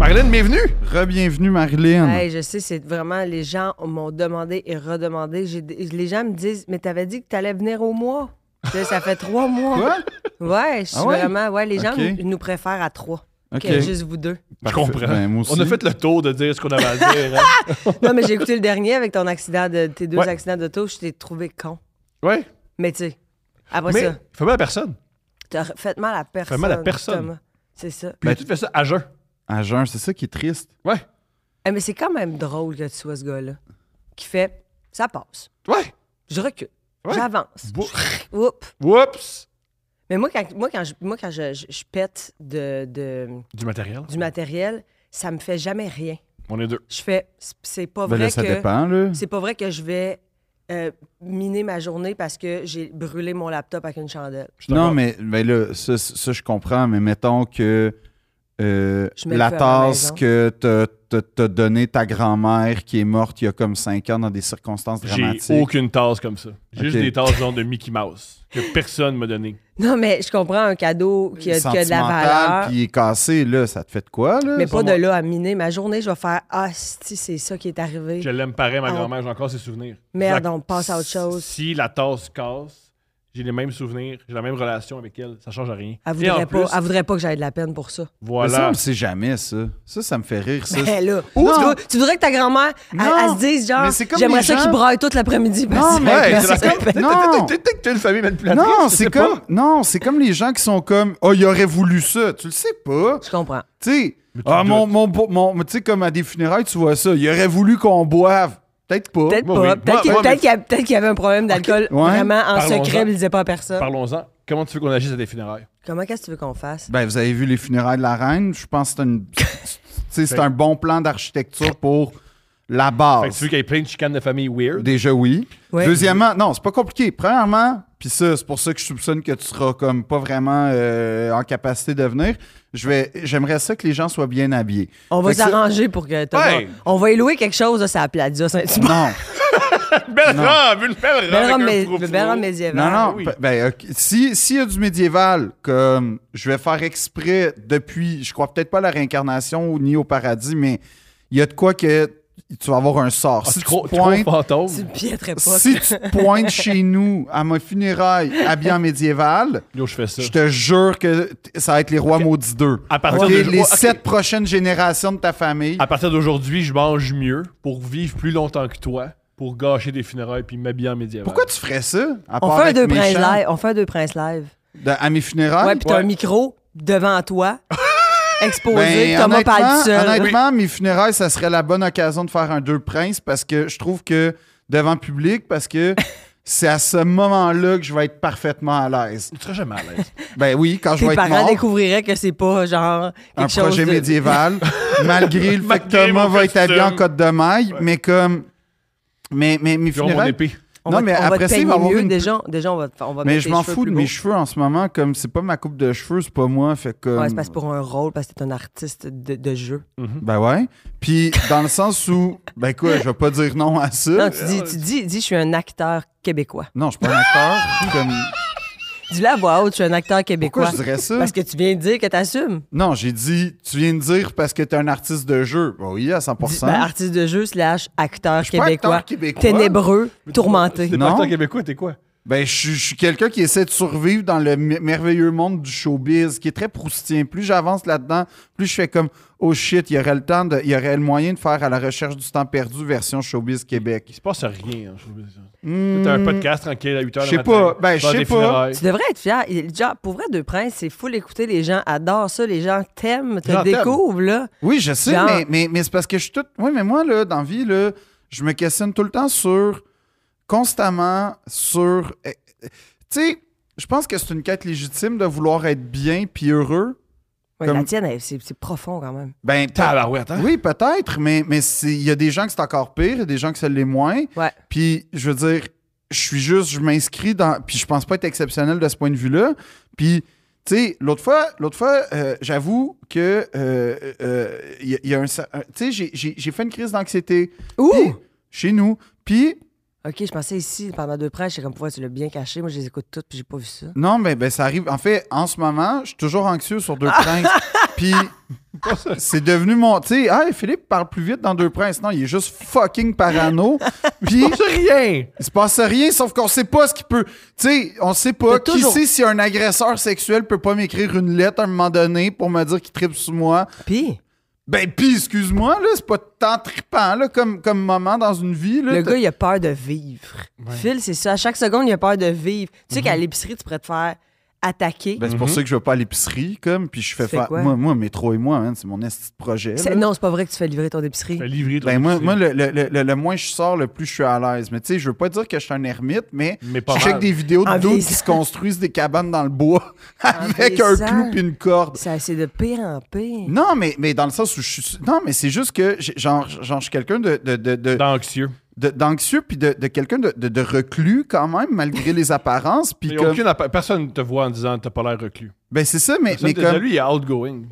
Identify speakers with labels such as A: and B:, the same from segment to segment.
A: Caroline, bienvenue!
B: Re-bienvenue, Marilyn.
C: Hey, je sais, c'est vraiment, les gens m'ont demandé et redemandé. J'ai- les gens me disent, mais t'avais dit que t'allais venir au mois. Tu sais, ça fait trois mois.
B: Quoi?
C: Ouais, je suis
B: Ah ouais?
C: vraiment, ouais, les gens
B: Ok.
C: nous- nous préfèrent à trois.
B: OK.
C: Que juste vous deux.
A: Je comprends.
B: Ben, moi
A: On a
B: aussi.
A: fait le tour de dire ce qu'on avait à dire. hein.
C: Non, mais j'ai écouté le dernier avec ton accident de tes deux
A: Ouais.
C: accidents d'auto, je t'ai trouvé con.
A: Ouais.
C: Mais tu sais, après
A: Mais
C: ça,
A: fais mal à personne.
C: t'as fait mal à personne.
A: mal à personne.
C: Thomas. C'est ça.
B: Ben,
A: Puis tu te fais ça à jeun.
B: À jeun, c'est ça qui est triste.
A: Ouais.
C: Eh, mais c'est quand même drôle que tu sois ce gars-là qui fait ça passe.
A: Ouais.
C: Je recule.
A: Ouais.
C: J'avance.
A: Bou-
C: Oups.
A: Whoops!
C: Mais moi, quand, moi, quand, je, moi, quand je, je- je pète de, de-
A: Du matériel.
C: du matériel, ça me fait jamais rien.
A: On est deux.
C: Je fais, c'est- c'est pas
B: Ben
C: vrai
B: là, ça
C: que.
B: dépend, là.
C: C'est pas vrai que je vais euh, miner ma journée parce que j'ai brûlé mon laptop avec une chandelle.
A: Je suis d'accord.
B: Non, mais ben là, ça, ça, je comprends, mais mettons que euh,
C: Je mets le
B: la
C: feu à la
B: tasse
C: maison.
B: que t'as- t'as t'as donnée ta grand-mère qui est morte il y a comme cinq ans dans des circonstances
A: J'ai
B: dramatiques.
A: aucune tasse comme ça. J'ai juste
B: Ok.
A: des tasses genre de Mickey Mouse que personne m'a donné.
C: Non, mais je comprends un cadeau qui a, qui a de la
B: Sentimental,
C: valeur.
B: Puis il est cassé, là, ça te fait de quoi, là?
C: Mais pas
A: moi.
C: de là à miner ma journée. Je vais faire Ah, si, c'est ça qui est arrivé.
A: Je l'aime pareil, ma
C: Ah.
A: grand-mère, j'ai encore ses souvenirs.
C: Merde,
A: J'ai la-
C: on passe à autre chose.
A: Si la tasse casse, j'ai les mêmes souvenirs, j'ai la même relation avec elle, ça change à rien.
C: Elle
A: Et en
C: voudrait,
A: plus,
C: pas, elle voudrait pas que j'aille de la peine pour ça.
B: Mais ça, on
A: voilà.
B: le sait jamais, ça. Ça, ça me fait rire, ça.
C: Ben là, tu,
B: Non.
C: vois- tu voudrais que ta grand-mère, elle,
B: Non.
C: elle se dise genre,
B: Mais c'est comme
C: j'aimerais
B: les
C: ça
B: gens-
C: qu'il braille toute l'après-midi. parce que-
B: mais-
A: Ouais,
B: ben,
A: c'est
B: c'est
A: la-
B: comme-
A: t'es- t'es-
B: Non.
A: t'es- t'es- t'es une famille manipulatrice.
B: Non,
A: tu
B: c'est
A: sais
B: comme,
A: pas.
B: non, c'est comme les gens qui sont comme, oh, il aurait voulu ça. Tu le sais pas.
C: Je comprends.
B: Tu sais,
A: Mais tu
B: ah,
A: doutes.
B: mon, mon, beau- mon, tu sais, comme à des funérailles, tu vois ça. Il aurait voulu qu'on boive. Peut-être pas.
C: Peut-être
A: moi,
C: pas.
A: oui.
C: Peut-être
A: Moi,
C: qu'il
A: moi, mais-
C: peut-être qu'il y a- peut-être qu'il y avait un problème d'alcool
B: ouais.
C: vraiment en
A: Parlons-en.
C: secret, mais il disait pas à personne.
A: Parlons-en. Comment tu veux qu'on agisse à des funérailles?
C: Comment qu'est-ce que tu veux qu'on fasse?
B: Ben, vous avez vu les funérailles de la reine. Je pense que c'est une- tu sais, c'est un bon plan d'architecture pour la
A: Fait que
B: base.
A: tu veux qu'il y ait plein de chicanes de famille weird?
B: Déjà, oui.
C: Ouais.
B: Deuxièmement, non, c'est pas compliqué. Premièrement, puis ça, c'est pour ça que je soupçonne que tu seras comme pas vraiment euh, en capacité de venir. Je vais, j'aimerais ça que les gens soient bien habillés.
C: On va
B: Fait que ça-
C: s'arranger pour que Thomas-
A: Ouais.
C: On va y louer quelque chose, là, c'est la Plaza Saint-Hubert.
B: Non,
A: Belle robe! Une belle robe!
C: Belle
A: avec
C: robe
A: un
C: mé-
A: frou-frou.
C: belle robe médiévale.
B: non, non.
A: oui.
B: pe- Ben, ok, si, s'il y a du médiéval, comme je vais faire exprès depuis, je crois peut-être pas à la réincarnation ou ni au paradis, mais il y a de quoi que tu vas avoir un sort.
A: Ah,
B: si
A: tu
B: tu
A: crois- tu crois aux
B: pointes,
A: fantômes?
C: Tu ne piéterais pas.
B: si tu te pointes chez nous à ma funéraille habillé en médiéval,
A: Yo, je fais ça.
B: je te jure que t- ça va être les rois maudits d'eux.
A: À partir
B: Ok,
A: de-
B: les
A: ouais, ok.
B: sept prochaines générations de ta famille.
A: À partir d'aujourd'hui, je mange mieux pour vivre plus longtemps que toi, pour gâcher des funérailles puis m'habiller en médiéval.
B: Pourquoi tu ferais ça? à
C: On
B: part
C: fait un
B: être
C: deux princes
B: méchant,
C: live. On fait un deux princes live.
B: de- à mes funérailles?
C: ouais, puis t'as
A: ouais.
C: un micro devant toi, exposé.
B: Ben,
C: Thomas parle
B: honnêtement,
C: tout seul.
B: honnêtement, mes funérailles, ça serait la bonne occasion de faire un deux princes parce que je trouve que devant public, parce que c'est à ce moment-là que je vais être parfaitement à l'aise.
A: Tu serais jamais à l'aise.
B: Ben oui, quand je vais
C: Tes
B: être
C: parents
B: mort,
C: découvriraient que c'est pas genre quelque
B: un
C: chose.
B: projet
C: de-
B: médiéval, malgré le fait que
A: Malgré
B: Thomas
A: mon
B: va être habillé en
A: costume.
B: cote de maille, mais comme. Mais, mais mes
A: J'ai mon
B: funérailles.
A: épée.
C: On
B: Non,
C: va-
B: mais
C: on va
B: après
C: te
B: ça, il
C: peigner
B: va avoir
C: mieux.
B: une-
C: Déjà, déjà, on va, te fa- on va
B: Mais
C: mettre
B: je
C: tes
B: m'en
C: cheveux
B: fous de
C: plus
B: mes
C: beaux.
B: cheveux en ce moment, comme c'est pas ma coupe de cheveux, c'est pas moi, fait que.
C: Ouais, c'est parce que pour un rôle, parce que t'es un artiste de, de jeu.
B: Ben ouais. Puis dans le sens où, ben quoi, je vais pas dire non à ça.
C: Non, tu dis, tu dis, dis, je suis un acteur québécois.
B: Non, je suis pas un acteur. Comme...
C: Dis-le à voix haute, je suis un acteur québécois.
B: Pourquoi je dirais ça?
C: Parce que tu viens de dire que t'assumes.
B: Non, j'ai dit, tu viens de dire parce que t'es un artiste de jeu. Ben oui, à 100
C: Dis- ben, artiste de jeu slash acteur
B: Je suis pas
C: québécois.
B: acteur québécois.
C: Ténébreux, tourmenté.
A: T'es
B: Non.
A: pas acteur québécois, t'es quoi?
B: Ben, je suis- je suis quelqu'un qui essaie de survivre dans le me- merveilleux monde du showbiz, qui est très proustien. Plus j'avance là-dedans, plus je fais comme, oh shit, il y aurait le temps, de- il y aurait le moyen de faire à la recherche du temps perdu version showbiz Québec. Hmm.
A: Il se passe rien. hein, je trouve ça. T'as un podcast tranquille à 8h
B: Je sais pas. Ben, je sais pas.
C: Tu devrais être fier. Il- Genre, pour vrai, Deux Princes, c'est fou l'écouter. Les gens adorent ça. Les gens t'aiment,
A: Les gens
C: te découvrent, là.
B: Oui, je sais,
C: Genre-
B: mais, mais, mais c'est parce que je suis tout. Oui, mais moi, là, dans la vie, là, je me questionne tout le temps sur. constamment sur. eh, eh, Tu sais, je pense que c'est une quête légitime de vouloir être bien puis heureux.
C: Ouais,
B: Comme-
C: La tienne, elle, c'est c'est profond quand même.
B: Ben, peut-
A: Tabarouette, hein?
B: oui, peut-être, mais mais c'est- il y a des gens que c'est encore pire, il y a des gens que ça l'est moins.
C: Ouais.
B: Puis, je veux dire, je suis juste, je m'inscris dans. Puis, je pense pas être exceptionnel de ce point de vue-là. Puis, tu sais, l'autre fois, l'autre fois euh, j'avoue que. euh, euh, il y a- il y, a un. cer- un- Tu sais, j'ai- j'ai j'ai fait une crise d'anxiété. Puis,
C: Ouh!
B: Chez nous. Puis,
C: OK, je pensais ici, pendant Deux Princes, j'étais comme, pourquoi tu l'as bien caché? Moi, je les écoute toutes, puis j'ai pas vu ça.
B: non, mais ben, ça arrive. En fait, en ce moment, je suis toujours anxieux sur deux princes. Puis c'est devenu mon. Tu sais, ah, Philippe parle plus vite dans Deux Princes. Non, il est juste fucking parano. Puis
A: rien.
B: il se passe rien, sauf qu'on sait pas ce qu'il peut. Tu sais, on sait pas.
C: T'as
B: Qui
C: toujours-
B: sait si un agresseur sexuel peut pas m'écrire une lettre à un moment donné pour me dire qu'il tripe sur moi?
C: Puis,
B: Ben, pis, excuse-moi, là, c'est pas tant trippant, là, comme, comme moment dans une vie, là.
C: le
B: T'as-
C: gars, il a peur de vivre. Phil, c'est ça. À chaque seconde, il a peur de vivre. Tu sais
B: Mm-hmm.
C: qu'à l'épicerie, tu pourrais te faire attaquer.
B: Ben, c'est pour ça que je vais pas à l'épicerie, comme, puis je fais
C: Tu fais
B: faire.
C: quoi?
B: Moi, moi, métro et moi, man, c'est mon esti de projet.
C: C'est-
B: là.
C: non, c'est pas vrai que tu fais livrer ton épicerie.
A: Fais livrer ton
B: Ben, moi,
A: épicerie.
B: moi le, le- le- le- le moins je sors, le plus je suis à l'aise. Mais, tu sais, je veux pas dire que je suis un ermite, mais.
A: Mais pas
B: Je
A: mal.
B: check des vidéos de
C: En
B: d'autres qui
C: vieillissant.
B: se construisent des cabanes dans le bois
C: Ah,
B: avec un
C: vieillissant.
B: clou puis une corde.
C: Ça, c'est de pire en pire.
B: Non, mais, mais dans le sens où je suis. Non, mais c'est juste que, j'ai- genre, genre, je suis quelqu'un de- de- de- de,
A: d'anxieux.
B: de- d'anxieux puis de, de quelqu'un de, de- de reclus quand même malgré les apparences puis
A: Mais
B: comme-
A: aucune appa- personne ne te voit en disant t'as pas l'air reclus.
B: ben c'est ça mais,
A: Personne
B: mais
A: te dit,
B: comme
A: lui, il est outgoing.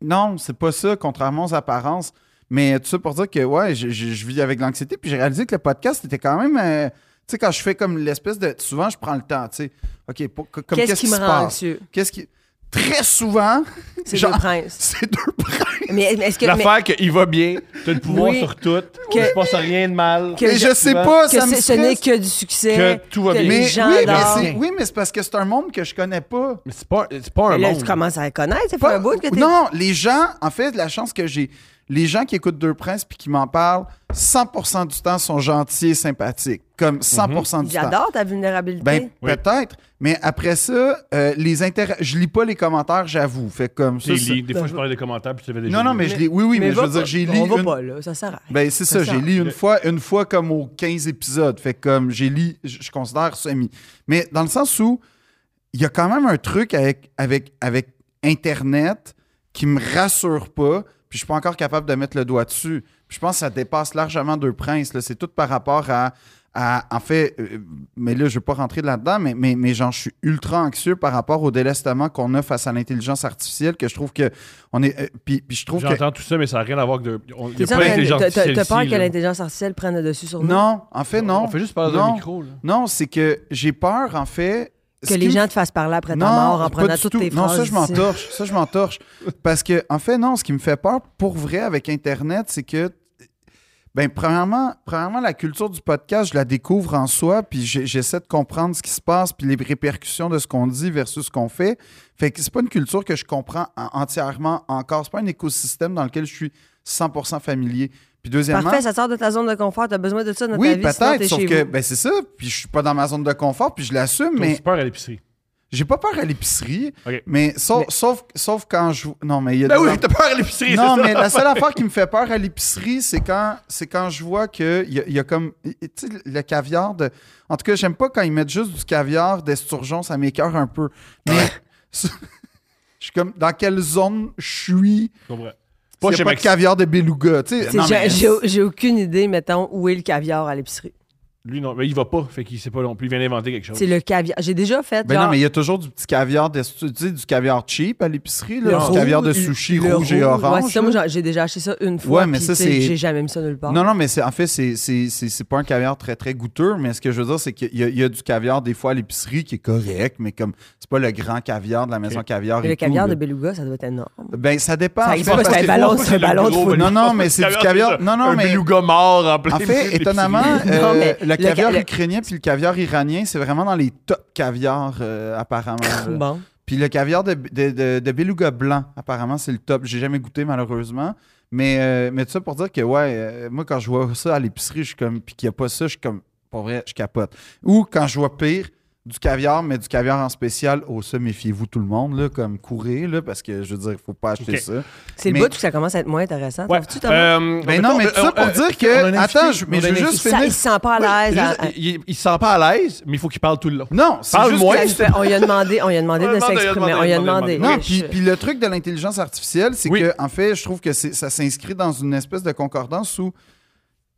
B: non c'est pas ça contrairement aux apparences mais tout ça pour dire que ouais je, je- je vis avec l'anxiété puis j'ai réalisé que le podcast était quand même euh, tu sais quand je fais comme l'espèce de souvent je prends le temps tu sais ok pour- comme
C: Qu'est-ce qui me
B: se
C: rend
B: passe?
C: anxieux?
B: qu'est-ce qui très souvent
C: C'est
B: genre-
C: le prince.
B: c'est deux princes
C: Mais mais est-ce que. mais-
A: L'affaire qu'il va bien, t'as le pouvoir
C: Oui.
A: sur tout,
C: Que-
A: qu'il se passe rien de mal.
C: que
B: mais je
C: je-
B: sais
A: souvent-
B: pas
C: que
B: ça me
C: c'est- ce n'est
B: stresse.
C: que du succès.
A: Que tout va bien.
C: les
B: mais
C: gens
B: oui mais,
C: adorent.
B: c'est, oui mais c'est parce que c'est un monde que je connais pas
A: Mais c'est pas, c'est pas un
C: Mais là,
A: monde.
C: tu commences à la connaître. Ça fait
B: Pas-
C: un bout que t'es.
B: Non, les gens, en fait, la chance que j'ai, les gens qui écoutent Deux Princes puis qui m'en parlent, 100% du temps sont gentils et sympathiques.
C: Mhm.
B: Comme 100% du
C: Ils
B: temps.
C: adorent ta vulnérabilité.
B: Ben,
A: Oui.
B: peut-être, mais après ça, euh, les intérêts. Je lis pas les commentaires, j'avoue. Fait comme ça.
A: J'ai
B: ça-
A: li- Des fois, je parlais des commentaires puis tu l'avais déjà
B: Non, non,
A: lu.
B: mais je lis. Oui, oui, mais, je
C: va
B: veux dire,
C: pas-
B: j'ai lu.
C: On va
B: une-
C: pas là, ça sert à rien.
B: Ben, c'est ça,
C: Ça
B: j'ai
C: sert.
B: lu une
A: Le-
B: fois, une fois comme aux 15 épisodes. Fait que comme j'ai lu, je je considère semi. Mais dans le sens où il y a quand même un truc avec, avec, avec Internet qui me rassure pas, puis je suis pas encore capable de mettre le doigt dessus. Puis je pense que ça dépasse largement deux princes. là. C'est tout par rapport à. à- en fait, euh, mais là, je veux pas rentrer là-dedans, mais, mais, mais genre, je suis ultra anxieux par rapport au délestement qu'on a face à l'intelligence artificielle, que je trouve que. On est, euh, puis, puis je trouve que.
A: J'entends tout ça, mais ça n'a rien à voir que de. on- Il y
C: T'es
A: a
C: ça,
A: pas d'intelligence
C: t'as- t'as- T'as peur que
A: artificielle ici,
C: l'intelligence artificielle prenne le dessus sur nous?
B: Non, en fait,
A: là.
B: non.
A: On fait juste parler
B: Non.
A: d'un micro. Là.
B: Non, c'est que j'ai peur, en fait. ce
C: Que
B: qui
C: les
B: me-
C: gens te fassent parler après ta
B: Non,
C: mort en
B: pas
C: prenant
B: du
C: toutes
B: tout.
C: tes
B: Non,
C: phrases.
B: ça, je m'en
C: ici.
B: torche. Ça, je m'en torche. Parce que, en fait, non, ce qui me fait peur pour vrai avec Internet, c'est que. Ben, premièrement, premièrement, la culture du podcast, je la découvre en soi, puis j'ai- j'essaie de comprendre ce qui se passe, puis les répercussions de ce qu'on dit versus ce qu'on fait. Fait que c'est pas une culture que je comprends en- entièrement encore. C'est pas un écosystème dans lequel je suis 100% familier. Puis deuxièmement,
C: Parfait, ça sort de ta zone de confort. T'as besoin de ça dans
B: oui,
C: ta vie, sinon
B: peut-être,
C: t'es
B: sauf
C: chez
B: que
C: vous.
B: ben c'est ça, puis je suis pas dans ma zone de confort, puis je l'assume,
A: T'as
B: mais
A: aussi peur à l'épicerie.
B: j'ai pas peur à l'épicerie,
A: Ok.
B: mais, sauf,
A: Mais-
B: sauf sauf quand je non mais il y a
A: Ben
B: des-
A: oui, t'as peur à l'épicerie.
B: non
A: c'est
B: mais
A: ça.
B: la seule affaire qui me fait peur à l'épicerie, c'est quand c'est quand je vois que il y, a- il y a comme tu sais le caviar de en tout cas, j'aime pas quand ils mettent juste du caviar d'esturgeon, ça m'écœure un peu. Mais je suis comme dans quelle zone je suis
A: Je comprends.
B: Il
A: Pas
B: y a
A: chez
B: pas de
A: Maxime.
B: caviar de beluga, tu sais.
C: C'est-
B: Non,
C: j'ai-
B: mais- Ah
C: J'ai j'ai aucune idée, mettons, où est le caviar à l'épicerie.
A: Lui, non. Mais il va pas. Fait qu'il sait pas non plus. Il vient d'inventer quelque chose.
C: C'est le caviar. J'ai déjà fait.
B: Ben
C: genre,
B: non, mais il y a toujours du petit caviar, de, tu sais, du caviar cheap à l'épicerie, là,
C: le
B: du
C: rouge,
B: caviar de sushi
C: le
B: rouge et
C: rouge. Ouais,
B: orange.
C: c'est ça, moi,
B: là.
C: j'en- j'ai déjà acheté ça une fois.
B: mais
C: puis,
B: ça,
C: tu sais,
B: c'est-
C: J'ai jamais mis ça nulle part.
B: non, non, mais c'est, en fait, c'est, c'est, c'est, c'est pas un caviar très, très goûteux, mais ce que je veux dire, c'est qu'il y a, il y a du caviar des fois à l'épicerie qui est correct, mais comme c'est pas le grand caviar de la maison
A: Ok.
B: caviar.
C: Mais
B: et
C: le caviar de
B: tout, là.
C: beluga, ça doit être énorme.
B: Ben, ça dépend.
C: Ça
B: en
C: existe
B: fait,
C: pas,
B: parce
C: c'est un
B: que-
C: ballon, c'est un
A: le
C: ballon de
A: gros
C: foot.
A: ballon.
B: Non, non, mais c'est du caviar-
A: c'est ça.
B: non, non,
A: un
B: mais-
A: beluga mort en plein
B: En fait,
A: milieu de
B: étonnamment,
A: l'épicerie.
B: euh,
C: Non, mais
B: le
C: le ca-
B: caviar
C: le-
B: ukrainien puis le caviar iranien, c'est vraiment dans les top caviars, euh, apparemment. là.
C: Bon.
B: Puis le caviar de, de, de- de beluga blanc, apparemment, c'est le top. J'ai jamais goûté, malheureusement. Mais, euh, mais tout ça pour dire que, ouais, euh, moi, quand je vois ça à l'épicerie, je suis comme, puis qu'il n'y a pas ça, je suis comme, pour vrai, je capote. Ou quand je vois pire, du caviar, mais du caviar en spécial, oh, ça, méfiez-vous tout le monde, là, comme courez, là, parce que je veux dire, il faut pas acheter
A: Ok.
B: ça.
C: C'est le
B: Mais-
C: bout où ça commence à être moins intéressant.
A: Ouais.
C: Trouves-tu, Thomas?
A: Euh,
B: Ben non, mais tout ça
A: on-
B: pour
A: on-
B: dire
A: on a
B: que.
A: un invité.
B: attends, je,
A: On
B: mais
A: a
B: je
A: un
B: veux
A: invité.
B: juste
C: Ça, il
B: finir.
C: se sent pas à l'aise. à-
A: Juste, il, il- il se sent pas à l'aise, mais il faut qu'il parle tout le long.
B: Non, c'est
A: Parle
B: juste
A: moins.
B: que-
C: à- Il fait- On lui a demandé, on lui a demandé
A: On
C: de
A: lui a demandé,
C: s'exprimer. On lui a demandé.
B: Non,
C: Oui,
B: puis,
C: je-
B: puis le truc de l'intelligence artificielle, c'est
A: Oui.
B: que en fait, je trouve que c'est- ça s'inscrit dans une espèce de concordance où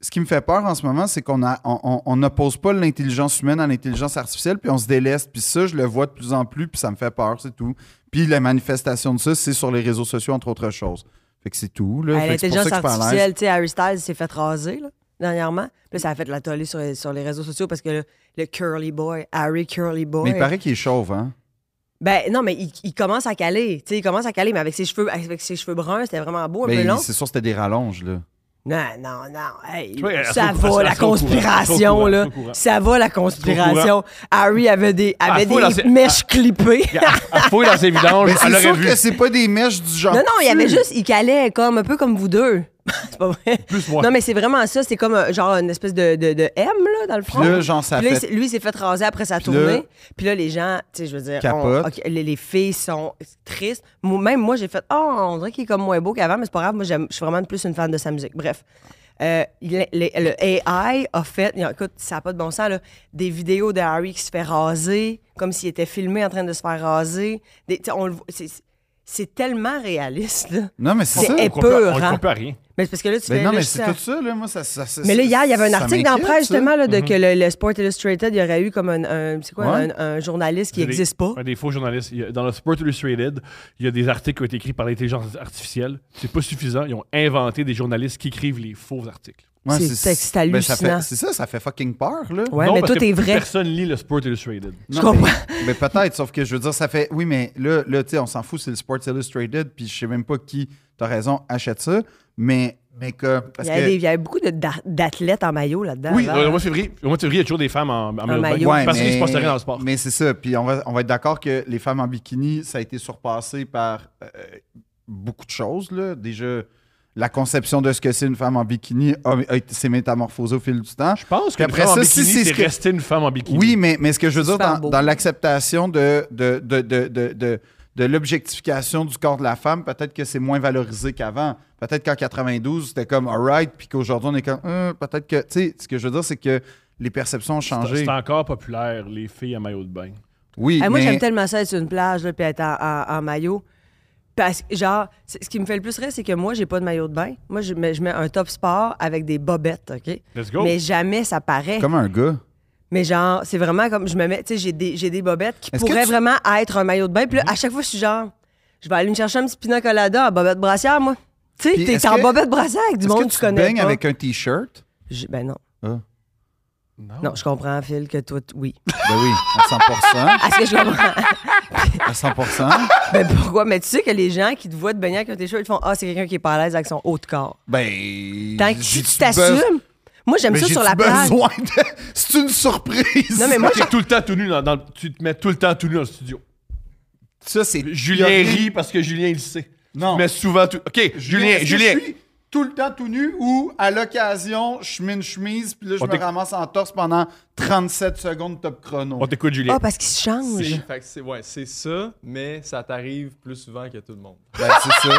B: ce qui me fait peur en ce moment, c'est qu'on a- on- on- on n'oppose pas l'intelligence humaine à l'intelligence artificielle, puis on se délaisse. Puis ça, je le vois de plus en plus, puis ça me fait peur, c'est tout. Puis la manifestation de ça, c'est sur les réseaux sociaux, entre autres choses. Fait que c'est tout. Là.
C: À
B: Fait que c'est pour ça
C: L'intelligence
B: que je suis pas à l'aise.
C: artificielle, tu sais, Harry Styles s'est fait raser là, dernièrement. Puis là, ça a fait la tollée sur, les- sur les réseaux sociaux parce que là, le curly boy, Harry Curly Boy.
B: Mais il paraît qu'il est chauve, hein?
C: Ben non, mais il, il commence à caler. Tu sais, il commence à caler, mais avec ses cheveux, avec ses cheveux bruns, c'était vraiment beau, un peu
B: Ben,
C: long.
B: c'est sûr que c'était des rallonges, là.
C: Non, non, non. Hey,
A: Tu vois, elle
C: ça
A: sera au courant,
C: va,
A: elle
C: la
A: sera au courant, elle sera au
C: conspiration,
A: courant, elle
C: là.
A: sera au courant.
C: Ça va, la conspiration. Harry avait des, avait
A: Elle faut lancer- Ah,
C: des mèches clippées.
A: Elle fouille dans ses vidanges,
B: Mais
A: elle
B: Ben, c'est
A: aurait
B: sûr
A: vu.
B: que c'est pas des mèches du genre.
C: Non, non, il y avait
B: dessus.
C: juste, il calait comme un peu comme vous deux. c'est pas vrai.
A: Plus moi.
C: Non, mais c'est vraiment ça. C'est comme euh, genre une espèce de, de, de M, là, dans le
B: Puis
C: front.
B: là, genre, ça a
C: Puis là, il
B: fait.
C: s'est- lui, il s'est fait raser après sa
B: là-
C: tournée. Puis là, les gens, tu sais, je veux dire,
B: Capote.
C: on- ok, les, les filles sont tristes. Moi- même moi, j'ai fait, oh, on dirait qu'il est comme moins beau qu'avant, mais c'est pas grave. Moi, j'aime- je suis vraiment plus une fan de sa musique. Bref. Euh, il- les- le AI a fait, écoute, ça n'a pas de bon sens, là, des vidéos de Harry qui se fait raser, comme s'il était filmé en train de se faire raser. Des- tu sais, on le voit- c'est- C'est tellement réaliste, là.
B: Non, mais c'est
C: C'est
B: ça.
A: On
C: ép-
A: comprend-
C: peur,
A: On ne
C: hein.
A: comprend rien.
C: Mais c'est parce que là, tu fais.
B: Ben non,
C: là,
B: mais
C: je
B: c'est
C: sais-
B: tout ça, là. Moi, ça. ça- ça-
C: mais là, hier, il y avait un
B: ça
C: article dans la
B: m'inquiète,
C: presse,
B: ça.
C: justement, là,
A: Mhm.
C: de que le, le Sport Illustrated, il y aurait eu comme un, un- c'est quoi,
B: Ouais.
C: un, un journaliste qui
A: C'est des-
C: n'existe pas.
A: Un des faux journalistes. Il y a- Dans le Sport Illustrated, il y a des articles qui ont été écrits par l'intelligence artificielle. C'est pas suffisant. Ils ont inventé des journalistes qui écrivent les faux articles.
B: Ouais,
C: C'est- c'est- c'est
B: ben, ça fait-
C: hallucinant.
B: C'est ça, ça fait fucking peur, là.
C: Ouais,
A: Non,
C: mais
A: parce
C: tout
A: que
C: est vrai.
A: Personne lit le Sport Illustrated.
C: Je
B: Non, mais-
C: comprends.
B: Mais peut-être, sauf que je veux dire, ça fait. Oui, mais là, là tu sais, on s'en fout, c'est le Sports Illustrated, puis je sais même pas qui, t'as raison, achète ça. Mais, mais que.
C: Il
B: Parce
C: y, avait
B: que.
C: des- il y avait beaucoup de- d'a- d'athlètes en maillot là-dedans.
A: Oui, euh,
C: avant.
A: au mois de février, au mois de février, il y a toujours des femmes en, en maillot de bain.
C: Ah, bah. maillot.
B: Ouais,
A: parce qu'il se
B: mais-
A: passe rien dans le sport.
B: Mais c'est ça. Puis on va, on va être d'accord que les femmes en bikini, ça a été surpassé par euh, beaucoup de choses. Là. Déjà, la conception de ce que c'est une femme en bikini a- a été- s'est métamorphosée au fil du temps.
A: Je pense qu'une
B: Après
A: femme en
B: ça, si
A: bikini,
B: c'est ce
A: c'est
B: que-
A: rester une femme en bikini.
B: Oui, mais, mais ce que je veux
C: C'est
B: dire
C: super
B: dans,
C: beau.
B: dans l'acceptation de, de, de, de, de, de- de l'objectification du corps de la femme, peut-être que c'est moins valorisé qu'avant. Peut-être qu'en 92, c'était comme alright, puis qu'aujourd'hui, on est comme Hum, peut-être que. Tu sais, ce que je veux dire, c'est que les perceptions ont
A: C'est-
B: changé.
A: C'est encore populaire, les filles en maillot de bain.
B: Oui,
C: Ah, moi,
B: mais-
C: j'aime tellement ça être sur une plage, là, puis être en, en- en maillot. Parce que, genre, c'est- ce qui me fait le plus rire, c'est que moi, j'ai pas de maillot de bain. Moi, je mets, je mets un top sport avec des bobettes, OK?
A: Let's go.
C: Mais jamais ça paraît.
B: comme un gars.
C: Mais genre, c'est vraiment comme je me mets, tu sais, j'ai des, j'ai des bobettes qui
B: Est-ce que
C: pourraient
B: tu- Mhm.
C: vraiment être un maillot de bain. Puis là, à chaque fois, je suis genre, je vais aller me chercher un petit pina colada à bobette brassière, moi. Tu
B: Puis
C: sais, t'es
B: est-ce
C: en
B: que-
C: bobette brassière avec du
B: Est-ce
C: monde
B: que
C: que
B: tu
C: tu
B: te
C: connais.
B: baignes
C: pas.
B: avec un t-shirt?
C: Je- Ben non.
A: Non.
C: Non, je comprends, Phil, que toi, t- oui.
B: Ben oui, à 100%.
C: Est-ce que je comprends?
B: à 100%.
C: ben pourquoi? Mais tu sais que les gens qui te voient te baigner avec un t-shirt, ils font Ah, c'est quelqu'un qui est pas à l'aise avec son haut de corps.
B: Ben.
C: Tant que si
B: j'ai-tu
C: tu
B: be-
C: t'assumes, moi, j'aime
B: ben,
C: ça sur
B: j'ai-tu
C: la plage.
B: besoin de- C'est une surprise.
C: Non, mais moi,
A: T'es tout le temps tout nu dans, dans le- tu te mets tout le temps tout nu dans le studio.
B: ça, c'est.
A: Julien rit parce que Julien il le sait.
B: Non.
A: Mais souvent tout. OK, Julien,
B: est-ce que
A: Julien.
B: Je suis tout le temps tout nu ou à l'occasion, je mets une chemise, puis là, je
A: On
B: me
A: t'éc-
B: ramasse en torse pendant 37 secondes top chrono.
A: On t'écoute Julien.
C: Ah, parce qu'il se
D: C'est-
C: change.
D: fait que c'est ouais, c'est ça, mais ça t'arrive plus souvent que tout le monde.
B: Ben, c'est ça.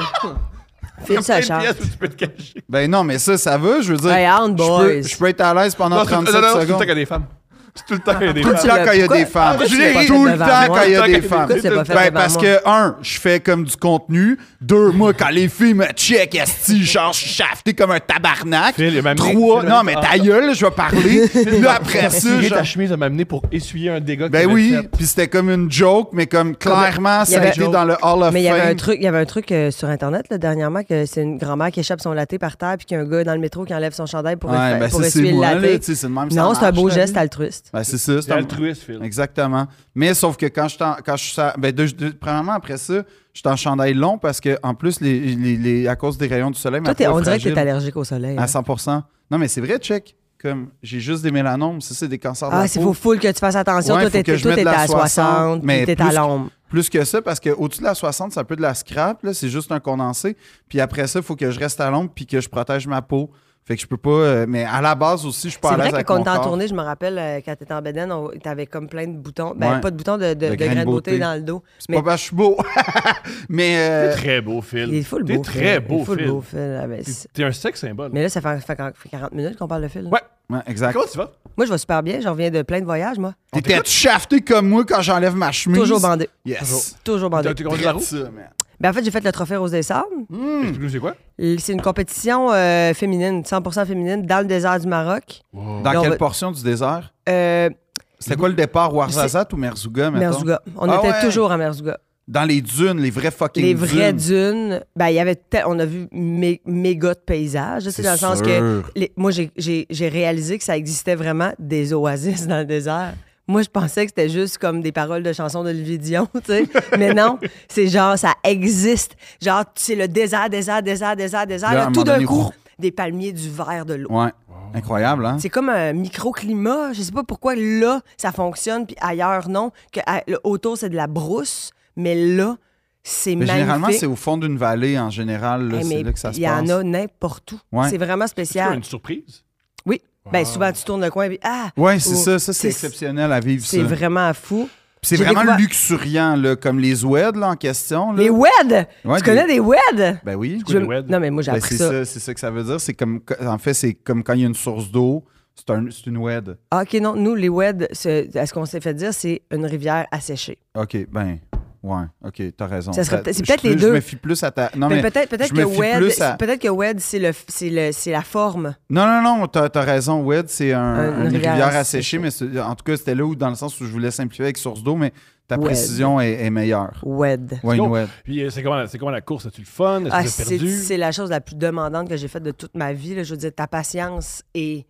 C: Phil, ça
A: Plein de
C: change.
A: pièces où tu peux te cacher.
B: ben, non, mais ça, ça va, je veux dire.
C: Hey, on,
B: je,
C: boys.
B: peux, je peux être à l'aise pendant
A: Non, c'est- non, non,
B: 37
A: c'est tout le temps
B: secondes.
A: qu'il y a des femmes. C'est tout le temps qu'il y a des
B: Tout le
A: femmes.
C: Pourquoi tu
B: temps
C: l'as-
B: quand il y a
C: pourquoi-
B: des femmes.
C: pourquoi
A: tu l'as pas fait
B: tout le
C: devant moi?
B: temps quand il y a des
A: Pourquoi
B: femmes.
C: tu l'as pas fait
B: Ben,
C: devant
B: parce
C: moi?
B: que, un, je fais comme du contenu. Deux, moi, quand les filles me check, esti, genre, je suis shafté comme un tabarnak.
A: Phil, il m'a amené-
B: Trois,
A: Phil
B: non,
A: m'a-
B: mais ta gueule, là, je vais parler. là, après ça,
A: Essuyer
B: genre,
A: ta chemise à m'amener pour essuyer un dégât que
B: ben
A: t'avais
B: oui,
A: fait.
B: puis c'était comme une joke, mais comme clairement,
C: y
B: ça a
C: avait-
B: été dans le Hall of
C: Mais il y avait un
B: Fame.
C: truc, il y avait un truc euh, sur internet là, dernièrement que c'est une grand-mère qui échappe son latte par terre puis qu'il y a un gars dans le métro qui enlève son chandail pour,
B: Ouais,
C: essuyer-
B: ben
C: pour
B: ça, c'est
C: essuyer le
B: moi, là,
C: latte.
B: tu sais, c'est le même ça
C: Non, c'est un
B: marche,
C: beau
B: là.
C: geste altruiste.
B: Ben, c'est ça,
A: C'est
B: c'est un
A: altruiste, Phil.
B: Exactement. Mais sauf que quand je t'en- quand je suis ça, ben deux- deux- premièrement après ça, je suis en chandail long parce que en plus les, les- les- à cause des rayons du soleil,
C: Toi,
B: ma
C: t'es-
B: peau
C: on
B: est
C: dirait que t'es
B: fragile
C: allergique au soleil. hein.
B: à 100 Non mais c'est vrai, check. Comme j'ai juste des mélanomes, ça c'est des cancers de
C: Ah,
B: la
C: c'est
B: peau.
C: faut full que tu fasses attention.
B: Ouais,
C: toi,
B: faut
C: t'es-
B: que je
C: toi,
B: mette
C: t'es
B: la
C: à
B: 60,
C: 60,
B: mais
C: puis t'es
B: plus
C: à
B: que-
C: l'ombre.
B: Plus que ça parce que au-dessus de la 60, c'est un peu de la scrap là, c'est juste un condensé. Puis après ça, il faut que je reste à l'ombre puis que je protège ma peau. Fait que je peux pas euh, mais à la base aussi, je suis pas
C: C'est
B: à l'aise
C: vrai que
B: avec
C: quand
B: mon
C: t'es en
B: corps.
C: tournée, je me rappelle, euh, quand t'étais en Bédène, on- t'avais comme plein de boutons. Ben,
B: Ouais.
C: pas de boutons, de, de, de grains de beauté dans le dos.
B: C'est
C: Mais
B: pas parce que je suis beau. mais euh,
A: Très beau, Phil.
C: il est full
A: T'es
C: beau. Phil.
A: très
C: Il est
A: beau,
C: full
A: Phil.
C: beau, Phil. Ah, ben, c'est-
A: T'es un sexe symbole.
C: Mais là, ça fait, fait 40 minutes qu'on parle de Phil.
A: Ouais.
B: ouais, exact.
A: Comment tu vas?
C: Moi, je vais super bien. Je reviens de plein de voyages, moi.
B: T'étais shafté comme moi quand j'enlève ma chemise.
C: Toujours bandé.
B: Yes.
C: Toujours bandé.
A: T'as t'as compris la roue?
B: Ça, man.
C: Ben, en fait, j'ai fait le trophée Rose des Sables.
B: Hmm?
A: Explique-nous c'est quoi?
C: L- C'est une compétition euh, féminine, 100% féminine, dans le désert du Maroc.
B: Dans
C: Là, on
B: quelle
C: va-
B: portion du désert?
C: Euh,
B: C'était quoi le départ? Ouarzazate ou Merzouga, mettons?
C: Merzouga. On
B: Ah
C: était
B: ouais.
C: toujours à Merzouga.
B: Dans les dunes, les vraies fucking
C: Les
B: dunes.
C: vraies dunes, ben, il y avait tel- on a vu mé- méga de paysages. C'est
B: C'est
C: dans le sens
B: sûr.
C: que les- moi, j'ai- j'ai j'ai réalisé que ça existait vraiment des oasis dans le désert. Moi, je pensais que c'était juste comme des paroles de chansons d'Olivier Dion, tu sais. Mais non, c'est genre, ça existe. Genre, c'est le désert, désert, désert, désert, désert.
B: Là,
C: là,
B: à un
C: tout
B: moment
C: d'un
B: donné,
C: coup,
B: roux.
C: des palmiers, du vert, de l'eau.
B: Ouais. Incroyable, hein?
C: C'est comme un microclimat. Je sais pas pourquoi là, ça fonctionne, puis ailleurs, non. Que, à- le- autour, c'est de la brousse, mais là, c'est
B: Mais
C: magnifique.
B: généralement, c'est au fond d'une vallée, en général. là,
C: Eh, mais
B: c'est là que ça se
C: Il y en
B: passe.
C: a n'importe où.
B: Ouais.
C: C'est vraiment
A: C'est
C: spécial.
A: une surprise.
C: Oui. Ben,
A: Wow.
C: souvent, tu tournes le coin et Ah,
B: Ouais, c'est
C: Ou-
B: ça. Ça, c'est
C: c'est-
B: exceptionnel à vivre, ça.
C: c'est vraiment fou.
B: Puis C'est
C: J'ai
B: vraiment
C: découvert-
B: luxuriant, là, comme les oueds, là, en question. Là.
C: Les WED!
B: Ouais,
C: tu connais
B: des-
C: des WED?
B: Ben oui.
A: quoi, des WED?
C: Non, mais moi, j'ai
B: Ben,
C: appris
B: c'est
C: ça.
B: ça, c'est ça que ça veut dire. C'est comme, en fait, c'est comme quand il y a une source d'eau, c'est un, c'est une oued.
C: Ah, OK, non. Nous, les WED, c'est- à ce qu'on s'est fait dire, c'est une rivière asséchée.
B: OK, ben, ouais, OK, t'as raison.
C: Ça serait
B: T'as-
C: peut-être- c'est
B: je-
C: peut-être les
B: je
C: deux.
B: me fie plus à ta... Non,
C: Mais
B: mais,
C: Ben, peut-être peut
B: je me
C: que
B: fie plus à-
C: WED, peut-être que WED, c'est le, c'est le, c'est la forme.
B: non, non, non, t'as t'as raison, oued, c'est un,
C: Un-
B: une,
C: une rivière
B: rivière asséchée,
C: asséchée.
B: mais c'est- en tout cas, c'était là où, dans le sens où je voulais simplifier avec source d'eau, mais ta
C: Oued.
B: précision est, est meilleure.
C: WED.
B: Ouais, une
A: Let's go.
B: oued.
A: Puis euh, c'est comment, c'est comment la course? As-tu le fun?
C: Ah,
A: Est-ce que tu
C: c'est
A: as perdu?
C: c'est la chose la plus demandante que j'ai faite de toute ma vie. là. Je veux dire, ta patience est,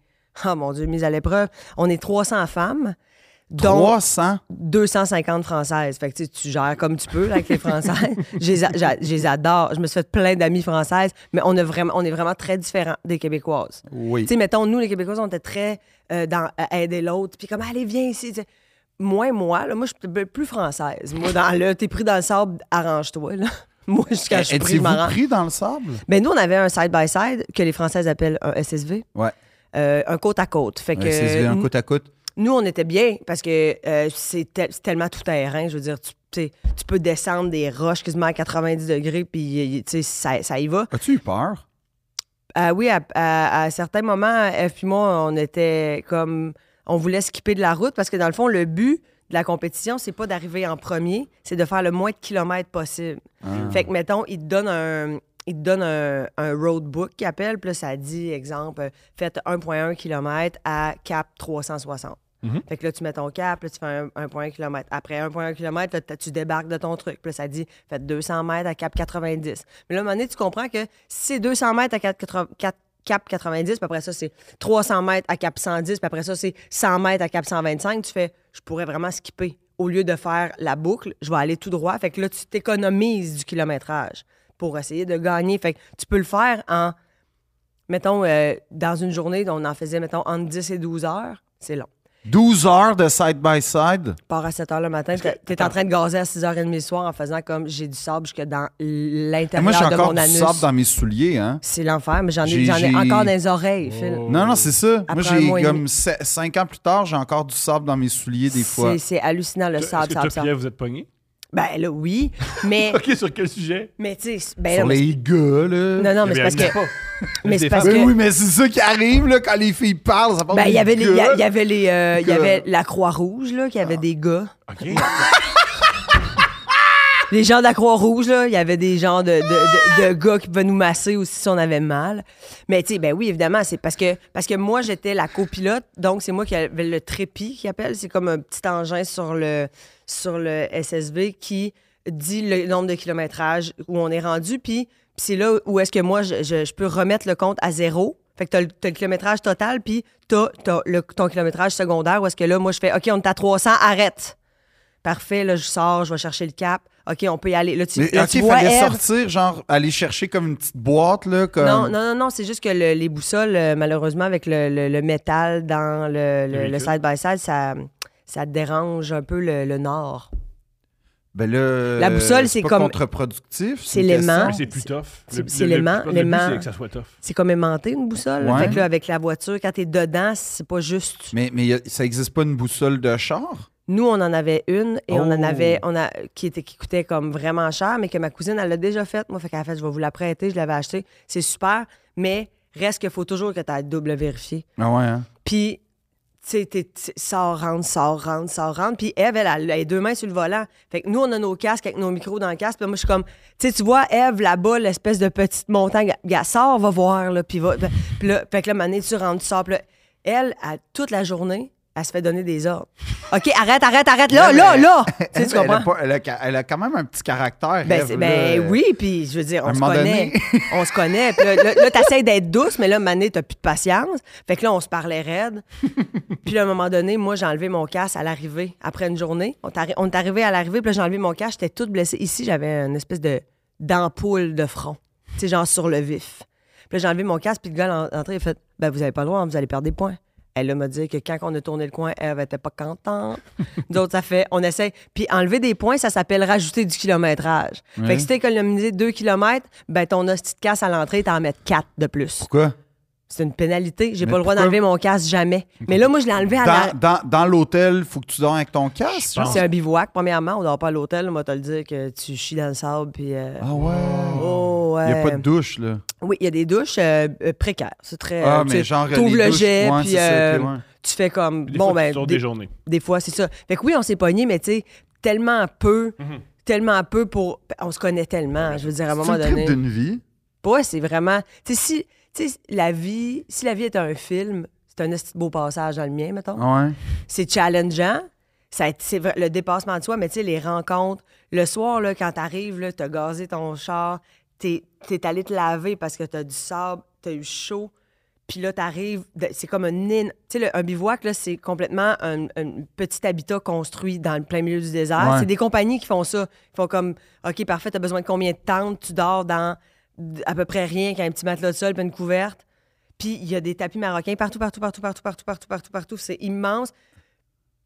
C: oh mon Dieu, mise à l'épreuve. On est 300 femmes, dont
B: 300?
C: 250 françaises. Fait que tu, sais, tu gères comme tu peux là, avec les françaises. je, les a- j'a- je les adore. Je me suis fait plein d'amis françaises, mais on, a vraiment, on est vraiment très différents des Québécoises.
B: Oui.
C: Tu sais, mettons, nous, les Québécois, on était très euh, dans à aider l'autre, puis comme, allez, viens ici. tu sais. Moi, moi, là, moi, je suis plus- plus française. Moi, dans le, t'es pris dans le sable, arrange-toi, là. Moi, jusqu'à je suis pris, je
B: Étiez-vous
C: m'en rends.
B: Eh, pris dans le sable?
C: Ben, nous, on avait un side-by-side que les Françaises appellent un SSV.
B: Ouais.
C: euh, un côte à côte. Fait que
B: Ouais, c'est bien,
C: euh,
B: côte à côte.
C: nous, on était bien parce que euh, c'est tel- c'est tellement tout terrain. Je veux dire, tu, tu sais, tu peux descendre des roches quasiment à 90 degrés, puis euh, tu sais, ça, ça y va.
B: As-tu eu peur?
C: Ah oui, à, à- à certains moments, euh, F puis moi, on était comme. On voulait skipper de la route parce que dans le fond, le but de la compétition, c'est pas d'arriver en premier, c'est de faire le moins de kilomètres possible. Fait que, mettons, il te donne un. Il te donne un, un roadbook qui appelle, puis là, ça dit, exemple, euh, faites 1,1 km à cap 360.
A: Mhm.
C: Fait que là, tu mets ton cap, là, tu fais un- 1,1 km. Après 1,1 km, là, t- tu débarques de ton truc. Puis là, ça dit, faites 200 mètres à cap 90. Mais là, à un moment donné, tu comprends que si c'est 200 mètres à cap 80 cap- cap 90, puis après ça, c'est 300 mètres à cap 110, puis après ça, c'est 100 mètres à cap 125, tu fais, je pourrais vraiment skipper. Au lieu de faire la boucle, je vais aller tout droit. Fait que là, tu t'économises du kilométrage pour essayer de gagner. Fait que tu peux le faire en, mettons, euh, dans une journée, on en faisait, mettons, entre 10 et 12 heures. C'est long.
B: 12 heures de side-by-side.
C: pars à 7 heures le matin, t'es t'es en train de gazer à 6h30 le soir en faisant comme j'ai du sable jusque dans
B: Et Eh, Moi, j'ai
C: l'intérieur de
B: encore
C: mon
B: du
C: anus.
B: sable dans mes souliers. Hein?
C: C'est l'enfer, mais j'en
B: J'ai-
C: ai, j'en ai
B: j'ai- Oh,
C: encore dans les oreilles, Phil.
B: Non, non, c'est ça.
C: Après
B: Moi,
C: un
B: j'ai
C: mois et
B: comme
C: demi.
B: 5 ans plus tard, j'ai encore du sable dans mes souliers des fois.
C: C'est- C'est hallucinant le
A: Est-ce
C: sable,
A: que
C: sable,
A: toi,
C: sable.
A: Pierre, vous êtes pogné?
C: Ben là, oui, mais,
A: OK, sur quel sujet? Eh ben,
C: mais tu sais, ben
B: Sur
C: là,
B: les gars, là.
C: non, non, mais c'est
A: Il y
C: parce que,
A: avait-
C: mais
A: des
C: c'est parce
A: femmes.
B: Ben
C: que,
B: oui, mais c'est ça qui arrive, là, quand les filles parlent, ça parle
C: ben il y
B: des
C: avait les, il y
B: gars.
C: a- il y avait les, euh, il y
B: Gars.
C: avait la Croix-Rouge, là, qui avait
B: Ah.
C: des gars.
A: OK.
C: Les gens de la Croix-Rouge, là, il y avait des gens de, de, de- de gars qui pouvaient nous masser aussi si on avait mal. Mais tu sais, ben oui, évidemment, c'est parce que parce que moi, j'étais la copilote, donc c'est moi qui avais le trépied qui appelle. C'est comme un petit engin sur le, sur le SSV qui dit le nombre de kilométrages où on est rendu, puis puis c'est là où est-ce que moi, je, je- je peux remettre le compte à zéro. Fait que t'as le, t'as le kilométrage total, puis t'as, t'as le- ton kilométrage secondaire où est-ce que là, moi, je fais « OK, on est à 300, arrête! » Parfait, là, je sors, je vais chercher le cap. OK, on peut y aller. Là, tu,
B: Mais
C: là,
B: ok,
C: tu
B: il
C: vois
B: fallait
C: Ève.
B: sortir, genre, aller chercher comme une petite boîte, là. Comme...
C: Non, non, non, non, c'est juste que le- les boussoles, euh, malheureusement, avec le, le- le métal dans le, le-
A: Le
C: le
A: véhicule.
C: side-by-side, ça, ça dérange un peu le, le nord.
B: Ben là,
C: La boussole, c'est
B: pas
C: comme-
B: contre-productif.
C: c'est
B: une
C: l'aimant.
A: Mais
B: question.
A: c'est plus tough.
C: C'est-
A: Le-
C: c'est
A: le- le-
C: l'aimant-
A: je pense que Le
C: l'aimant.
A: but, c'est que ça soit tough.
C: C'est comme aimanté, une boussole. là.
B: Ouais.
C: Fait que là, avec la voiture, quand t'es dedans, c'est pas juste...
B: Mais, mais y a- ça n'existe pas une boussole de char?
C: Nous, on en avait une et on en
B: Oh.
C: avait on a, qui, était, qui coûtait comme vraiment cher, mais que ma cousine, elle l'a déjà faite. Moi, fait qu'elle a fait, je vais vous la prêter, je l'avais achetée. C'est super, mais reste qu'il faut toujours que tu aies double vérifié.
B: Ah ouais, hein?
C: Puis, tu sais, t'es- t'es- sors, rentre, sors, rentre, sors, rentre. Puis Eve, elle, elle a les deux mains sur le volant. Fait que nous, on a nos casques avec nos micros dans le casque. Puis moi, je suis comme, tu sais, tu vois, Eve, là-bas, l'espèce de petite montagne. Gars, sors, va voir, là. Puis va. Puis là, fait que là, mané, tu rentres, tu sors. Puis là, elle, à toute la journée, elle se fait donner des ordres. OK, arrête, arrête, arrête. Là, là, là. Tu sais, tu
B: elle, a
C: comprends?
B: pas- elle a ca- elle a quand même un petit caractère.
C: Ben,
B: Ève,
C: c'est-
B: là.
C: ben oui, puis je veux dire,
B: à un
C: on se
B: moment
C: connaît.
B: donné.
C: on se connaît. Puis là, là, là, t'essayes d'être douce, mais là, Mané, t'as plus de patience. Fait que là, on se parlait raide. Puis là, à un moment donné, moi, j'ai enlevé mon casque à l'arrivée, après une journée. On, t'arri- on est arrivé à l'arrivée, puis là, j'ai enlevé mon casque, j'étais toute blessée. Ici, j'avais une espèce de d'ampoule de front, tu sais, genre sur le vif. Puis là, j'ai enlevé mon casque, puis le gars, à l'entrée, il a fait « Ben, vous avez pas le droit, hein, vous allez perdre des points. » Elle là, m'a dit que quand on a tourné le coin, elle était pas contente. D'autres, ça fait, on essaie. Puis enlever des points, ça s'appelle rajouter du kilométrage. Fait que si t'as économisé 2 km, ben ton hostie de casse à l'entrée, t'en mets 4 de plus.
B: Pourquoi?
C: C'est une pénalité. J'ai
B: Mais
C: pas le droit
B: pourquoi-
C: d'enlever mon casse jamais. Mais là, moi, je l'ai enlevé à la.
B: Dans, dans, dans l'hôtel, faut que tu dors avec ton casque.
A: pense.
C: C'est un bivouac, premièrement. On dort pas à l'hôtel. On va te le dire que tu chies dans le sable. Puis. euh,
B: Ah ouais.
C: Oh,
B: Il n'y a
C: ouais.
B: pas de douche, là.
C: Oui, il y a des douches euh, euh, précaires. C'est très. euh,
B: ah,
C: tu
B: mais
C: sais,
B: genre, les
C: t'ouvres le
B: douches,
C: jet,
B: ouais,
C: puis
B: c'est ça, ok,
C: euh,
B: ouais.
C: tu fais comme.
A: Des
C: bon,
A: fois,
C: ben,
A: tu sors
C: des-
A: des journées.
C: Des fois, c'est ça. Fait que oui, on s'est pogné, mais tu sais, tellement peu, tellement peu pour. ben, On se connaît tellement. Je veux dire, à un moment
B: Mhm. C'est le
C: donné.
B: trip d'une vie.
C: Ouais, c'est vraiment. Tu sais, si, tu sais, la vie, si la vie est un film, c'est un esti de beau passage dans le mien, mettons.
B: Ah Ouais.
C: C'est challengeant. Ça, a- c'est vrai- le dépassement de soi, mais tu sais, les rencontres. Le soir, là, quand t'arrives, là, t'as gazé ton char, t'es, t'es allé te laver parce que t'as du sable, t'as eu chaud. Puis là, t'arrives, de- c'est comme un... in- Tu sais, le- un bivouac, là, c'est complètement un, un petit habitat construit dans le plein milieu du désert.
B: Ouais.
C: C'est des compagnies qui font ça. Ils font comme, OK, parfait, t'as besoin de combien de tentes? Tu dors dans d- à peu près rien qu'un petit matelas de sol puis une couverte. Puis il y a des tapis marocains partout, partout, partout, partout, partout, partout, partout, partout. C'est immense.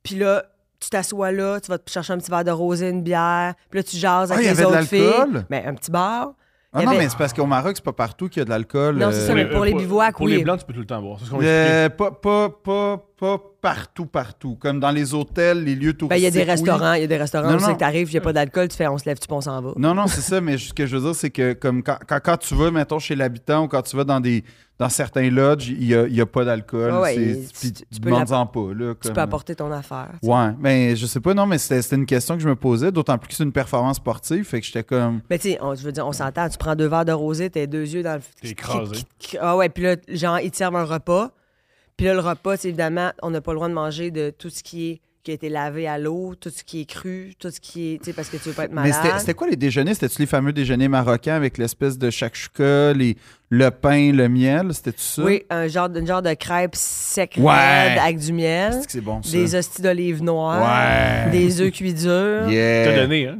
C: Puis là, tu t'assois là, tu vas te chercher un petit verre de rosé, une bière. Puis là, tu jases
B: Ah,
C: avec
B: il y
C: les
B: avait de
C: autres filles.
B: l'alcool?
C: Mais un petit bar. Il
B: Ah
C: y
B: non,
C: avait-
B: mais c'est parce qu'au Maroc, c'est pas partout qu'il y a de l'alcool.
C: Eh ben- Non, c'est ça,
B: euh,
C: mais pour les bivouacs,
A: Pour
C: oui.
A: les blancs, tu peux tout le temps boire. C'est ce qu'on m'explique.
B: euh, pas, pas, pas, pas partout, partout. Comme dans les hôtels, les lieux touristiques.
C: Ben, il y a des
B: oui.
C: restaurants, il y a des restaurants
B: Non,
C: où c'est
B: non.
C: que t'arrives, il n'y a pas d'alcool, tu fais on se lève, tu on s'en va.
B: Non, non, c'est ça, mais ce que je veux dire, c'est que comme quand, quand, quand tu vas, mettons, chez l'habitant ou quand tu vas dans des dans certains lodges, il n'y a, il y a pas d'alcool.
C: Ah ouais,
B: c'est-
C: tu-
B: puis
C: tu
B: tu
C: peux
B: demandes-en pas. Là,
C: Tu
B: comme-
C: peux apporter ton affaire. tu sais.
B: Ouais, mais je sais pas, non, mais c'était c'était une question que je me posais, d'autant plus que c'est une performance sportive, fait que j'étais comme.
C: Mais tu sais, on- je veux dire, on s'entend, tu prends deux verres de rosé, t'as les deux yeux dans le.
A: T'es écrasé.
C: Ah ouais, puis là, genre, ils te servent un repas. Puis là, le repas, c'est évidemment, on n'a pas le droit de manger de tout ce qui est qui a été lavé à l'eau, tout ce qui est cru, tout ce qui est. Tu sais, parce que tu veux pas être
B: Mais
C: malade.
B: c'était- c'était quoi les déjeuners? C'était-tu les fameux déjeuners marocains avec l'espèce de shakshuka, les, le pain, le miel? C'était-tu ça?
C: Oui, un genre, de- une genre de crêpe sec
B: Ouais.
C: raide avec du miel,
B: C'est que c'est bon, ça.
C: des hosties d'olives noires,
B: Ouais.
C: des œufs cuits durs.
A: T'as
B: Yeah.
A: donné, hein?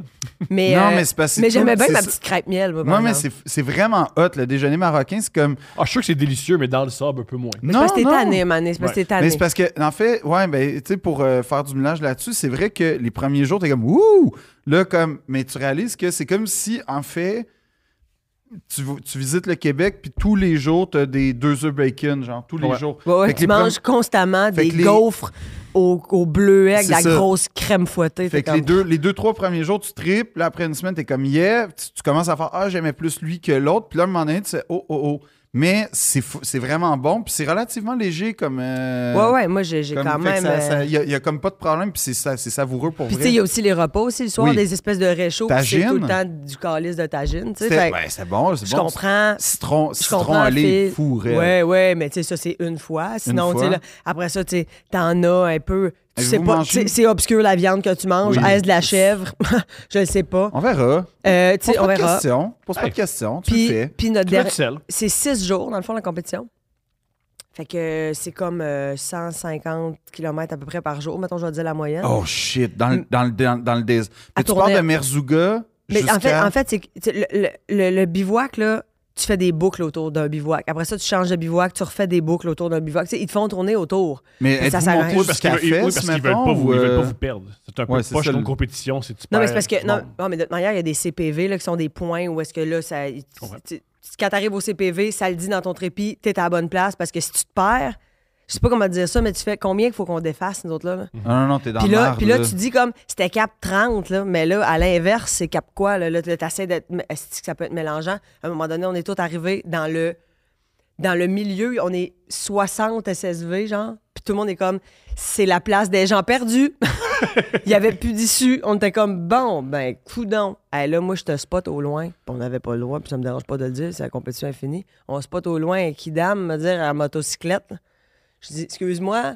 C: Mais,
B: Non,
C: euh,
B: mais c'est parce que
C: mais
B: c'est
C: j'aimais
B: tout-
C: bien
B: c'est
C: ma
B: ça-
C: petite hein. crêpe miel. Moi, par
B: Moi, mais
C: exemple.
B: c'est c'est vraiment hot. Le déjeuner marocain, c'est comme.
A: Ah, je suis sûr que c'est délicieux, mais dans le sable, un peu moins.
C: C'est parce que t'es
B: non.
C: tanné, mané. C'est parce que t'es
B: Mais
C: tanné.
B: c'est parce que, en fait, ouais, ben, tu sais, pour euh, faire du mélange là-dessus, c'est vrai que les premiers jours, t'es comme, ouh! Là, comme, mais tu réalises que c'est comme si, en fait, tu, vas- tu visites le Québec, puis tous les jours, t'as des deux œufs bacon, genre, tous les
A: Ouais.
B: jours.
C: Ouais, ouais,
B: Fait que
C: tu
B: les premi-
C: manges constamment
B: Fait
C: des
B: que les-
C: gaufres au, au bleuet avec de la
B: C'est ça.
C: grosse crème fouettée.
B: Fait
C: t'es
B: que les
C: comme-
B: deux, les deux, trois premiers jours, tu tripes. Là, après une semaine, t'es comme hier. tu, tu commences à faire Ah, j'aimais plus lui que l'autre. Puis là, à un moment donné, tu sais Oh, oh, oh. Mais c'est fou- c'est vraiment bon. Puis c'est relativement léger comme. euh,
C: Ouais, ouais, moi j'ai j'ai
B: comme-
C: quand
B: fait
C: même.
B: que ça-
C: euh,
B: ça- Il y, a- il y a comme pas de problème. Puis c'est ça- c'est savoureux pour
C: Puis tu sais,
B: vrai.
C: il y a aussi les repas aussi le soir,
B: Oui.
C: des espèces de réchauds. puis C'est
B: Tagine.
C: tout le temps du calice de tagine. tu sais,
B: C'était-
C: fait que
B: ouais, c'est bon, c'est
C: Je
B: bon.
C: comprends.
B: Citron,
C: Je
B: citron
C: comprends.
B: allé
C: Phil.
B: fourré.
C: Ouais, ouais, mais tu sais, ça, c'est une fois. Sinon, tu sais,
B: fois.
C: là, après ça, tu sais, t'en as un peu. Tu
B: Avez-vous
C: sais pas,
B: mangé?
C: tu sais, c'est obscur la viande que tu manges.
B: Oui.
C: Est-ce de la chèvre? je le sais pas.
B: On verra.
C: Euh, tu
B: Pose
C: sais, on
B: pas de
C: verra.
B: questions. Pose pas
A: Hey.
B: de questions. Tu le
C: Puis,
B: fais.
C: puis notre
A: Tu mets
C: dernier.
A: du sel.
C: C'est six jours, dans le fond, la compétition. Fait que euh, c'est comme euh, 150 km à peu près par jour, mettons, je vais dire la moyenne.
B: Oh shit, dans le, dans le, dans, dans le désert. Mais tu
C: tourner-
B: parles de Merzouga.
C: Mais en fait,
B: jusqu'à-
C: en fait c'est que, tu sais, le, le- le- le bivouac, là, tu fais des boucles autour d'un bivouac. Après ça, tu changes de bivouac, tu refais des boucles autour d'un bivouac. Tu sais, ils te font tourner autour.
B: Mais
C: ça
B: êtes-vous
C: sert à rien.
B: monté
C: Oui,
A: Parce qu'ils
B: jusqu'à
A: veulent, oui,
B: Fès,
A: parce qu'ils veulent
B: mettons,
A: pas, vous, ils
B: ou,
A: veulent
B: euh,
A: pas vous perdre. C'est un peu
B: Ouais, c'est
A: poche
B: ça,
A: comme
B: le-
A: compétition. Si tu
C: Non, mais
A: perds,
C: c'est parce
A: tu
C: que. Non,
A: mords.
C: non, mais de toute manière, il y a des CPV là, qui sont des points où est-ce que là, ça. tu-
A: Ouais.
C: tu- Quand t'arrives au CPV, ça le dit dans ton trépied, t'es à la bonne place parce que si tu te perds, je sais pas comment te dire ça, mais tu fais combien qu'il faut qu'on défasse, nous autres, là? là?
B: Non, non, non, t'es dans
C: Puis
B: le
C: là,
B: marde,
C: puis là, tu dis comme, c'était cap 30, là, mais là, à l'inverse, c'est cap quoi? Là, là t'essaies d'être... Est-ce que ça peut être mélangeant? À un moment donné, on est tous arrivés dans le... Dans le milieu, on est 60 SSV, genre. Puis tout le monde est comme, c'est la place des gens perdus. Il y avait plus d'issue. On était comme, bon, ben, coudon. Hey, là, moi, je te spot au loin. Puis on n'avait pas le droit, puis ça me dérange pas de le dire, c'est la compétition est finie. On spot au loin, qui dame, me dire, à la motocyclette. Je dis, excuse-moi,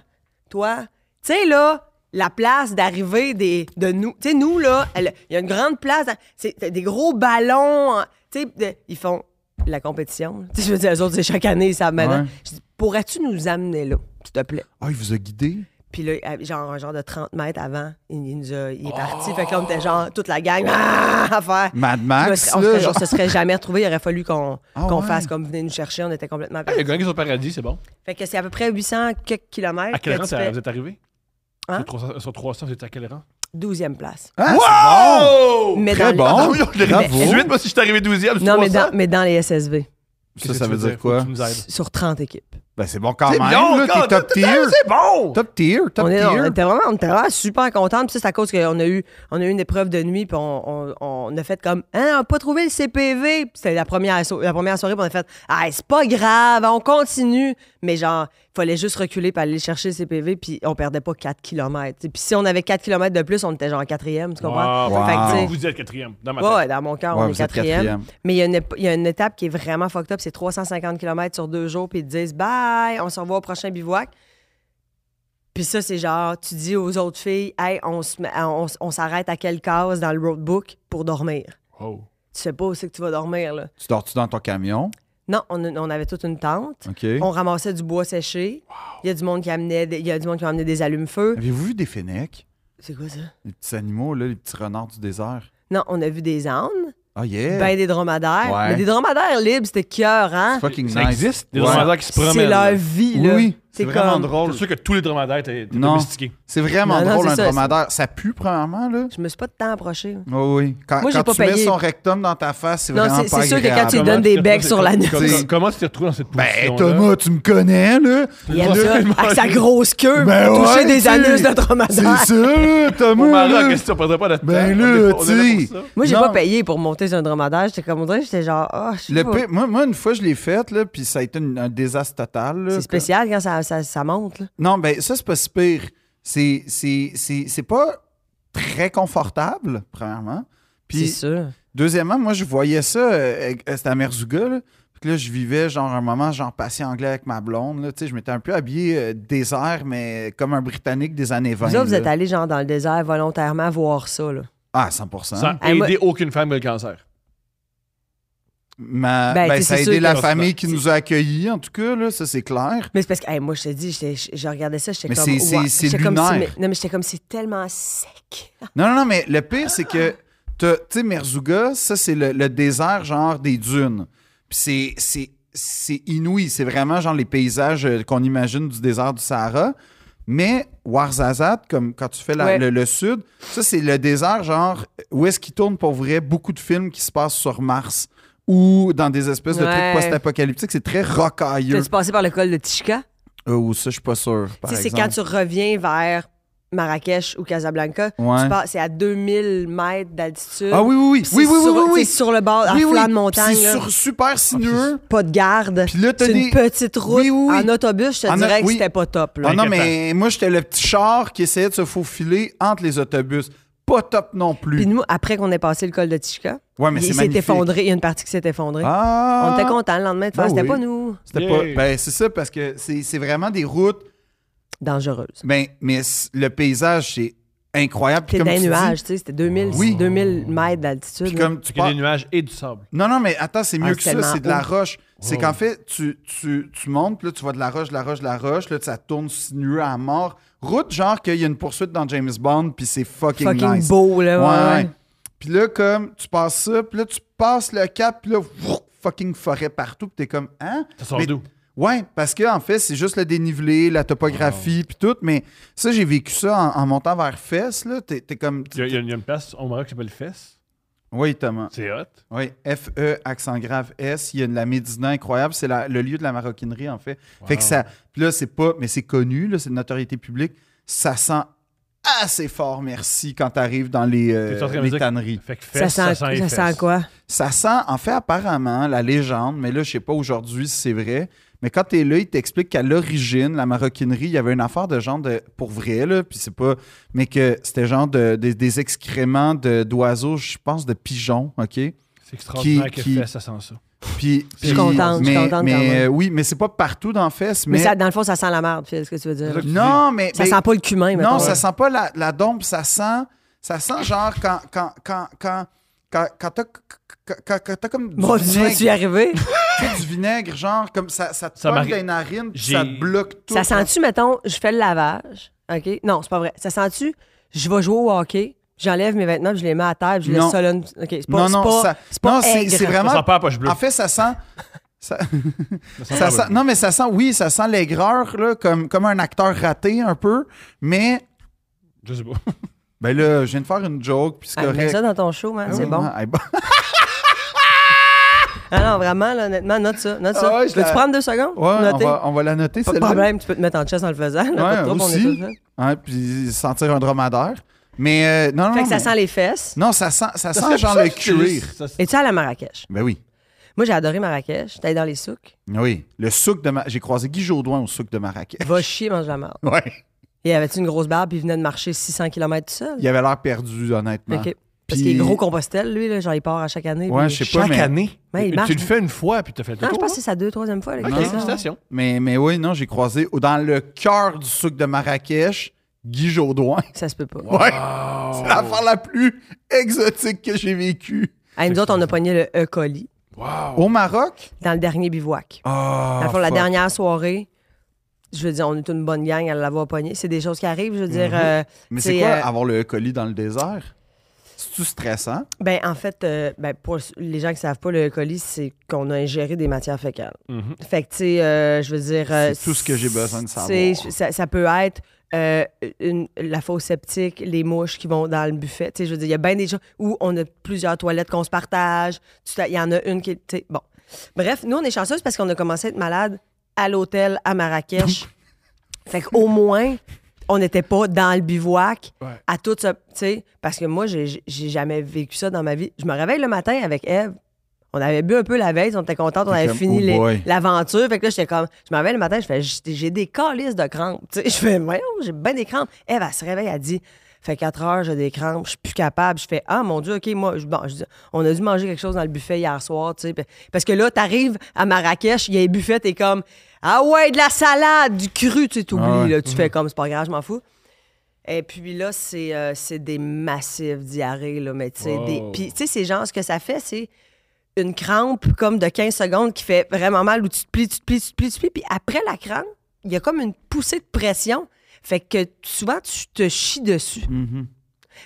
C: toi, Tu sais, là, la place d'arrivée des, de nous. Tu sais, nous, là, elle- il y a une grande place. dans- C'est t'as des gros ballons. en- Tu sais, de- ils font la compétition. Tu sais, je veux dire, les autres, c'est chaque année, ils savent maintenant.
B: Ouais.
C: Je dis, pourrais-tu nous amener là, s'il te plaît?
B: Ah, il vous a guidé?
C: Puis là, euh, genre, un genre de 30 mètres avant, il, il nous a- il est parti. Fait que là, on était genre, toute la gang, ah, à faire.
B: Mad
C: Là,
B: Oh. Max,
C: on
B: là,
C: serait,
B: genre-
C: genre, se serait jamais retrouvé. Il aurait fallu qu'on
B: Ah
C: qu'on
B: ouais.
C: fasse comme venez nous chercher. On était complètement
A: Il a
C: perdus.
A: gagné son paradis, c'est bon.
C: Fait que c'est à peu près 800 quelques kilomètres.
A: À quel
C: que
A: rang
C: tu
A: ça-
C: fais.
A: vous êtes arrivé?
C: Hein?
A: Sur 300, sur 300, vous étiez à quel rang?
C: 12e place.
B: Ah,
A: Oh!
C: Mais
B: Très
C: dans-
B: bon.
A: Ah oui, on l'a
B: Bravo.
A: dit tout de suite, moi, si je suis arrivé 12e, sur
C: Non, mais
A: 300.
C: dans, mais dans les SSV,
A: Qu'est-ce
B: c'est bon! Ça,
A: que
B: ça
A: tu
B: veut
A: veux
B: dire quoi?
A: Faut que tu nous aides.
C: sur 30 équipes.
B: Ben, c'est bon quand
A: C'est
B: même,
A: bien,
B: là,
A: quand
B: t'es top
A: t'es- t'es-
B: tier.
A: C'est bon!
B: Top tier, top
C: on, est, on
B: tier.
C: était vraiment, on était vraiment super contents. Puis ça, c'est à cause qu'on a eu, on a eu une épreuve de nuit, puis on, on- on a fait comme, hein, on n'a pas trouvé le CPV. Puis C'était la première, so- la première soirée, puis on a fait, ah, c'est pas grave, on continue. Mais genre, il fallait juste reculer pour aller chercher le CPV, puis on perdait pas 4 km. Puis si on avait 4 km de plus, on était genre en quatrième, tu comprends?
A: Wow.
C: Fait que, tu sais,
A: Vous êtes quatrième, dans ma
C: Ouais,
A: tête.
C: ouais, dans mon cœur,
B: Ouais,
C: on
B: vous
C: est
B: êtes
C: quatrième.
B: quatrième.
C: Mais il y, a une ép- il y a une étape qui est vraiment fucked up, c'est 350 km sur deux jours, puis ils te disent bye, on s'en va au prochain bivouac. Puis ça, c'est genre, tu dis aux autres filles, hey, on se met- on s- on s'arrête à quelle case dans le roadbook pour dormir.
A: Oh.
C: Tu sais pas où c'est que tu vas dormir, là.
B: Tu dors-tu dans ton camion?
C: Non, on, a- on avait toute une tente.
B: OK.
C: On ramassait du bois séché. Il y a du monde qui amenait, des- il y a du monde qui amenait des allumes-feu.
B: Avez-vous vu des fennecs?
C: C'est quoi ça?
B: Les petits animaux, là, les petits renards du désert.
C: Non, on a vu des ânes,
B: Ah, yeah!
C: ben des dromadaires.
B: Ouais.
C: Mais des dromadaires libres, c'était cœur, hein?
B: C'est fucking
A: Ça
B: nice.
A: existe, des
B: Ouais.
A: dromadaires qui se promènent.
C: C'est leur
A: là.
C: vie, là.
B: Oui,
C: C'est
B: c'est vraiment
C: comme-
A: C'est
B: drôle.
A: sûr que tous les dromadaires étaient étaient
B: Non.
A: domestiqués.
B: C'est vraiment
C: Non, non,
B: drôle,
C: c'est
B: un
C: ça,
B: dromadaire. Ça pue, premièrement, là.
C: Je me suis pas de temps approché. là.
B: Oh, oui. Quand,
C: Moi, j'ai
B: quand
C: pas
B: tu
C: payé.
B: mets son rectum dans ta face, c'est
C: Non,
B: vraiment
C: c'est-
B: pas
C: c'est sûr que quand tu
B: agréable.
C: donnes des becs sur la nuque.
A: nuque. Comment tu t'es retrouvé dans cette position
B: Ben, Thomas, tu me connais, là.
C: Il aime ça, avec sa grosse queue,
B: Ben ouais,
C: toucher des
B: t'sais,
C: anus de
B: C'est
C: dromadaire.
B: ça, là,
A: Au
B: Thomas.
A: Maroc,
B: là.
A: qu'est-ce que tu passerais pas là-dedans?
B: Ben
A: On
B: là,
A: est- on est là
B: tu sais.
A: pour ça.
C: Moi, j'ai
B: Non.
C: pas payé pour monter sur un dromadaire. J'étais comme, on dirait, j'étais genre, ah, je sais
B: Le
C: pas.
B: pire- moi, moi, une fois, je l'ai faite, là, puis ça a été une- un désastre total. là.
C: C'est spécial quand ça, ça, ça monte. là.
B: Non, ben ça, c'est pas si pire. C'est- C'est c'est- c'est pas très confortable, premièrement.
C: C'est
B: Puis,
C: sûr.
B: deuxièmement, moi, je voyais ça, euh, euh, c'était à Merzouga, là. Puis que là, je vivais, genre, un moment, genre, passé anglais avec ma blonde, là. Tu sais, je m'étais un peu habillé euh, désert, mais comme un Britannique des années 20.
C: Vous autres, vous
B: là.
C: êtes allés genre dans le désert volontairement voir ça. Là.
B: Ah, 100
A: Sans
C: Hey, moi-
A: aider aucune femme avec le cancer.
B: Ma-
C: Ben,
B: ben,
C: tu sais,
B: ça a
C: c'est
B: aidé
C: sûr
B: la
A: que-
B: famille qui nous a accueillis, en tout cas, là, ça, c'est clair.
C: Mais c'est parce que, hey, moi, je te dis, j'étais- je je regardais ça, j'étais
B: Mais
C: comme,
B: c'est- c'est-
C: wow.
B: c'est
C: J'étais comme si-
B: lunaire.
C: mais- Non, mais j'étais comme, c'est tellement sec.
B: Non, non, non, mais le pire, c'est que, t'as- tu sais, Merzouga, ça, c'est le, le désert, genre, des dunes. Puis c'est- c'est c'est inouï. C'est vraiment, genre, les paysages euh, qu'on imagine du désert du Sahara. Mais Warzazat, comme quand tu fais la-
C: Ouais.
B: le, le sud, ça, c'est le désert, genre, où est-ce qu'il tourne pour vrai beaucoup de films qui se passent sur Mars ou dans des espèces de
C: Ouais.
B: trucs post-apocalyptiques. C'est très rocailleux.
C: T'as-tu passé par le col de Tichka?
B: Euh, ou ça, je suis pas sûr. par
C: Tu sais, c'est
B: exemple.
C: quand tu reviens vers Marrakech ou Casablanca, tu
B: Ouais.
C: pars- c'est à 2000 mètres d'altitude.
B: Ah oui, oui, oui.
C: Puis
B: Oui,
C: c'est
B: oui, oui,
C: sur,
B: oui, oui.
C: c'est sur le bord, à
B: Oui, oui.
C: flanc de
B: Puis
C: montagne.
B: C'est
C: là. Ah,
B: sur super sinueux.
C: Pas de garde.
B: Puis là, t'as
C: C'est
B: des...
C: une petite route.
B: Oui, oui, oui.
C: En autobus, je te
B: En a-
C: dirais que
B: oui.
C: c'était pas top. là.
B: Ah non, mais moi, j'étais le petit char qui essayait de se faufiler entre les autobus. Pas top non plus.
C: Puis nous, après qu'on ait passé le col de Tichka,
B: ouais, Ah, mais c'est
C: il s'est
B: magnifique.
C: effondré. Il y a une partie qui s'est effondrée.
B: Ah!
C: On était contents le lendemain de faire.
B: Ben
C: c'était
B: oui.
C: pas nous.
B: C'était
A: Yeah.
B: pas... Ben, c'est ça, parce que c'est c'est vraiment des routes...
C: Dangereuse.
B: Ben, mais c- le paysage, c'est incroyable. Puis
C: C'était
B: comme
C: des
B: tu dis-
C: nuages, tu sais. C'était 2000,
B: Oui.
C: 2000 mètres d'altitude.
B: Puis
C: là.
B: comme tu
A: C'est qu'il y a
B: pars-
A: des nuages et du sable.
B: Non, non, mais attends, c'est mieux
C: Ah,
B: que
C: c'est
B: ça.
C: tellement
B: C'est de la
C: haut.
B: roche. C'est
A: Wow.
B: qu'en fait, tu, tu, tu montes, puis là, tu vois de la roche, de la roche, de la roche. Là, ça tourne sinueux à mort. Route, genre qu'il y a une poursuite dans James Bond, puis c'est fucking,
C: Fucking
B: nice.
C: beau, là.
B: Ouais,
C: ouais,
B: ouais.
C: ouais.
B: Puis là, comme, tu passes ça, puis là, tu passes le cap, puis là, vroom, fucking forêt partout, puis t'es comme, hein?
A: Ça sort
B: Mais-
A: d'où?
B: Ouais, parce que en fait, c'est juste le dénivelé, la topographie, puis tout. Mais ça, j'ai vécu ça en, en montant vers Fès, là. T'es t'es comme.
A: Il y, a- il y a une- il y a une place au Maroc qui s'appelle Fès.
B: Oui, Thomas.
A: C'est hot.
B: Oui, FE, accent grave S. Il y a de la Médina incroyable. C'est la- le lieu de la maroquinerie, en fait. Fait que
A: Wow.
B: ça. Puis là, c'est pas. Mais c'est connu, là, c'est de notoriété publique. Ça sent assez fort, merci, quand t'arrives dans les, euh,
A: T'es en train de
B: les
A: dire-
B: tanneries.
A: Fait que Fès,
C: Ça sent,
A: les
C: ça
A: fesses.
C: sent quoi?
B: Ça sent, en fait, apparemment, la légende, mais là, je sais pas aujourd'hui si c'est vrai. Mais quand t'es là, il t'explique qu'à l'origine, la maroquinerie, il y avait une affaire de genre de. pour vrai, là, puis c'est pas. Mais que c'était genre de, des- des excréments de- d'oiseaux, je pense, de pigeons, OK?
A: C'est extraordinaire
B: Qui-
A: que
B: qui-
A: Fès, ça sent ça.
B: Puis,
C: Je suis
B: puis-
C: contente, je suis
B: mais-
C: contente
B: mais,
C: quand même.
B: euh, oui, mais c'est pas partout dans Fest. Mais,
C: Mais ça, dans le fond, ça sent la merde, Phil, ce que tu veux dire.
B: non, mais
C: Ça
B: mais-
C: sent pas le cumin,
B: non,
C: mettons.
B: ça sent pas la, la dompe, ça sent, ça sent genre quand quand quand quand quand, quand t'as quand- quand- quand t'as comme du
C: Bon, tu
B: vinaigre,
C: vas-tu y arriver?
B: tu sais, du vinaigre, genre comme ça, ça te
A: Ça
B: pogne
A: m'arrive-
B: dans les narines, puis
A: J'ai-
B: ça te bloque tout.
C: Ça sent-tu, mettons, je fais le lavage, OK? Non, c'est pas vrai. Ça sent-tu, je vais jouer au hockey, j'enlève mes vêtements, puis je les mets à terre, puis je
B: Non.
C: les solonne. OK, c'est pas,
B: Non,
C: c'est
B: non,
C: pas-
B: ça-
C: c'est pas
B: non, c'est-
C: aigre.
B: c'est
A: Ça
B: vraiment-
A: sent pas à poche bleue.
C: Ah,
B: En fait, ça sent. Ça,
A: sent
B: ça
A: pas la
B: sent- non, mais ça sent, oui, ça sent l'aigreur, là, comme, comme un acteur raté un peu, mais
A: Je sais pas.
B: ben là, je viens de faire une joke, puis c'est
C: Ah, mets
B: correct.
C: ça dans ton show, man, c'est bon.
B: Ah, bon.
C: Ah non, vraiment, là, honnêtement, note ça, note ça.
B: Ah ouais, je
C: Peux-tu
B: la-
C: prendre deux secondes?
B: Ouais, on
C: Noter?
B: va, on va la noter,
C: Pas de
B: celle-là.
C: problème, tu peux te mettre en chest en le faisant. là, pas de
B: Ouais,
C: trouble, on est
B: aussi.
C: tous là.
B: Hein, puis sentir un dromadaire. Mais euh, non, non,
C: Fait que
B: non,
C: ça
B: mais-
C: sent les fesses.
B: Non, ça sent, ça sent genre le cuir.
C: Es-tu allé à Marrakech?
B: Ben oui. ben
C: Moi, j'ai adoré Marrakech. J'étais allée dans les souks.
B: Oui. Le souk de Ma- J'ai croisé Guy Jodoin au souk de Marrakech.
C: Va chier, mange la merde.
B: Ouais.
C: Il avait une grosse barbe, puis il venait de marcher 600 km tout seul.
B: Il avait l'air perdu, honnêtement.
C: OK. Parce
B: Puis-
C: qu'il est gros compostel, lui, là, genre, il part à chaque année.
B: Ouais,
C: puis-
B: je sais pas,
A: Chaque
B: mais,
A: année.
C: Ouais, il
A: tu
C: marche.
A: le fais une fois, puis t'as fait le
C: Non,
A: tour.
C: je
B: hein?
C: pense
A: là.
C: que c'est sa deux, troisième fois. Là,
A: Ok,
C: qu'il fait ça.
A: félicitations.
B: mais, mais oui, non, j'ai croisé au- dans le cœur du souk de Marrakech, Guy Jodoin.
C: Ça se peut pas.
B: Ouais. C'est l'affaire la plus exotique que j'ai vécue.
C: Hey, nous autres, on a pogné le E. coli
B: Au Maroc?
C: dans le dernier bivouac.
B: Ah,
C: Dans le fond, la
B: fuck.
C: dernière soirée, je veux dire, on est une bonne gang à l'avoir pogné. C'est des choses qui arrivent, je veux dire.
B: Mm-hmm.
C: euh,
B: Mais
C: tu
B: c'est
C: sais,
B: quoi
C: euh,
B: avoir le colis dans le désert? C'est-tu stressant?
C: Ben, en fait, euh, ben, pour les gens qui savent pas, le E. coli, c'est qu'on a ingéré des matières fécales.
A: Mhm.
C: Fait que, tu sais, euh, je veux dire. euh,
B: C'est tout ce que j'ai besoin de savoir.
C: c'est- Ça, ça peut être euh, une- la fosse septique, les mouches qui vont dans le buffet. Tu sais, je veux dire, il y a bien des gens où on a plusieurs toilettes qu'on se partage. Tu t'as- Il y en a une qui est. tu sais, Bon. Bref, nous, on est chanceuse parce qu'on a commencé à être malade à l'hôtel à Marrakech. fait qu'au moins, on n'était pas dans le bivouac
A: Ouais.
C: à tout ça. Tu sais, parce que moi, j'ai j'ai jamais vécu ça dans ma vie. Je me réveille le matin avec Eve. On avait bu un peu la veille, on était contente, on
B: T'es
C: avait
B: comme,
C: fini
B: oh
C: les-
B: boy.
C: l'aventure. Fait que là, j'étais comme, je m'en vais le matin, je fais, j'ai j'ai des calices de crampes. Tu sais, je fais, voyons, j'ai bien des crampes. Eve, elle se réveille, elle dit, fait 4 heures, j'ai des crampes, je suis plus capable. Je fais, ah mon Dieu, OK, moi, je- bon, je dis, on a dû manger quelque chose dans le buffet hier soir, tu sais. Puis- Parce que là, t'arrives à Marrakech, il y a les buffets, t'es comme, ah ouais, de la salade, du cru, tu sais, t'oublies,
B: Ah ouais.
C: là, tu fais comme, c'est pas grave, je m'en fous. Et puis là, c'est euh, c'est des massives diarrhées, là, mais tu sais,
A: Wow.
C: des- Puis, tu sais, c'est genre, ce que ça fait, c'est une crampe comme de 15 secondes qui fait vraiment mal où tu te plies, tu te plies, tu te plies, tu te plies. Puis après la crampe, il y a comme une poussée de pression. Fait que souvent, tu te chies dessus.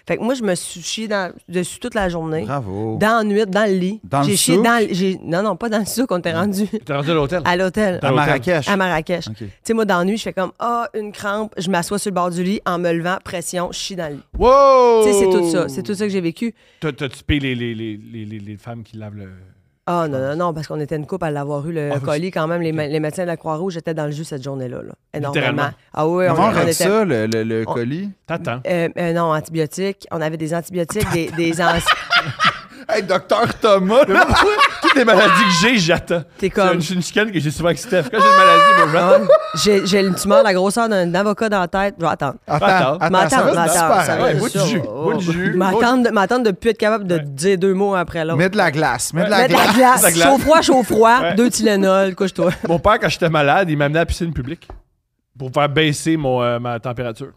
C: Fait que moi, je me suis chié dans- dessus toute la journée.
B: Bravo.
C: Dans la nuit, dans le lit.
B: Dans le
C: J'ai chié
B: souk?
C: dans le- j'ai- Non, non, pas dans le souk, on t'est rendu
A: T'es rendu à l'hôtel.
C: à l'hôtel.
B: À Marrakech.
C: À Marrakech.
B: Ok.
C: Tu sais, moi, dans la nuit, je fais comme Ah, une crampe, je m'assois sur le bord du lit en me levant, pression, je chie dans le lit.
A: Wow!
C: Tu sais, c'est tout
A: Oh.
C: ça. C'est tout ça que j'ai vécu.
A: T'as- T'as-tu payé les, les, les, les, les- les femmes qui lavent le.
C: Ah, non, non, non, parce qu'on était une couple à l'avoir eu le
A: Ah,
C: colis quand même. Les, ma- les médecins de la Croix-Rouge étaient dans le jus cette journée-là. là. Énormément.
A: Littéralement.
C: Ah oui, on,
B: Comment on
C: on
B: règle
C: était.
B: ça, le, le- le
C: on-
B: colis?
A: T'attends.
C: Euh, euh, non, antibiotiques. On avait des antibiotiques, des, des ans-
B: Hey, docteur Thomas! là.
A: Toutes les maladies que j'ai, j'attends.
C: T'es
A: C'est
C: comme.
A: une, c'est une chicane que j'ai souvent avec Steph. Quand j'ai une maladie, moi, j'attends.
C: J'ai j'ai une tumeur, de la grosseur d'un avocat dans la tête. Je vais attendre.
B: Attends,
A: Attends.
B: attends,
C: M'attendre,
B: ça va
C: m'attendre,
B: disparaître.
C: ça va,
B: Ouais,
C: c'est
B: bout de
C: sûr.
B: jus,
C: Oh.
B: bout de jus.
C: M'attendre m'attendre de plus être capable de
A: Ouais.
C: dire deux mots après l'autre.
B: Mets de la glace, mets de la
C: Mets de la
B: glace.
C: glace.
A: La glace.
C: Chaud froid, chaud froid.
A: Ouais.
C: Deux Tylenol, couche-toi.
A: Mon père, quand j'étais malade, il m'amenait à la piscine publique pour faire baisser mon, euh, ma température.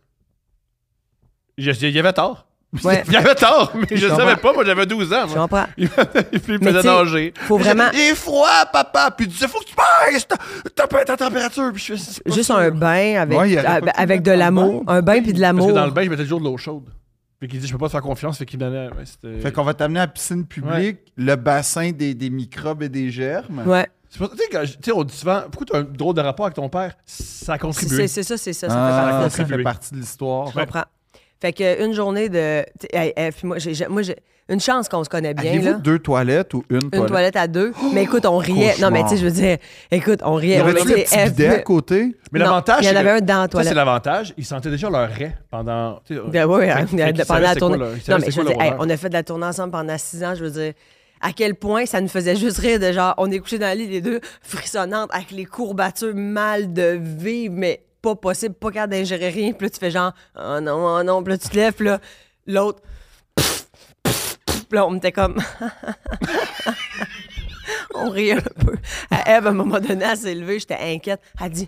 A: Je- je- Il y avait tort.
C: Ouais.
A: Il y avait tort, mais je
B: Je
A: ne savais pas. Moi, j'avais 12 ans.
C: Je
A: Moi.
C: comprends.
A: Il m'amenait- puis il me
C: Mais
A: faisait
C: tu sais,
A: nager.
C: Faut vraiment
B: Il est froid, papa! Puis il disait, faut que tu baisses ta, ta- ta température. Puis je fais, c'est pas
C: juste
B: sûr.
C: un bain avec,
B: Ouais, il y aurait
C: avec-
B: pas pu
C: avec de
B: mettre un
C: l'amour. Un bain puis de
A: Parce
C: l'amour.
A: que dans le bain, je mettais toujours de l'eau chaude. Fait qu'il dit, je peux pas te faire confiance. Fait qu'il me donnait. ouais, c'était-
B: Fait qu'on va t'amener à la piscine publique, le bassin des, des microbes et des germes.
C: Ouais.
A: C'est pour ça, tu sais, quand je- tu sais, on dit souvent, pourquoi tu as un drôle de rapport avec ton père? Ça a
C: C'est
A: contribué.
C: c'est- c'est ça, c'est ça. Ça fait
B: Ah,
C: partie de
B: ça
A: contribué.
B: fait partie de l'histoire.
C: Je comprends. Fait que euh, une journée de. t'sais, hey, hey, puis moi, j'ai, j'ai- moi, j'ai une chance qu'on se connaît bien,
B: Aviez-vous
C: là.
B: deux toilettes ou une,
C: Une toilette à deux. Mais écoute, on riait. Non, mais tu sais, je veux dire, écoute, on
B: Il
C: riait.
B: y
C: On
B: avait-tu le
C: était-
B: petit
C: hey,
B: bidet à côté?
A: Mais
C: Non,
A: l'avantage,
C: Il y en
A: c'est
C: avait
A: que-
C: un dans la
A: Ça, c'est
C: toilette.
A: l'avantage. Ils sentaient déjà leur raie pendant. tu sais,
C: Ben oui,
A: Fait-
C: hein,
A: fait qu'ils
C: pendant
A: savaient
C: la
A: c'est quoi
C: tournée.
A: leur- ils
C: non,
A: savaient
C: mais
A: c'est
C: je veux
A: quoi
C: dire,
A: leur
C: hey,
A: horreur.
C: on a fait de la tournée ensemble pendant six ans, je veux dire. À quel point ça nous faisait juste rire de genre, on est couchés dans le lit, les deux frissonnantes, avec les courbatures mal de vivre, mais pas possible, pas capable d'ingérer rien. Puis là, tu fais genre, oh non, oh non, puis là, tu te lèves, puis là, l'autre, pff, pff, pff. Puis là, on était comme. on riait un peu. À Eve, à un moment donné, elle s'est levée, j'étais inquiète. Elle dit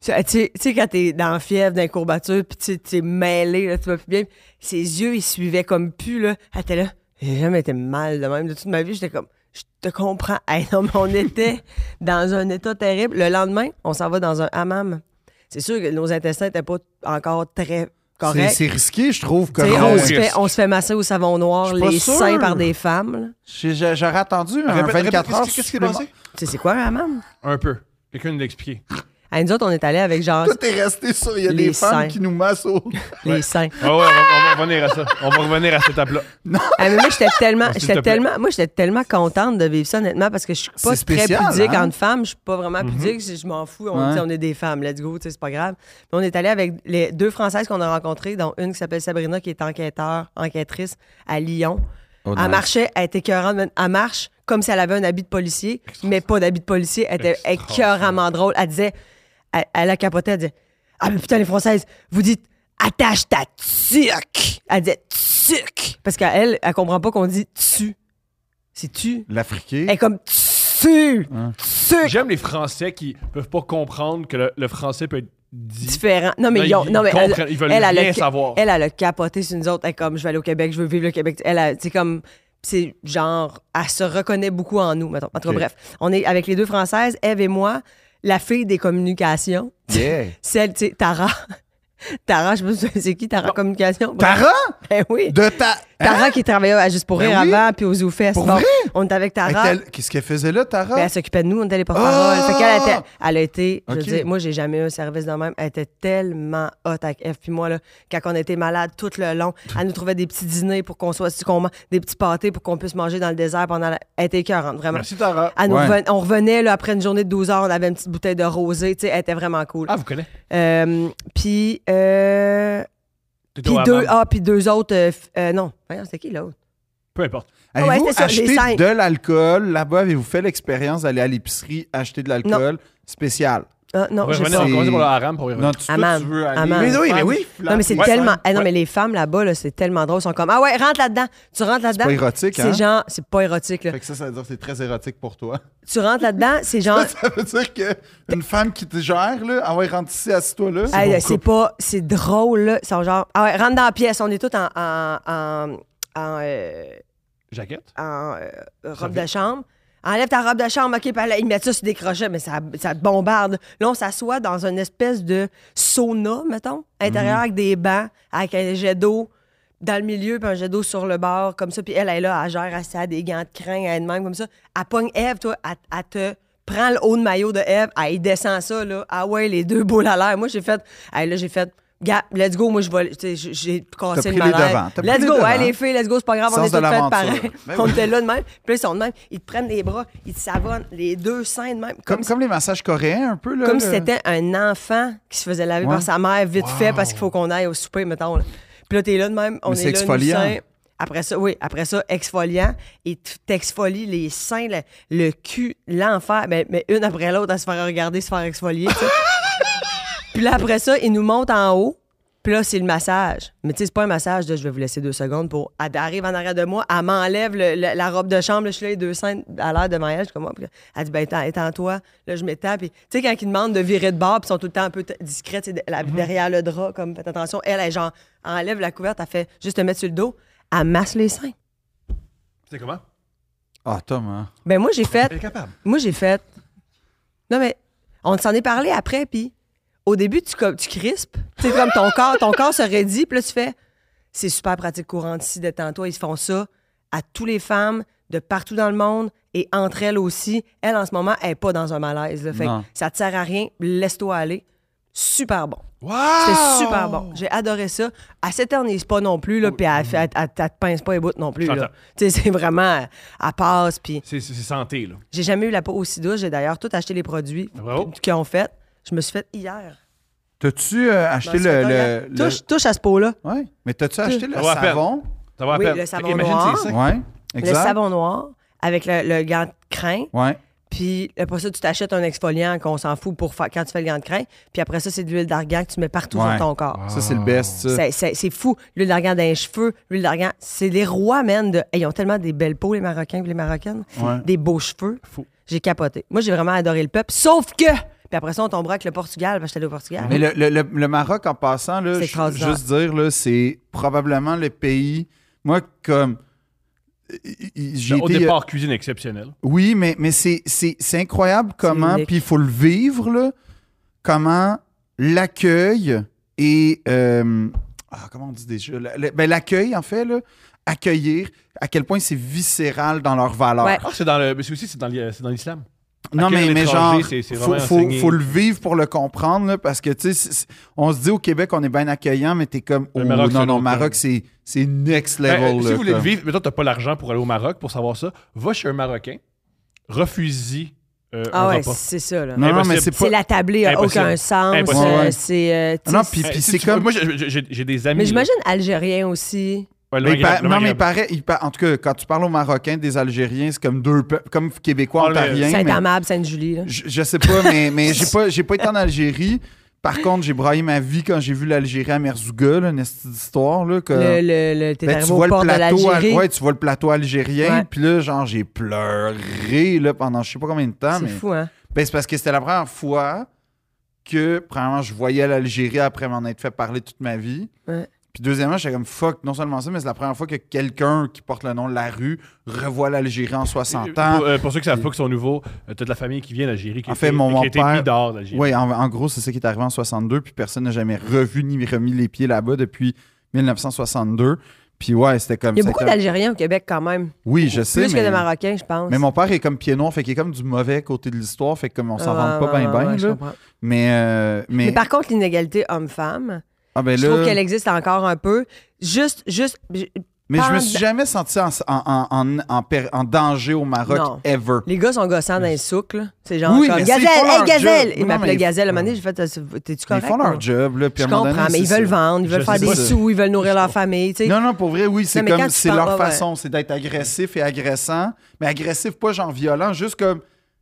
C: Tu tu sais, tu sais, quand t'es dans la fièvre, dans les courbatures, pis tu sais, t'es mêlé, là, tu vas plus bien. Ses yeux, ils suivaient comme pu, là. Elle était là. J'ai jamais été mal de même. De toute ma vie, j'étais comme Je te comprends. Hey, non, mais on était dans un état terrible. Le lendemain, on s'en va dans un hammam. C'est sûr que nos intestins n'étaient pas encore très
B: C'est-
C: corrects.
B: C'est risqué, je trouve,
C: Tu
B: comme.
C: sais,
A: gros
C: on, se
B: euh,
A: risque.
C: fait, on se fait masser au savon noir
B: Je suis pas
C: les
B: sûr.
C: seins par des femmes. là.
B: j'ai- j'ai- J'aurais attendu un
A: Répète, répète,
B: 24 heures.
A: qu'est-ce qui- qu'est-ce qui s'est
B: supplémentaire.
A: passé?
C: Tu sais, c'est quoi un hammam?
A: Un peu. Quelqu'un nous l'a expliqué.
C: À nous autres, on est allé avec genre
B: Toi, t'es resté sur. Il y a
C: Les
B: des femmes
C: seins.
B: qui nous massent au.
C: les seins.
A: Ah ouais, on va, on va revenir à ça. On va revenir à cette étape-là.
C: Ah, mais moi, j'étais tellement,
A: S'il te
C: j'étais
A: plaît.
C: tellement, moi, j'étais tellement contente de vivre ça, honnêtement, parce que je suis pas
B: C'est spécial,
C: très pudique
B: hein?
C: entre femmes. Je suis pas vraiment pudique. Je, je m'en fous. On,
B: Ouais.
C: tu sais, on est des femmes. Let's go. tu sais, C'est pas grave. Mais on est allé avec les deux Françaises qu'on a rencontrées, dont une qui s'appelle Sabrina, qui est enquêteur, enquêtrice à Lyon. elle marchait, elle était écœurante. man. Elle marche comme si elle avait un habit de policier, mais pas d'habit de policier. Elle était
A: Extraordinaire.
C: écœuramment drôle. Elle disait, elle, elle a capoté, elle disait Ah, mais putain, les Françaises, vous dites attache ta tuque. Elle disait tuque. Parce qu'elle, elle comprend pas qu'on dit tu. C'est tu.
B: L'Africain.
C: Elle est comme tu. Tuque.
A: J'aime les Français qui peuvent pas comprendre que le, le français peut être dit.
C: Différent. Non, mais, ils, ont-
A: ils
C: non, mais elle,
A: comprennent, ils veulent
C: elle, elle
A: rien
C: a-
A: savoir.
C: elle, elle a capoté sur nous autres. Elle est comme Je vais aller au Québec, je veux vivre le Québec. Elle, a- c'est comme. C'est genre, elle se reconnaît beaucoup en nous, mettons. En tout cas,
B: Ok.
C: bref, on est avec les deux Françaises, Eve et moi, la fille des communications,
B: Yeah.
C: celle, tu sais, Tara. Tara, je me souviens, c'est qui Tara Communication? Bref.
B: Tara?
C: Ben oui.
B: De ta.
C: Tara qui travaillait à Juste pour
B: Ben
C: rire
B: oui.
C: avant, puis aux Zoufest.
B: Pour vrai?
C: On était avec
B: Elle
C: Tara.
B: était- Qu'est-ce qu'elle faisait là, Tara?
C: Ben, elle s'occupait de nous, on était les porte-paroles.
B: Ah!
C: Fait qu'elle était- elle a été, je veux
B: Ok.
C: dire, moi, j'ai jamais eu un service de même. Elle était tellement hot avec F. Puis moi, là, quand on était malade tout le long, elle nous trouvait des petits dîners pour qu'on soit, qu'on man- des petits pâtés pour qu'on puisse manger dans le désert pendant la. Elle était écœurante, vraiment.
A: Merci, Tara.
C: Elle nous
B: Ouais.
C: reven- on revenait là, après une journée de 12 heures, on avait une petite bouteille de rosée. Tu sais, elle était vraiment cool.
A: Ah, vous connaissez?
C: Euh, puis, euh,
A: T'étais
C: puis
A: au
C: deux,
A: hammam.
C: ah, puis deux autres. euh, f- euh, non, voyons, c'était qui l'autre?
A: Peu importe.
B: Avez-vous
C: ouais, c'est ça, les
B: acheté
C: cinq.
B: de l'alcool là-bas? Avez-vous fait l'expérience d'aller à l'épicerie acheter de l'alcool spécial?
C: Ah, non,
A: On va
C: je sais
A: revenir, on va
C: pas.
B: sais.
A: commencer pour le haram pour y revenir.
B: Non, tu, toi,
C: Amam.
B: tu veux aller.
C: Amam. Mais
A: oui, mais oui.
C: Non, mais c'est
A: Ouais.
C: tellement. Ah non,
A: Ouais.
C: mais les femmes là-bas, là, c'est tellement drôle. Ils sont comme Ah ouais, rentre là-dedans. Tu rentres là-dedans.
B: pas érotique,
C: C'est
B: hein?
C: genre. C'est pas érotique, là.
B: Fait que ça, ça veut dire que c'est très érotique pour toi.
C: Tu rentres là-dedans, c'est genre.
B: Ça veut dire qu'une femme qui te gère, là, ah ouais, rentre ici, assis-toi là.
C: Hey, C'est pas. C'est drôle, là. Ils sont genre. Ah ouais, rentre dans la pièce. On est tous en. en, en, en, euh,
A: Jaquette?
C: en, euh, robe
A: va.
C: de chambre. Enlève ta robe de chambre, OK, puis là, ils mettent ça sur des crochets, mais ça, ça te bombarde. Là, on s'assoit dans une espèce de sauna, mettons, intérieur
B: Mhm.
C: avec des bancs, avec un jet d'eau dans le milieu, puis un jet d'eau sur le bord, comme ça. Puis elle, elle est là, elle gère, elle a des gants de crin, elle est de même, comme ça. Elle pogne Eve, toi, elle, elle te prend le haut de maillot de Eve, elle y descend ça, là. Ah ouais, les deux boules à l'air. Moi, j'ai fait, hey, là, j'ai fait, gars, let's go, moi, je vais, tu sais, j'ai- j'ai
B: T'as
C: cassé
B: pris
C: le
B: les
C: malaise.
B: devants, t'as pris
C: Let's
B: les
C: go,
B: devants. hein?
C: hey, les filles, let's go, c'est pas grave
B: Sens
C: on est
B: de
C: toutes faites
B: l'aventure.
C: pareil.
B: Ben
C: on
B: oui.
C: était là de même. Puis là, ils sont de même. Ils te prennent les bras, ils te savonnent, les deux seins de même. Comme,
B: Comme,
C: si- comme,
B: comme les massages coréens, un peu, là.
C: si
B: le-
C: c'était un enfant qui se faisait laver
B: Ouais.
C: par sa mère vite fait parce qu'il faut qu'on aille au souper, mettons. là. Puis là, t'es là de même. On
B: Mais c'est
C: est là, nous
B: exfoliant.
C: seins. Après ça, oui, après ça, exfoliant. Et tu t'exfolies les seins, le, le cul, l'enfer. Mais, mais une après l'autre à se faire regarder, se faire exfolier. tu sais. Puis là, après ça, ils nous montent en haut. Puis là, c'est le massage. Mais tu sais, c'est pas un massage de je vais vous laisser deux secondes pour. Elle arrive en arrière de moi, elle m'enlève le- le- la robe de chambre, là, je suis là, les deux seins à l'air devant elle, je suis comme moi. Puis là, elle dit, ben, étends- étends-toi. Là, je m'étends. Puis tu sais, quand ils demandent de virer de bord, puis ils sont tout le temps un peu t- discrets, tu sais, de- la- derrière le drap, comme faites attention. Elle, elle, genre, enlève la couverte, elle fait juste te mettre sur le dos, elle masse les seins.
A: C'est comment?
B: Ah, Tom, hein.
C: Ben, moi, j'ai fait.
A: Elle est capable.
C: Moi, j'ai fait. Non, mais on s'en est parlé après, puis au début, tu, co- tu crispes. C'est comme ton corps, ton corps se raidit, puis là, tu fais. C'est super pratique courante ici, détends-toi. Ils font ça à toutes les femmes de partout dans le monde et entre elles aussi. Elle, en ce moment, elle n'est pas dans un malaise. là. Fait que
B: Non.
C: ça te sert à rien. Laisse-toi aller. Super bon.
A: Wow!
C: C'était super bon. J'ai adoré ça. Elle s'éternise pas non plus, là, puis elle, fait- elle- elle- elle te pince pas les bouts non plus.
A: J'entends.
C: là. Tu sais, c'est vraiment. Elle passe, puis.
A: C'est c'est- c'est santé, là.
C: J'ai jamais eu la peau aussi douce. J'ai d'ailleurs tout acheté les produits
A: Bravo.
C: qu'ils ont fait. Je me suis fait hier.
B: T'as-tu euh,
C: Dans
B: acheté
C: ce
B: le.
C: temps-là.
B: le,
C: touche, touche à ce pot-là.
B: le- Ouais. Mais t'as-tu acheté le
A: Ça vaut la peine.
B: savon?
A: Ça va à
C: Oui,
A: peine.
C: le savon
A: Imagine,
C: noir.
A: c'est ça.
B: Ouais. Exact.
C: Le savon noir avec le, le gant de crin.
B: Ouais.
C: Puis après ça, tu t'achètes un exfoliant qu'on s'en fout pour faire quand tu fais le gant de crin. Puis après ça, c'est de l'huile d'argan que tu mets partout
B: Ouais. Ah.
C: sur ton corps.
B: Ça, c'est le best, ça.
C: C'est- C'est c'est fou. L'huile d'argan dans les cheveux, l'huile d'argan, c'est les rois, man. De... Hey, ils ont tellement des belles peaux, les Marocains et les Marocaines.
B: Ouais.
C: Des beaux cheveux.
A: Fou.
C: J'ai capoté. Moi, j'ai vraiment adoré le peuple, sauf que... Puis après ça, on tombera avec le Portugal, parce que j'étais allée au Portugal.
B: Mais le, le- le- le Maroc, en passant, là,
C: C'est
B: ju-
C: extraordinaire.
B: juste dire, là, c'est probablement le pays. Moi, comme. y- y- J'y
A: Au
B: étais-
A: départ, cuisine exceptionnelle.
B: Oui, mais, mais c'est- c'est c'est incroyable comment.
C: unique.
B: Puis il faut le vivre, là, comment l'accueil et. euh, ah, comment on dit déjà? La- la- ben, L'accueil, en fait, là, accueillir, à quel point c'est viscéral dans leurs valeurs.
C: Ouais.
A: Ah, c'est dans le. Mais c'est aussi, c'est dans l'I- c'est dans l'islam.
B: Non, mais,
A: Accueillir
B: mais
A: l'étranger,
B: genre,
A: c'est- c'est
B: faut,
A: vraiment
B: faut-
A: enseigné.
B: faut le vivre pour le comprendre, là, parce que, tu sais, c'est- c'est- on se dit au Québec, on est bien accueillant, mais t'es comme,
A: Le
B: oh,
A: Maroc, c'est
B: non,
A: un
B: non,
A: autre
B: Maroc,
A: terme.
B: c'est c'est next level.
A: Ben, si
B: là,
A: vous voulez le
B: comme.
A: vivre, mettons, t'as pas l'argent pour aller au Maroc pour savoir ça, va chez un Marocain, refuse-y euh,
C: ah
A: un
C: ouais,
A: repas.
C: c'est ça, là.
B: Non, non, mais
A: Impossible.
B: c'est
C: C'est
B: pas...
C: la tablée, a
A: Impossible.
C: aucun sens.
A: Impossible.
C: euh,
B: Ouais, ouais.
C: c'est... euh, tu
B: Non,
C: sais,
B: puis-
A: Eh,
B: puis
A: si
B: c'est
A: tu-
B: comme-
A: Moi, j'ai- j'ai- j'ai j'ai des amis. euh,
C: Mais j'imagine Algérien aussi.
A: Ouais, le
B: Mais il
A: Maghreb,
B: pa-
A: le
B: non, mais il
A: Maghreb.
B: paraît, il pa- en tout cas, quand tu parles aux Marocains, des Algériens, c'est comme deux peuples, comme Québécois,
A: Ah, le-
B: Ontariens. mais-
C: Saint-Amable, Sainte-Julie. là.
B: Je, je sais pas, mais, mais j'ai pas, j'ai pas été en Algérie. Par contre, j'ai braillé ma vie quand j'ai vu l'Algérie à Merzouga, là, une petite histoire, là, que...
C: Le, le, le, t'es
B: Ben,
C: arrivé au port de l'Algérie.
B: ouais, tu vois le plateau algérien,
C: Ouais.
B: puis là, genre, j'ai pleuré là, pendant je sais pas combien de temps.
C: c'est
B: Mais...
C: fou, hein?
B: Ben, c'est parce que c'était la première fois que, premièrement, je voyais l'Algérie après m'en être fait parler toute ma vie.
C: Ouais.
B: Puis deuxièmement, j'étais comme fuck, non seulement ça, mais c'est la première fois que quelqu'un qui porte le nom de la rue revoit l'Algérie en 60 ans.
A: Pour, euh, pour ceux qui savent pas qui sont nouveaux, euh, t'as de la famille qui vient d'Algérie, qui,
B: En
A: a
B: fait,
A: été-
B: mon-
A: qui
B: mon
A: a été
B: père-
A: mis dehors d'Algérie.
B: Oui, en, en gros, c'est ça qui est arrivé en 62, puis personne n'a jamais revu ni remis les pieds là-bas depuis 1962. Puis ouais, c'était comme
C: Il y a
B: ça
C: beaucoup
B: a été-
C: d'Algériens au Québec quand même.
B: Oui, je sais.
C: Plus
B: mais...
C: que de Marocains, je pense.
B: Mais mon père est comme pied noir, fait qu'il est comme du mauvais côté de l'histoire, fait que comme on s'en
C: Ah,
B: rend pas
C: ouais,
B: bien
C: ouais, ouais,
B: bien,
C: je
B: là.
C: comprends.
B: Mais, euh, mais,
C: Mais par contre, l'inégalité homme-femme,
B: ah, ben
C: je
B: là,
C: trouve qu'elle existe encore un peu. Juste, juste, je-
B: mais je me
C: parle-
B: suis jamais senti en, en, en, en per- en danger au Maroc,
C: Non.
B: ever.
C: les gars sont gossants dans les souks, là. C'est genre,
B: Oui,
C: comme,
B: mais c'est-
C: Gazelle,
B: ils font
C: hey,
B: leur
C: Gazelle!
B: job.
C: Il
B: Non, mais
C: m'appelait
B: ils-
C: Gazelle, à un moment donné, j'ai fait, t'es-tu
B: Ils
C: correct?
B: font
C: ou-
B: leur job, là,
C: Je
B: puis à un moment
C: comprends,
B: donné,
C: mais ils
B: c'est
C: veulent
B: ça.
C: vendre, ils veulent
A: Je
C: faire
A: sais
C: des
A: pas.
C: sous, ils veulent nourrir leur famille, tu sais.
B: Non, non, pour vrai, oui, c'est
C: mais quand
B: comme,
C: tu
B: c'est
C: parles-
B: leur
C: ouais, ouais.
B: façon, c'est d'être agressif et agressant, mais agressif, pas genre violent, juste comme,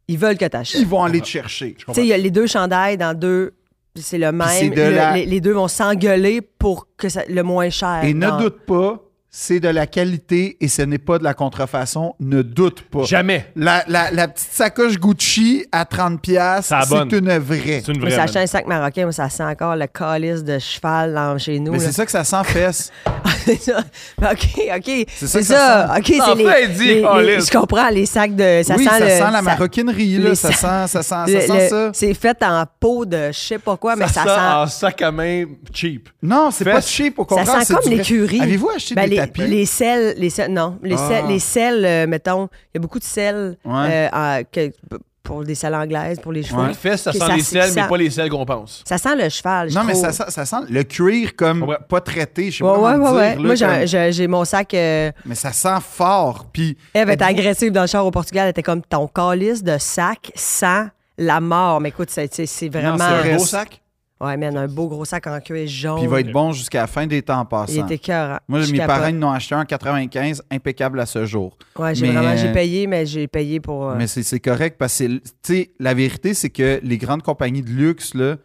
C: Ils veulent que t'achètes.
B: ils vont aller te chercher.
A: Je
C: Tu
A: comprends.
C: sais, il y a les deux chandails dans deux. C'est le
B: c'est
C: même.
B: de
C: Le-
B: la-
C: les, les deux vont s'engueuler pour que ça, le moins cher.
B: Et ne
C: dans-
B: doute pas, c'est de la qualité et ce n'est pas de la contrefaçon, ne doute pas.
A: Jamais.
B: La, la- la petite sacoche Gucci à 30$, piastres,
A: Ça abonne.
B: c'est une vraie.
A: C'est une
C: Moi,
A: vraie.
C: j'ai acheté
A: man.
C: un sac marocain, moi, ça sent encore le calice de cheval là, chez nous.
B: Mais
C: là.
B: c'est ça que ça sent fesse.
C: C'est ça. OK, OK. C'est
B: ça
C: ça.
B: que ça sent.
C: OK, c'est
A: Enfin,
C: les,
A: il dit
C: les- les-
A: calice.
C: Je comprends, les sacs de. Ça
B: oui,
C: sent
B: ça
C: le-
B: sent la
C: ça-
B: maroquinerie, là.
C: les
B: Ça, sent, ça sent, ça
C: le-
B: sent
C: le-
B: ça.
C: C'est fait en peau de je sais pas quoi, mais ça,
A: sent
C: sent.
A: en sac à main cheap.
B: Non, c'est pas
A: Fesse.
B: cheap, au
C: Ça
B: contraire.
C: sent
B: c'est
C: comme
B: du vrai.
C: l'écurie.
B: Avez-vous acheté
C: Ben,
B: des
C: les,
B: tapis?
C: puis les sels, les sels- non, les
B: Ah.
C: sels, les sels, euh, mettons, il y a beaucoup de sels
B: Ouais.
C: euh, en- que- pour des sels anglaises, pour les chevaux.
A: Les fesses, ça
C: Puis
A: sent
C: ça-
A: les selles,
C: ça-
A: mais pas les selles qu'on pense.
C: Ça sent le cheval. je
B: Non, mais
C: trouve.
B: ça sent, ça sent le cuir comme
A: Ouais.
B: pas traité. Je sais
C: Ouais,
B: pas
C: ouais,
B: comment
C: ouais, ouais.
B: le dire.
C: Moi,
B: là,
C: j'ai-
B: comme-
C: j'ai j'ai mon sac. euh,
B: Mais ça sent fort. Puis
C: Eve était agressive dans le char au Portugal. Elle était comme ton calice de sac sans la mort. Mais écoute, c'est- c'est c'est
B: Non,
C: vraiment.
B: c'est vrai.
A: Gros
B: Reste.
A: sac.
C: Ouais, man, un beau gros sac en cuir jaune.
B: puis il va être bon jusqu'à la fin des temps passants.
C: Il était cœur.
B: Moi, mes parents ils l'ont acheté un en 95, impeccable à ce jour.
C: Ouais, j'ai
B: mais- euh,
C: vraiment j'ai payé, mais j'ai payé pour. euh,
B: Mais c'est c'est correct parce que, c'est- tu sais, la vérité, c'est que les grandes compagnies de luxe, là,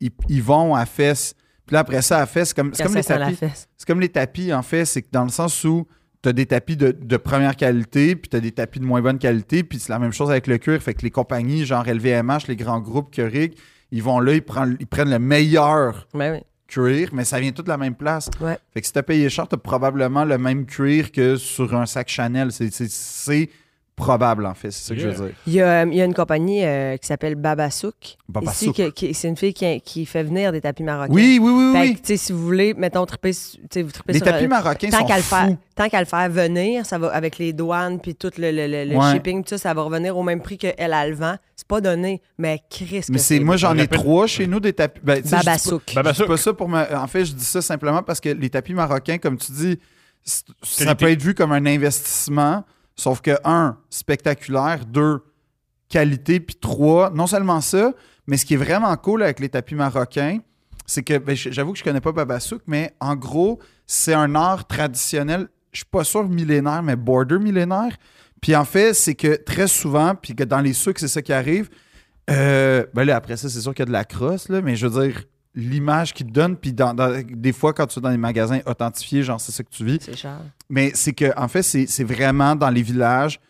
B: ils, ils vont à fesse. Puis là, après ça, à fesse, c'est comme, c'est
C: quand
B: comme les
C: ça sent la
B: tapis.
C: fesse.
B: C'est comme les tapis, en fait, c'est que dans le sens où tu as des tapis de, de première qualité, puis tu as des tapis de moins bonne qualité, puis c'est la même chose avec le cuir. Fait que les compagnies, genre LVMH, les grands groupes Keurig, ils vont là, ils prennent, ils prennent le meilleur
C: Ouais, ouais.
B: cuir, mais ça vient tout de la même place.
C: Ouais.
B: Fait que si t'as payé cher, t'as probablement le même cuir que sur un sac Chanel. C'est- C'est c'est probable, en fait. C'est ça que
A: Yeah.
B: je veux dire.
C: Il y, a, euh, il y a une compagnie euh, qui s'appelle Babasouk.
B: Babasouk.
C: Ici, que- qui- c'est une fille qui, qui fait venir des tapis marocains.
B: Oui, oui, oui,
C: Fait que,
B: oui.
C: tu sais, si vous voulez, mettons, triper, su- tu sais, vous tripez
B: Les
C: sur,
B: tapis
C: euh,
B: marocains
C: tant
B: sont
C: qu'à le faire,
B: fous.
C: tant qu'à le faire venir, ça va avec les douanes puis tout le, le- le- le
B: Ouais.
C: shipping, tout ça, ça va revenir au même prix que elle a le vent. C'est pas donné, mais Chris. que
B: Mais c'est moi, j'en ai
A: rappelle-
B: trois chez nous des tapis. Ben, tu sais, je dis pas-
C: Babasouk.
B: Je dis
A: Babasouk.
B: pas ça pour me- En fait, je dis ça simplement parce que les tapis marocains, comme tu dis, c- ça
A: Qualité.
B: peut être vu comme un investissement, sauf que, un, spectaculaire, deux, qualité, puis trois, non seulement ça, mais ce qui est vraiment cool avec les tapis marocains, c'est que, ben, j- j'avoue que je connais pas Babasouk, mais en gros, c'est un art traditionnel, je suis pas sûr millénaire, mais border millénaire. Puis en fait, c'est que très souvent, puis que dans les sucres, c'est ça qui arrive. Euh, ben là, après ça, c'est sûr qu'il y a de la crosse, là, mais je veux dire, l'image qu'ils te donnent, puis dans, dans- des fois, quand tu es dans les magasins authentifiés, genre, c'est ça que tu vis.
C: C'est cher.
B: Mais c'est que, en fait, c'est c'est vraiment dans les villages,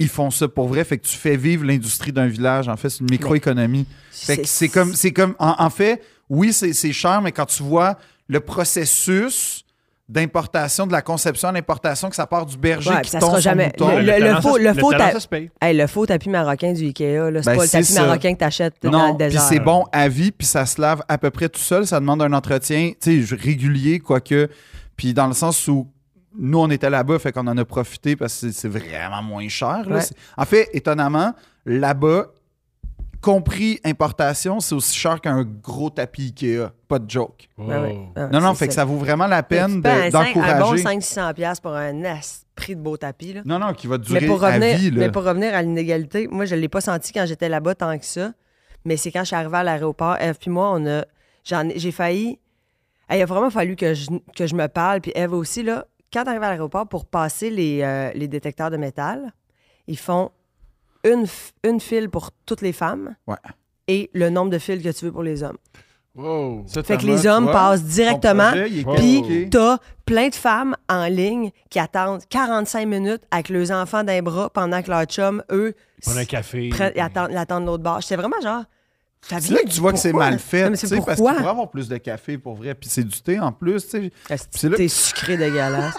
B: ils font ça pour vrai. Fait que tu fais vivre l'industrie d'un village. En fait, c'est une microéconomie. Fait que c'est comme, c'est comme, en, en fait, oui, c'est c'est cher, mais quand tu vois le processus d'importation, de la conception à l'importation, que ça part du berger
C: Ouais,
B: qui
C: puis ça
B: tombe
C: sera
B: son
C: jamais-
B: mouton.
C: le- le
A: talent,
C: faux-
A: ça-
C: le faux
A: talent,
C: ta-
A: ça se paye.
C: Hey, le faux tapis marocain du Ikea, là, c'est
B: Ben,
C: pas le
B: c'est
C: tapis
B: ça.
C: marocain que t'achètes dans
B: Non,
C: le
B: puis
C: désert.
B: c'est bon à vie, puis ça se lave à peu près tout seul. Ça demande un entretien tu sais, régulier, quoique. Puis dans le sens où nous, on était là-bas, fait qu'on en a profité parce que c'est- c'est vraiment moins cher. là.
C: Ouais.
B: C'est- En fait, étonnamment, là-bas, compris importation, c'est aussi cher qu'un gros tapis Ikea. Pas de joke.
C: Ouais, ouais.
A: Oh.
C: Ouais,
B: Non, non,
C: Hein, c'est
B: fait que ça vaut vraiment la peine
C: Tu payes
B: de-
C: un cinq- Un bon
B: d'encourager.
C: 500 pièces pour un as- prix de beau tapis, là.
B: non, non, qui va durer
C: Mais pour,
B: à
C: revenir,
B: vie. là.
C: mais pour revenir à l'inégalité, moi, je ne l'ai pas senti quand j'étais là-bas tant que ça. Mais c'est quand je suis arrivée à l'aéroport, Eve puis moi, on a, j'en ai- j'ai failli. Hey, il a vraiment fallu que je, que je me parle. Puis Eve aussi, là, quand t'arrives à l'aéroport pour passer les, euh, les détecteurs de métal, ils font une, f- une file pour toutes les femmes
B: Ouais.
C: et le nombre de files que tu veux pour les hommes.
A: Wow.
B: Ça,
C: Fait que
B: Thomas,
C: les
B: tu
C: hommes
B: vois,
C: passent
B: ton
C: directement
B: projet, il est
A: Wow.
C: puis
B: compliqué.
C: t'as plein de femmes en ligne qui attendent 45 minutes avec leurs enfants d'un bras pendant que leurs chums, eux,
A: Prendre un café.
C: prennent- attendent, l'attendent de l'autre bord. J'étais vraiment genre. ça
B: C'est
C: vient
B: là que tu vois que c'est
C: pourquoi?
B: mal fait,
C: Non, mais
B: tu
C: c'est
B: sais, parce qu'il
C: pourquoi?
B: pourrait avoir plus de café pour vrai, puis c'est du thé en plus, tu sais.
C: Est-ce que
B: c'est là-
C: T'es sucré dégueulasse.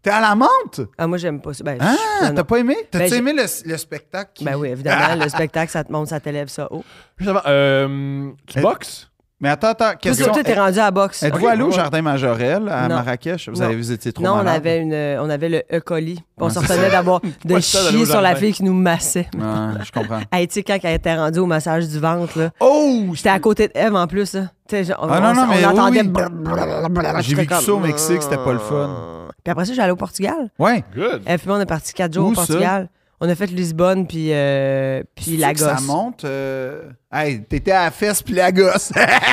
B: T'es à la menthe?
C: Ah, moi, j'aime pas ça. Ben, je-
B: Ah,
C: non, non.
B: t'as pas aimé? T'as-tu
C: Ben, j'ai-
B: aimé le, le spectacle? qui- Ah.
C: Ben oui, évidemment, le spectacle, ça te monte, ça t'élève ça haut.
A: Juste avant, euh, tu
B: Euh,
A: boxes?
B: Mais attends, attends,
C: Parce
B: question. Eh,
C: que toi, t'es rendu à la boxe.
B: Êtes-vous
A: Ok,
B: allé au
A: ouais.
B: Jardin Majorel à
C: Non.
B: Marrakech? Vous
C: Non.
B: avez visité trop
C: Non, on
B: malade.
C: avait, une, euh, on avait le E. coli. Puis On
B: Ouais,
C: se
B: c'est
C: retenait d'avoir de
A: Pourquoi ça d'aller au
C: chier sur la
A: jardin?
C: fille qui nous massait.
B: Ouais, je comprends.
C: Hey, tu sais, quand elle était rendue au massage du ventre, là.
B: Oh!
C: J'étais à côté d'Eve en plus. là. Tu sais, genre, on,
B: Ah non,
C: on-
B: non,
C: on
B: mais oui,
C: entendait.
B: oui.
C: brr, brr, brr, brr,
B: J'ai
C: j'étais
B: vécu
C: comme-
B: ça au Mexique, c'était pas le fun.
C: Puis après ça, j'allais au Portugal.
B: Ouais.
A: Good.
C: Et puis on est parti quatre jours
B: Où
C: au
B: ça?
C: Portugal. On a fait Lisbonne puis, euh, puis
B: Tu sais que
C: Lagos.
B: Ça monte. euh, Hey, t'étais à la fesse puis la gosse.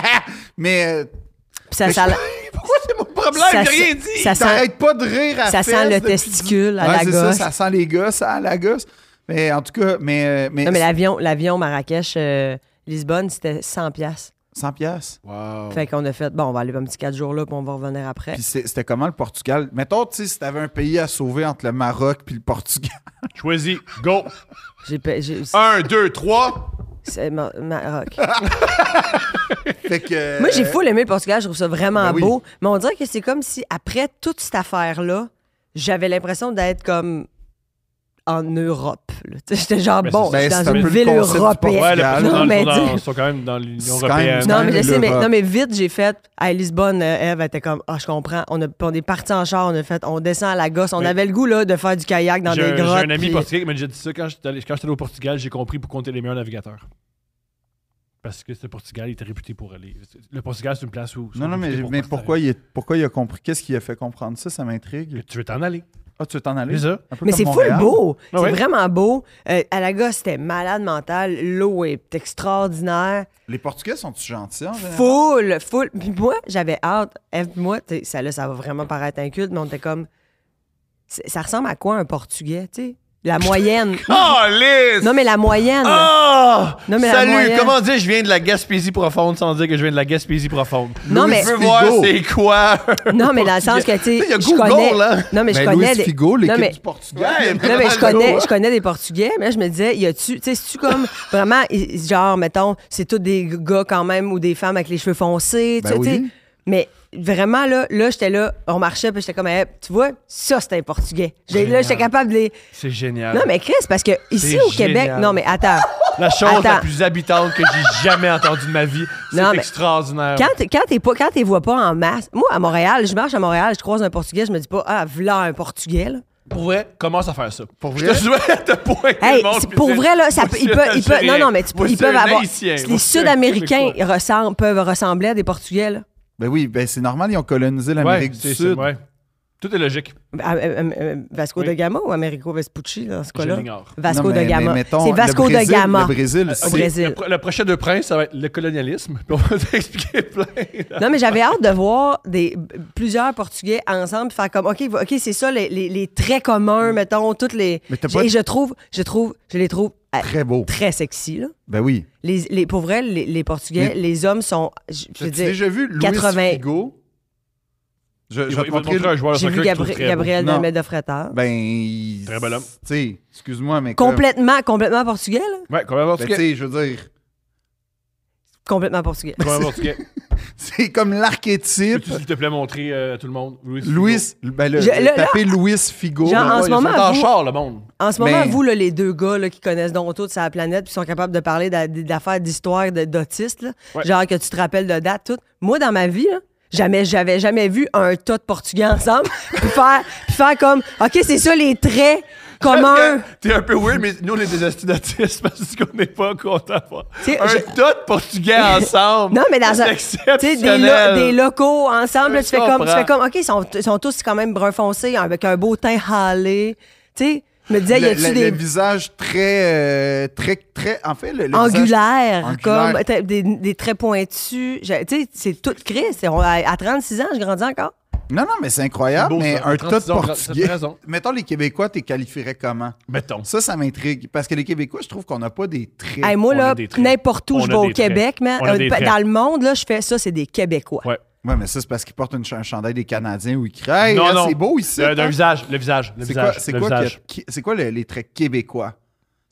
B: mais euh,
C: Puis ça sent,
B: pourquoi c'est mon problème?
C: ça
B: J'ai
C: sent-
B: rien dit.
C: ça sent-
B: T'arrêtes pas de rire à
C: ça sent
B: fesse
C: le
B: depuis-
C: testicule à
B: Ouais,
C: la
B: c'est ça,
C: gosse.
B: ça sent les gosses à la gosse. Mais en tout cas, mais. euh, mais,
C: Non, mais l'avion, l'avion Marrakech, euh, Lisbonne, c'était 100 pièces.
B: 100 piastres.
A: Wow.
C: Fait qu'on a fait, bon, on va aller un petit quatre jours là, puis on va revenir après.
B: Puis c'est- c'était comment le Portugal? Mettons, tu sais, si t'avais un pays à sauver entre le Maroc puis le Portugal.
A: Choisis. Go.
C: J'ai, pa- j'ai-
B: Ah!
A: 1, 2, 3.
C: c'est Ma- Maroc.
B: fait que. euh,
C: Moi, j'ai full aimé le Portugal, je trouve ça vraiment
B: Ben oui.
C: beau. Mais on dirait que c'est comme si, après toute cette affaire-là, j'avais l'impression d'être comme en Europe. là. Tu sais, J'étais genre,
A: Ben,
C: bon,
B: c'est-
C: je suis
B: ben, c'est un
C: dans
B: peu
C: une
B: le
C: ville
B: concept du
C: européenne.
A: Ouais,
B: Portugal.
A: le
B: Non,
A: président,
C: mais
A: ils sont dans-
C: dis-
A: ils sont quand même dans l'Union
B: C'est quand même-
A: européenne.
C: Non, mais je sais, mais,
B: L'Europe.
C: non, mais vite, j'ai fait. À Lisbonne, euh, Eve était comme, ah, je comprends. On, a- on est parti en char, on a fait, on descend à la gosse. On
A: Mais-
C: avait le goût, là, de faire du kayak dans
A: J'ai
C: des
A: un, j'ai
C: grottes.
A: un ami
C: puis-
A: portugais qui m'a déjà dit ça. Quand j'étais allé, quand j'étais allé au Portugal, j'ai compris pourquoi on était les meilleurs navigateurs. Parce que le Portugal il était réputé pour aller. Le Portugal, c'est une place où. ils sont
B: Non, non, mais,
A: réputés pour
B: mais
A: partir.
B: pourquoi, il est- pourquoi il a compris? Qu'est-ce qui a fait comprendre ça? Ça m'intrigue.
A: Tu veux t'en aller.
B: Ah, tu veux t'en aller?
A: C'est ça.
B: Un peu
C: Mais
B: comme
C: c'est full
B: Montréal.
C: beau.
A: Ah
C: c'est
A: ouais.
C: vraiment beau. Euh, à la gosse, c'était malade mental. L'eau est extraordinaire.
B: Les Portugais sont-ils gentils
A: Ah,
B: en général?
C: Full, full. Puis moi, j'avais hâte. Eve, puis moi, tu sais, ça là, ça va vraiment paraître inculte, mais on était comme. c'est- Ça ressemble à quoi un Portugais, tu sais? La moyenne.
A: Ah!
E: Oh, Liz!
C: non, mais la moyenne.
E: Ah!
C: Non, mais la
E: Salut,
C: moyenne.
E: comment dire je viens de la Gaspésie profonde sans dire que je viens de la Gaspésie profonde?
C: Non, mais-
E: Je veux voir
B: Figo.
E: c'est quoi.
C: Non, mais dans le sens que, tu
E: Il y a
C: sais, je
E: Google, hein.
C: connais.
E: là.
C: Non, mais je
B: Ben,
C: connais.
B: Luis
C: des-
B: Figo,
C: non,
B: l'équipe
C: mais-
B: du Portugal.
C: Non, mais je
E: Ronaldo.
C: connais, je connais des Portugais, mais là, je me disais, y a-tu, tu sais, c'est-tu comme vraiment, i- genre, mettons, c'est tous des gars quand même ou des femmes avec les cheveux foncés, tu
B: Ben
C: sais, tu sais.
B: oui.
C: Mais vraiment, là, là, j'étais là, on marchait, puis j'étais comme, Eh, tu vois, ça, c'est un Portugais. J'ai- Là,
A: Génial.
C: j'étais capable de les.
A: C'est génial.
C: Non, mais Chris, parce que ici,
E: C'est
C: au Québec,
E: génial.
C: non, mais attends.
A: La chose la
C: Attends.
A: plus habitante que j'ai jamais entendue de ma vie. C'est
C: Non, mais-
A: extraordinaire.
C: Quand t'es- quand t'es pas, quand t'es vois pas en masse, moi, à Montréal, je marche à Montréal, je croise un Portugais, je me dis pas, ah, voilà un Portugais, là.
A: Pour vrai, commence à faire ça. Pour
B: vrai?
A: Je te souhaite de pointer le
C: Hey,
A: monde,
C: c'est-
A: puis
C: pour
A: dire,
C: vrai, là, ça
A: Moi,
C: peut,
A: c'est
C: ils
A: un
C: peuvent, ils peuvent- non,
A: Algérien.
C: non, mais tu-
A: Moi,
C: ils
A: c'est
C: peuvent
A: un
C: avoir.
A: Haïtien.
C: Les
A: Moi, c'est un
C: Sud-Américains
A: Québécois.
C: ressemblent, peuvent ressembler à des Portugais, là.
B: Ben oui, ben c'est normal, ils ont colonisé l'Amérique
A: Ouais,
B: du
A: c'est- c'est-
B: Sud.
A: ouais. Tout est logique.
C: Ah, euh, euh, euh, Vasco
A: Oui.
C: de Gama ou Amerigo Vespucci dans ce
A: Je
C: cas-là?
A: l'ignore.
C: Vasco
B: Non, mais-
C: de
B: mais
C: Gama.
B: mettons,
C: C'est
B: le
C: Vasco de
B: Brésil-
C: Gama. Ah,
B: Le Brésil, c'est-
C: Au Brésil.
A: Le, pro- le prochain deux princes, ça va être le colonialisme. Puis on va t'expliquer plein.
C: Non, mais j'avais hâte de voir des, plusieurs Portugais ensemble faire comme, OK, va- OK c'est ça les, les- les traits communs, mettons, toutes les.
B: Mais Mm. t'as pas-
C: Et je trouve, je trouve, je les trouve euh,
B: très beau.
C: très sexy, là.
B: Ben oui.
C: Les, les, pour vrai, les, les Portugais, les hommes sont. Je, je veux
B: J'ai
C: dire,
B: déjà vu Luis
C: 80.
B: Figo. Je,
A: Il
B: je
A: va, il
B: vais te
A: va te
B: montrer.
A: montrer un joueur de
C: j'ai
A: soccer
C: vu
A: que tu trouves
C: Gabri-
A: très beau.
C: Gabriel
B: Non.
C: Namel de Frétard.
B: Ben, il-
A: Très bel homme.
B: Tu sais, excuse-moi, mais. comme-
C: complètement, complètement portugais, là.
A: Ouais, complètement
B: Ben, tu
A: portugais.
B: sais, je veux dire,
C: Complètement portugais.
A: Complètement portugais.
B: c'est comme l'archétype.
A: Peux-tu, s'il te plaît, montrer euh, à tout le monde? Louis.
B: Louis, ben là,
C: Je- là,
B: tapez Louis Figo.
C: Genre, en
A: Ouais,
C: ce
A: ils sont
C: moment,
A: en
C: vous-
A: char, le monde.
C: En ce moment,
B: Mais-
C: vous, là, les deux gars là, qui connaissent donc tout sa planète puis sont capables de parler d'a- d'affaires d'histoire de- d'autistes, là,
A: Ouais.
C: genre que tu te rappelles de date, tout. Moi, dans ma vie, là, jamais, j'avais jamais vu un tas de Portugais ensemble puis faire, puis faire comme OK, c'est ça les traits communs.
A: Ah, T'es un peu weird, mais nous, on est des astinatistes parce qu'on n'est pas contents. d'avoir
C: Tu sais,
A: Un
C: je-
A: tas de Portugais ensemble.
C: Non, mais dans un.
A: C'est
C: tu sais, des, lo-
A: exceptionnel.
C: des locaux ensemble, là,
A: Je
C: tu, fais comme, tu
A: comprends.
C: fais comme OK, ils sont, ils sont tous quand même brun foncé avec un beau teint hâlé. Tu sais, je me disais, y
B: le,
C: a-tu
B: le-
C: des.
B: le visage très, euh, très, très, en fait, le, le visage-
C: angulaire,
B: angulaire.
C: comme t'as des, des traits pointus. J'ai- Tu sais, c'est tout Chris. On- À, à 36 ans, je grandis encore.
B: Non, non, mais c'est incroyable,
A: C'est beau,
B: mais
A: ça.
B: un
A: 36
B: tas de
A: ans, t'as- t'as
B: portugais.
A: raison.
B: Mettons, les Québécois, t'es qualifierais comment?
A: Mettons.
B: Ça, ça m'intrigue, parce que les Québécois, je trouve qu'on n'a pas des traits.
C: Hey, moi,
A: on a
C: là,
A: des traits.
C: n'importe où
A: On
C: je
A: a
C: vais au
A: des traits.
C: Québec, mais
A: On a
C: euh,
A: des
C: pa-
A: traits.
C: dans le monde, là, je fais ça, c'est des Québécois.
A: Ouais.
B: Ouais, mais ça, c'est parce qu'ils portent une, ch- un chandail des Canadiens ou ils crient.
A: non, non.
B: C'est beau ici.
A: Euh, D'un
B: hein?
A: visage. Le visage. Le
B: C'est quoi,
A: visage.
B: c'est
A: le
B: quoi,
A: visage.
B: qui- qui- c'est quoi le- les traits québécois?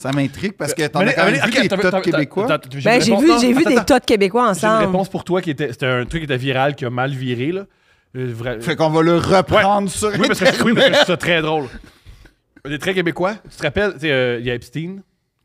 B: Ça m'intrigue parce que t'en
A: Mais
B: as quand
A: allez,
B: même vu
A: ok,
B: des
A: t'as-
B: tas
A: t'as-
B: de
A: t'as-
B: Québécois.
A: t'as- une
C: Ben, j'ai
A: réponse,
C: vu,
A: non?
C: j'ai vu
A: Attends,
C: des tas de Québécois
A: J'ai une
C: ensemble.
A: réponse pour toi qui était. C'était un truc qui était viral, qui a mal viré, là. Euh, vrai-
B: Fait qu'on va le reprendre sur
A: Oui, parce que, oui, parce que je trouve ça très drôle. Un des traits québécois, tu te rappelles, tu sais, euh, il y a Epstein. Tu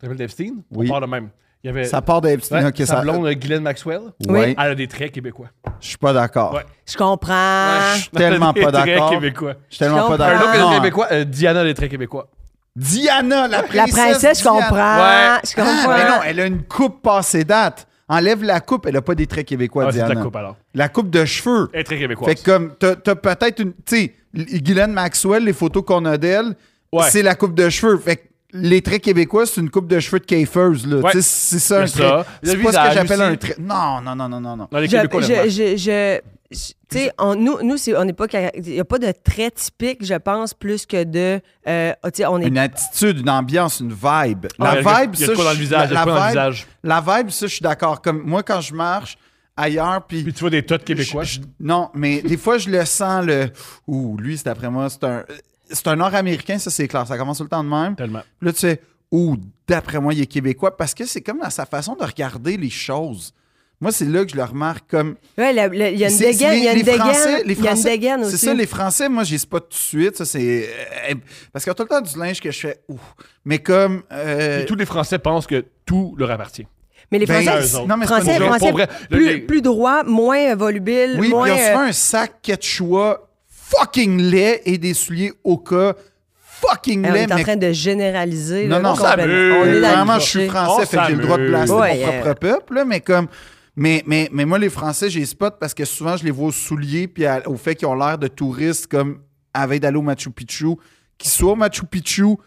A: te rappelles d'Epstein?
B: Oui.
A: On part de même. Il y avait
B: Ça part de Epstein.
A: ouais,
B: ok,
A: sa
B: ça.
A: blonde, euh, Ghislaine Maxwell.
B: Ouais,
A: Elle a des traits québécois.
B: je suis pas d'accord.
A: Ouais. Ah.
C: Je comprends.
B: Je suis tellement
A: Des
B: pas
A: traits
B: d'accord.
A: québécois.
B: Je suis tellement pas
C: comprends.
A: Un autre
B: d'accord.
A: des traits
B: Non.
A: québécois, euh, Diana a des traits québécois.
B: Diana, la
C: La
B: princesse.
C: princesse, je
B: Diana.
C: comprends.
A: Ouais.
C: Je
B: Ah,
C: comprends.
A: hein.
B: mais non, elle a une coupe passée date. Enlève la coupe, elle a pas des traits québécois,
A: Ah, c'est
B: Diana.
A: ta coupe alors.
B: La coupe de cheveux.
A: Elle est très québécoise.
B: Fait que comme, t'as t'as peut-être une. Tu sais, L- Guylaine Maxwell, les photos qu'on a d'elle,
A: Ouais.
B: c'est la coupe de cheveux. Fait que les traits québécois, c'est une coupe de cheveux de keifeuse, là.
A: Ouais.
B: Tu sais, C'est ça un
A: C'est ça.
B: trait.
A: Le
B: C'est pas ce que
A: visage aussi.
B: j'appelle un trait. Non, non, non, non, non. non.
A: Dans les
C: Je-
A: Québécois,
C: je-
A: le voit.
C: je- je- je- tu sais, on- nous, nous c'est- on n'est pas. Il n'y a pas de traits typiques, je pense, plus que de. euh, tu sais, on est
B: Une attitude, une ambiance, une vibe. La
A: Ah, il y a-
B: vibe,
A: il y a de
B: ça,
A: quoi dans le
B: je-
A: visage, il y a de
B: la,
A: quoi dans le
B: vibe-
A: visage.
B: la vibe, ça, je suis d'accord. Comme moi, quand je marche ailleurs, puis
A: Puis tu vois des tas de québécois.
B: Je- je- non, mais des fois, je le sens, le. Ouh, lui, c'est d'après moi, c'est un. C'est un nord-américain, ça, c'est clair. Ça commence tout le temps de même.
A: Tellement.
B: Là, tu fais, ouh, d'après moi, il est québécois. Parce que c'est comme dans sa façon de regarder les choses. Moi, c'est là que je le remarque comme.
C: Ouais, la- la- il y a une
B: C'est- c'est
C: dégaine,
B: les-
C: il y a une
B: les
C: dégaine,
B: Français- les
C: il y a une
B: Français-
C: dégaine aussi.
B: C'est ça, les Français, moi, j'ai pas tout de suite. Ça, c'est. euh, parce qu'il y a tout le temps du linge que je fais, ouh. Mais comme. euh,
A: Puis tous les Français pensent que tout leur appartient.
C: Mais les
B: ben,
C: Français,
A: eux autres.
B: non, mais c'est pas
C: Français,
B: une joke.
A: Pour
C: Français,
A: vrai, le-
C: plus,
A: les-
C: plus droit, moins volubile,
B: Oui,
C: moins...
B: puis ils ont
C: euh,
B: souvent un sac quechua fucking laid et des souliers au cas fucking
C: on
B: laid.
C: Ah est en
B: mais
C: train de généraliser.
B: Non,
C: là,
B: non,
C: complètement.
A: ça veut-
C: on est dans le-
B: Euh, Vraiment, je suis français,
A: On
B: fait que j'ai le droit de
A: s'amuse.
B: placer
C: Ouais,
B: mon
C: euh.
B: propre peuple, là, mais comme. Mais, mais, mais moi, les Français, j'ai spot parce que souvent, je les vois aux souliers puis à- au fait qu'ils ont l'air de touristes comme avant d'aller au Machu Picchu, qu'ils soient au Machu Picchu ou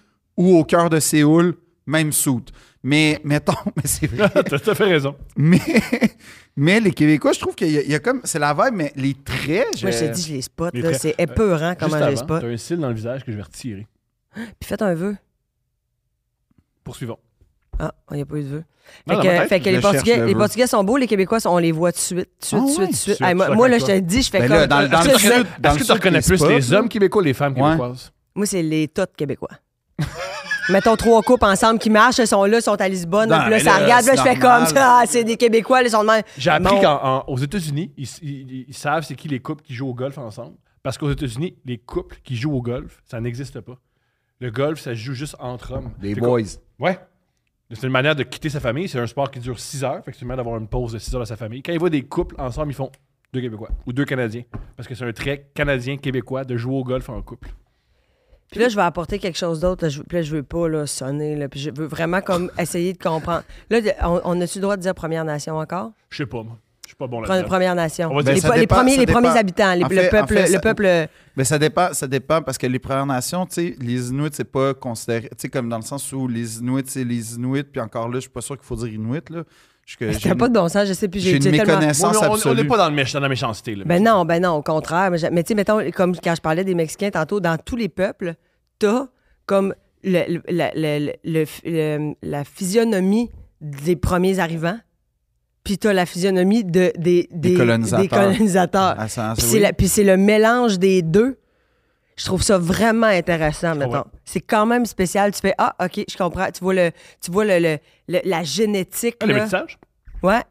B: au cœur de Séoul, même soute. Mais mettons, mais c'est vrai.
A: T'as tout à fait raison.
B: Mais, mais les Québécois, je trouve qu'il y, a- il y a comme. C'est la vibe, mais les traits. je-
C: Moi, je te dis, je les spot.
A: Les
C: là,
A: traits.
C: C'est
B: Euh,
C: épeurant comment
A: Juste
C: je les
A: avant,
C: spot.
A: T'as un cil dans le visage que je vais retirer.
C: Puis faites un vœu.
A: Poursuivons.
C: Ah, il n'y a pas eu de vœu. Fait
A: Non,
C: que,
A: dans ma tête,
C: fait que
B: je
C: les,
B: cherche
C: Portugais,
B: le
C: les
B: vœu.
C: Portugais sont beaux, les Québécois, on les voit tout de suite, tout de
B: Ah
C: suite,
B: ouais?
C: tout de suite.
A: Je suis
C: Hey, moi,
A: d'accord
C: moi, là, je
A: avec
C: te le dis, je fais
B: Ben
C: comme...
B: là, dans- dans
C: je
B: le
C: te
B: sud,
C: jure,
B: dans
A: Est-ce
B: le
A: que tu reconnais
B: sud, les
A: plus les
B: spots,
A: hommes québécois ou les femmes
B: Ouais.
A: québécoises?
C: Moi, c'est les tots québécois. Mettons trois couples ensemble qui marchent, elles sont là, sont à Lisbonne,
B: Non,
C: puis là,
B: mais
C: ça
B: là,
C: regarde, là, je
B: c'est
C: fais comme
B: normal.
C: ça, ah, c'est des Québécois, ils sont de même.
A: J'ai appris
C: Mon-
A: qu'aux États-Unis, ils, ils- ils savent c'est qui les couples qui jouent au golf ensemble. Parce qu'aux États-Unis, les couples qui jouent au golf, ça n'existe pas. Le golf, ça se joue juste entre hommes.
B: Des
A: Fait
B: boys.
A: qu'on- Ouais. C'est une manière de quitter sa famille. C'est un sport qui dure 6 heures. Fait que c'est une manière d'avoir une pause de 6 heures à sa famille. Quand ils voient des couples ensemble, ils font deux Québécois ou deux Canadiens. Parce que c'est un trait canadien-québécois de jouer au golf en couple.
C: Puis là, je vais apporter quelque chose d'autre. là. Je- Puis là, je veux pas là, sonner. Là. Puis je veux vraiment comme essayer de comprendre. Là, on, on a-tu le droit de dire Première Nation encore?
A: Je sais pas, moi. Je suis pas bon
C: Pre-
A: là-dedans.
C: Première Nation.
A: On va dire-
C: les,
B: Ben, ça
C: po- les
B: dépend-
C: premiers,
B: ça
C: les premiers
B: dépend.
C: habitants, les-
B: En
C: le
B: fait-
C: peuple,
B: en fait,
C: le
B: ça- Euh,
C: peuple. euh,
B: Mais ça dépend, ça dépend parce que les Premières Nations, tu sais, les Inuits, c'est pas considéré, tu sais, comme dans le sens où les Inuits, c'est les Inuits, puis encore là, je suis pas sûr qu'il faut dire Inuit, là. Je- que-
C: C'était pas de bon sens, je sais plus.
B: j'ai
C: J'ai
B: une
C: j'ai tellement.
A: Ouais,
B: méconnaissance
A: mais on- on
B: absolue.
A: n'est pas dans, le méch- dans la méchanceté. Là.
C: Ben non, ben non, au contraire. Mais, j'a- mais tu sais, mettons, comme quand je parlais des Mexicains tantôt, dans tous les peuples, t'as comme le, le- la, le- le- le- le- la physionomie des premiers arrivants, puis t'as la physionomie de, des, des,
B: colonisateurs.
C: des colonisateurs.
B: Ah, ça-
C: Puis
B: ça,
C: c'est
B: oui.
C: la- puis c'est le mélange des deux. Je trouve ça vraiment intéressant, mettons.
A: ouais.
C: C'est quand même spécial. Tu fais Ah, OK, je comprends. Tu vois, le, tu vois le, le- le- la génétique.
A: Ah, le
C: là.
A: métissage?
C: Ouais.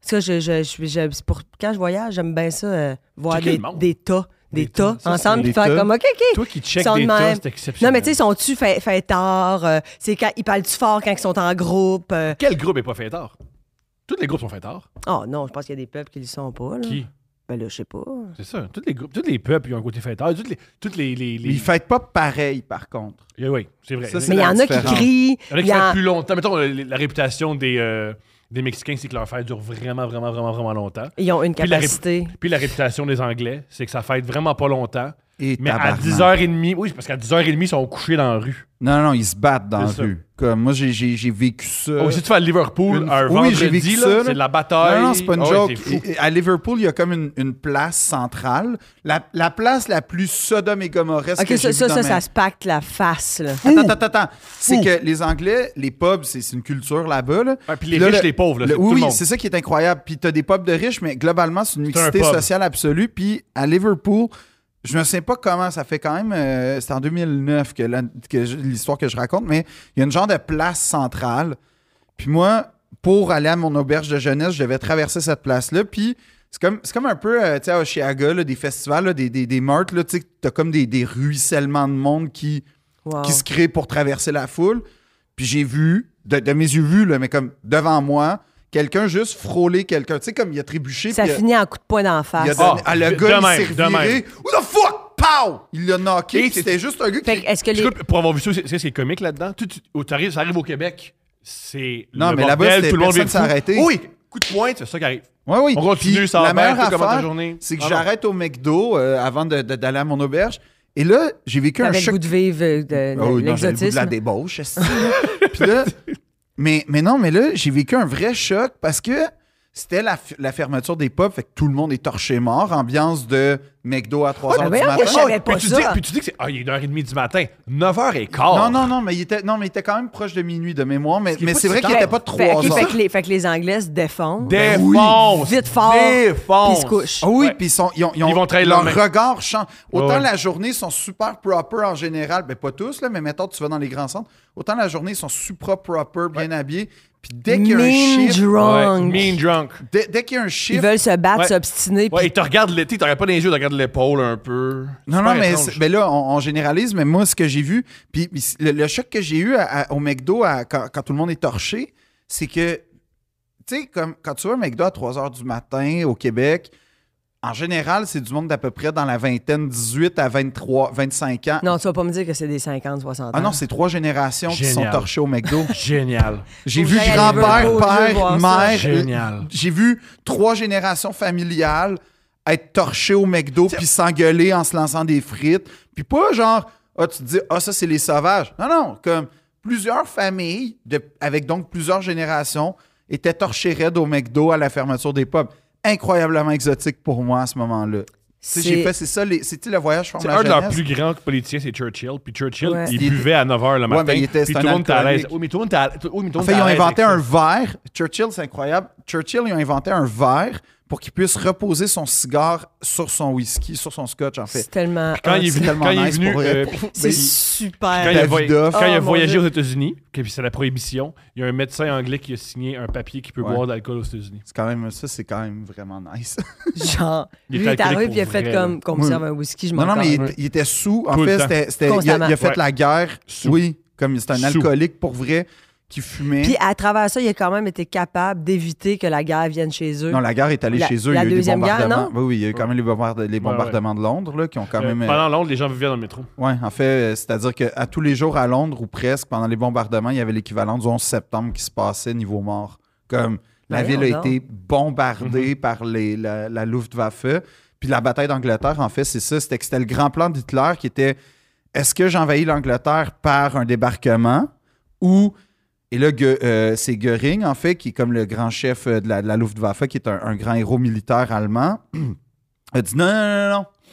C: Ça, je, je, je, suis- je- c'est pour, quand je voyage, j'aime bien ça, euh, voir
A: Checker
C: des,
A: le monde.
C: des tas, des,
A: Des
C: tas,
A: tas, ça,
C: ensemble,
B: c'est-
C: puis faire
B: Des tas.
C: comme, OK, OK.
A: Toi qui check
C: Ils sont
A: des
C: de
A: tas,
C: même.
A: c'est exceptionnel.
C: Non, mais tu sais, sont-tu fait, fait tard? euh, c'est quand ils parlent-tu fort quand ils sont en groupe? euh,
A: Quel groupe est pas fait tard? Tous les groupes sont fait tard.
C: Oh non, je pense qu'il y a des peuples qui le sont pas. Là.
A: Qui?
C: Ben là, je sais pas.
A: C'est ça. Tous les groupes, tous les peuples, ils ont un côté fait tard. Toutes les, toutes les, les,
B: Mais
A: les...
B: ils fêtent pas pareil, par contre.
A: Yeah, Oui, c'est vrai.
B: Ça, c'est
C: Mais il y
B: la
C: en a qui
B: différence.
C: crient.
A: Il y en a qui
C: il y en-
A: fêtent plus longtemps. Mettons, euh, la réputation des, euh, des Mexicains, c'est que leur fête dure vraiment, vraiment, vraiment, vraiment longtemps.
C: Ils ont une
A: Puis la ré-
C: capacité.
A: Puis la réputation des Anglais, c'est que ça fête vraiment pas longtemps.
B: Et
A: Mais à
B: tabarnak.
A: 10h30, oui, c'est parce qu'à 10h30, ils sont couchés dans la rue.
B: Non, non, ils se battent dans la
A: C'est ça.
B: rue. Comme moi, j'ai- j'ai j'ai vécu ça.
A: Oh, si tu vas à Liverpool,
B: Euh, Une-
A: un
B: Oui, j'ai
A: vendredi,
B: vécu
A: là,
B: ça, là.
A: c'est de la bataille.
B: Non, non, c'est pas une
A: Ah ouais,
B: joke.
A: c'est fou.
B: Et- et à Liverpool, il y a comme une, une place centrale. La, la place la plus sodome et gomoresque
C: OK,
B: que
C: ça,
B: j'ai
C: ça,
B: vue dans
C: ça, ça
B: ma
C: se pacte la face, là.
B: Attends, attends, attends, attends. C'est que les Anglais, les pubs, c'est c'est une culture là-bas. Là.
A: Ouais, puis les
B: Là,
A: riches,
B: le-
A: les pauvres, là,
B: le-
A: c'est tout
B: oui,
A: le
B: oui,
A: monde.
B: c'est ça qui est incroyable. Puis t'as des pubs de riches, mais globalement, c'est une
A: C'est un
B: mixité
A: pub.
B: sociale absolue. Puis à Liverpool, je ne sais pas comment ça fait quand même. euh, c'est en 2009 que la- que je- l'histoire que je raconte, mais il y a une genre de place centrale. Puis moi, pour aller à mon auberge de jeunesse, je devais traverser cette place-là. Puis c'est comme, c'est comme un peu, euh, tu sais, à Oshiaga, là, des festivals, là, des, des, des meurtres, là, tu sais, t'as comme des, des ruissellements de monde qui
C: Wow.
B: qui se crée pour traverser la foule. Puis j'ai vu, de, de mes yeux vus, là, mais comme devant moi, quelqu'un juste frôler quelqu'un. Tu sais, comme il a trébuché.
C: Ça
B: puis il a-
C: finit en coup de poing d'en face.
B: il a
A: Ah,
B: donné- ah, le
A: de
B: gars,
A: même,
B: il
A: de
B: s'est reviré. Who the fuck? Pow! Il l'a knocké.
A: Et
B: puis
A: c'est-
B: C'était juste un gars
C: Fait
B: qui.
C: que est-ce que les.
A: Écoute, pour avoir vu ça, c'est c'est ce qui est comique là-dedans. Tu, tu- oh, t'arrives- ça arrive au Québec, c'est.
B: Non,
A: le
B: mais là-bas,
A: bordel,
B: c'était
A: tout le monde
B: personne
A: vient
B: s'est
A: fou.
B: arrêté.
A: Oui, coup de poing, c'est ça qui arrive.
B: Ouais, oui.
A: On continue,
B: Puis
A: ça va
B: la
A: bien,
B: meilleure
A: toi, comment ta
B: affaire,
A: journée?
B: C'est que
A: Ah non.
B: j'arrête au McDo euh, avant de- de- d'aller à mon auberge. Et là, j'ai vécu un
C: Avec le
B: choc
C: goût de vivre euh, de, de-
B: Ah oui, non, j'avais le goût de
C: l'exotisme.
B: la débauche. esti, là. Puis là, mais, mais non, mais là, j'ai vécu un vrai choc parce que c'était la, f- la fermeture des pubs, fait que tout le monde est torché mort, ambiance de McDo à 3h
C: ben
B: du
C: voyons,
B: matin.
C: je savais
A: Puis
C: pas
A: tu
C: ça.
A: dis- puis tu dis que c'est. Ah, il est 1h30 du matin, 9h15.
B: Oh, Non, non, non, mais il était, non, mais il était quand même proche de minuit de mémoire, mais,
A: Oh. qui est
B: mais
A: pas
B: c'est
A: si
B: vrai qu'il
A: tard.
B: n'était pas de
C: Fait,
B: 3
C: ok, fait
B: heures.
C: que les, fait que les Anglais se défendent.
A: Défonce!
C: Vite fort,
A: Défonce!
C: puis se couchent.
B: Ben Ah oui,
A: Ouais.
B: puis ils, sont- ils ont- ils ont-
A: Ils vont travailler le
B: leur
A: lendemain.
B: regard change. Autant
A: Ouais, ouais.
B: la journée, ils sont super proper en général, ben pas tous, là, mais mettons, tu vas dans les grands centres, autant la journée, ils sont super proper, bien habillés, puis dès qu'il y a un
C: Mean
B: chiffre...
A: Ouais,
C: drunk.
A: mean drunk.
B: Dès, dès qu'il y a un
C: Ils
B: chiffre.
C: veulent se battre,
A: Ouais.
C: s'obstiner.
A: Ouais,
C: puis-
A: il te regarde l'été, il te regarde pas dans les yeux, il te regarde l'épaule un peu.
B: Non,
A: Super
B: non, mais,
A: étrange.
B: c'est- ben là, on, on généralise, mais moi, ce que j'ai vu, puis puis c- le, le choc que j'ai eu à- à- au McDo à- quand, quand tout le monde est torché, c'est que, tu sais, comme quand tu vas au McDo à 3 h du matin au Québec, en général, c'est du monde d'à peu près dans la vingtaine, 18 à 23, 25 ans.
C: Non, tu vas pas me dire que c'est des 50, 60 ans.
B: Ah non, c'est trois générations qui sont
A: Génial.
B: torchées au McDo.
A: Génial.
B: J'ai
C: Faut
B: vu
C: que j'aille à
B: grand-père,
C: Liverpool, je veux
B: père,
C: voir ça.
B: mère. euh,
A: Génial.
B: J'ai vu trois générations familiales être torchées au McDo puis s'engueuler en se lançant des frites. Puis pas genre, ah, tu te dis, ah, ça, c'est les sauvages. Non, non, comme plusieurs familles, de- avec donc plusieurs générations, étaient torchées raides au McDo à la fermeture des pubs. Incroyablement exotique pour moi à ce moment-là. Tu sais, J'ai fait, c'est ça, les- c'est tu sais, le voyage forme
A: C'est
B: la
A: un de leurs
B: jeunesse.
A: plus grands politiciens, c'est Churchill. Puis Churchill,
C: Ouais.
A: il,
B: Il
A: buvait à 9h le matin.
B: mais il était-
A: puis
B: c'est
A: tout le
B: un
A: monde était à l'aise.
B: alcoolique.
A: Oui, mais tout le monde était à oui, mais tout le
B: En
A: monde
B: fait,
A: était
B: ils ont
A: à l'aise
B: inventé un
A: avec ça.
B: verre. Churchill, c'est incroyable. Churchill, ils ont inventé un verre pour qu'il puisse reposer son cigare sur son whisky, sur son scotch, en fait. Ah,
C: C'est tellement.
A: Quand il est
B: C'est
A: venu,
B: tellement
A: quand il est
B: nice
A: venu,
B: pour
A: euh,
B: elle.
A: puis-
C: C'est
A: puis- quand
C: super.
A: il a, voy-
B: Davidoff.
A: quand il a
C: Oh, mon
A: voyagé
C: Dieu.
A: aux États-Unis, que puis c'est la prohibition, il y a un médecin anglais qui a signé un papier qui peut
B: Ouais.
A: boire de l'alcool aux États-Unis.
B: C'est quand même, ça, c'est quand même vraiment nice.
C: Genre,
A: Il
C: lui, il
A: était
C: est arrivé
A: alcoolique
C: puis il a
A: pour
C: fait
A: vrai,
C: comme. Qu'on me
B: Oui.
C: serve un whisky, je m'en
B: non, non, mais il,
A: Ouais.
B: il était sous. En
A: Tout le
B: fait,
A: temps.
B: c'était- c'était- il, a, il a fait
A: Constamment.
B: la guerre.
A: Sous.
B: Oui, comme c'est un
A: Sous.
B: alcoolique pour vrai qui fumait.
C: Puis à travers ça, il a quand même été capable d'éviter que la guerre vienne chez eux.
B: non, la guerre est allée
C: La-
B: chez eux.
C: la
B: il y a eu des
C: Deuxième Guerre,
B: bombardements.
C: non?
B: oui, oui, il y a eu quand même les bombardements, les
A: Ouais, ouais.
B: bombardements de Londres là, qui ont quand
A: Euh,
B: même. euh,
A: pendant Londres, les gens vivaient dans le métro.
B: Ouais, en fait, euh, c'est-à-dire qu'à tous les jours à Londres, ou presque, pendant les bombardements, il y avait l'équivalent du 11 septembre qui se passait niveau mort. Comme La
C: Ben,
B: ville
C: voyons
B: a été bombardée par les, la, la Luftwaffe. Puis la bataille d'Angleterre, en fait, c'est ça. C'était que c'était le grand plan d'Hitler qui était est-ce que j'envahis l'Angleterre par un débarquement ou. Et là, Go- euh, c'est Göring, en fait, qui est comme le grand chef euh, de la, de la Luftwaffe, qui est un, un grand héros militaire allemand, a dit non, non, non,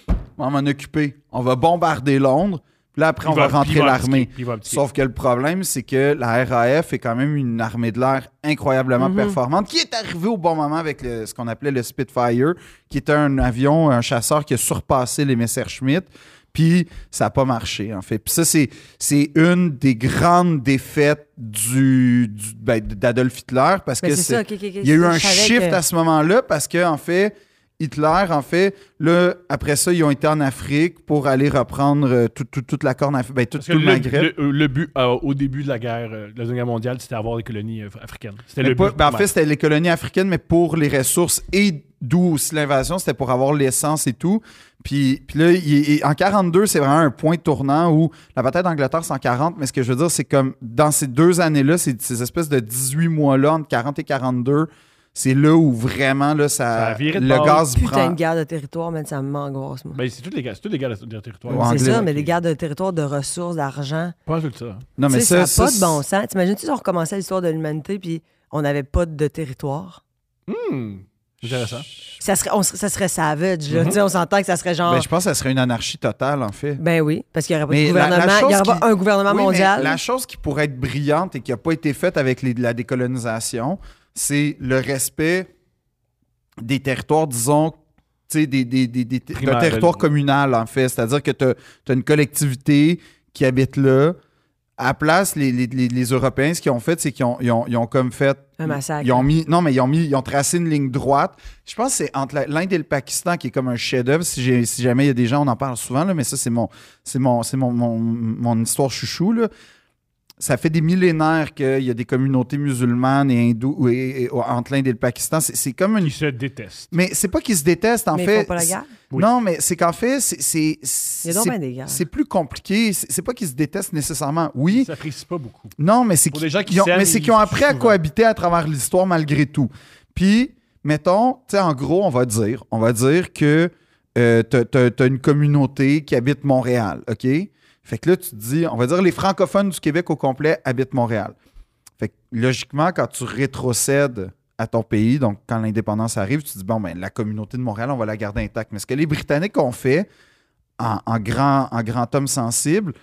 B: non, on va m'en occuper. On va bombarder Londres. Puis là, après, on va rentrer l'armée. Sauf que le problème, c'est que la RAF est quand même une armée de l'air incroyablement
C: Mhm.
B: performante qui est arrivée au bon moment avec le- ce qu'on appelait le Spitfire, qui était un avion, un chasseur qui a surpassé les Messerschmitt. Puis ça n'a pas marché, en fait. Puis ça, c'est, c'est une des grandes défaites du, du- ben, d'Adolf Hitler parce
C: Mais
B: que
C: Ben, c'est
B: c'est-
C: ça, ok, ok, ok.
B: il y a eu
C: Je
B: un
C: savais
B: shift
C: que-
B: à ce moment-là parce que en fait, Hitler, en fait, là, après ça, ils ont été en Afrique pour aller reprendre euh, tout- tout- toute la corne, Af- ben, tout,
A: Parce que
B: tout le,
A: le,
B: Maghreb.
A: le- euh, le but euh, au début de la guerre, euh, de la Deuxième Guerre mondiale, c'était avoir des colonies euh, africaines. C'était
B: Mais
A: le
B: pas-
A: but.
B: ben, en fait, c'était les colonies africaines, mais pour les ressources et d'où aussi l'invasion, c'était pour avoir l'essence et tout. Puis, puis là, il- il- en 42, c'est vraiment un point tournant où la bataille d'Angleterre, c'est en 40, mais ce que je veux dire, c'est comme dans ces deux années-là, ces, ces espèces de 18 mois-là, entre 40 et 42, c'est là où vraiment là,
A: Ça a
B: ça,
A: viré de
B: le
A: bord.
B: gaz
C: Putain
B: prend.
C: de guerre de territoire, man, ça m'angoisse, moi.
A: Ben, c'est toutes les guerres, c'est toutes les guerres de, de territoire.
B: Ouais.
C: c'est
B: anglais,
C: ça, mais
A: ok.
C: les guerres de territoire, de ressources, d'argent.
A: Pas tout ça.
B: Non,
C: Tu
B: mais
C: sais,
B: ça,
C: ça n'a pas
B: ça,
C: de bon sens. T'imagines-tu si on recommençait l'histoire de l'humanité puis on n'avait pas de territoire?
A: Hmm. Intéressant.
C: Ça serait, on serait- ça serait savage, là. Tu sais, On s'entend que ça serait genre...
B: Mm-hmm. Ben,
C: Ben,
B: je pense que ça serait une anarchie totale, en fait.
C: oui, parce qu'il n'y aurait pas
B: Mais
C: de
B: la- la
C: gouvernement. Il n'y
B: chose
C: aurait
B: qui-
C: pas un gouvernement
B: Oui, mais
C: mondial.
B: La chose qui pourrait être brillante et qui n'a pas été faite avec les- la décolonisation, c'est le respect des territoires, disons, tu sais, des, des, des, des-
A: Primaire,
B: d'un territoire
A: le-
B: communal, en fait. C'est-à-dire que tu as, une collectivité qui habite là. À place, les, les, les- les Européens, ce qu'ils ont fait, c'est qu'ils ont, ils ont, ils ont comme fait.
C: Un massacre.
B: Ils ont mis, non, mais ils ont, mis, ils ont tracé une ligne droite. Je pense que c'est entre la- l'Inde et le Pakistan qui est comme un chef-d'œuvre. Si, j'ai- si jamais il y a des gens, on en parle souvent, là, mais ça, c'est mon, c'est mon, c'est mon, mon, mon histoire chouchou. Là. Ça fait des millénaires qu'il y a des communautés musulmanes et hindoues et, et- entre l'Inde et le Pakistan. C'est c'est comme une.
A: Ils se détestent.
B: Mais c'est pas qu'ils se détestent, en
C: mais ils
B: fait.
C: font pas la guerre.
A: Oui.
B: Non, mais c'est qu'en fait, c'est. c'est-
C: Il y a donc bien des guerres.
B: C'est plus compliqué. C'est c'est pas qu'ils se détestent nécessairement. Oui,
A: Ils s'apprécient pas beaucoup.
B: non, mais c'est
A: Pour
B: qu'ils
A: des gens qui
B: ils ont-
A: s'aiment,
B: mais c'est
A: ils-
B: qu'ils ont appris à
A: souvent.
B: cohabiter à travers l'histoire malgré tout. Puis, mettons, tu sais, en gros, on va dire, on va dire que euh, t'as- t'as t'as une communauté qui habite Montréal, OK? Fait que là, tu te dis, on va dire les francophones du Québec au complet habitent Montréal. Fait que logiquement, quand tu rétrocèdes à ton pays, donc quand l'indépendance arrive, tu te dis, bon, ben, la communauté de Montréal, on va la garder intacte. Mais ce que les Britanniques ont fait, en, en grand, en grand homme sensible,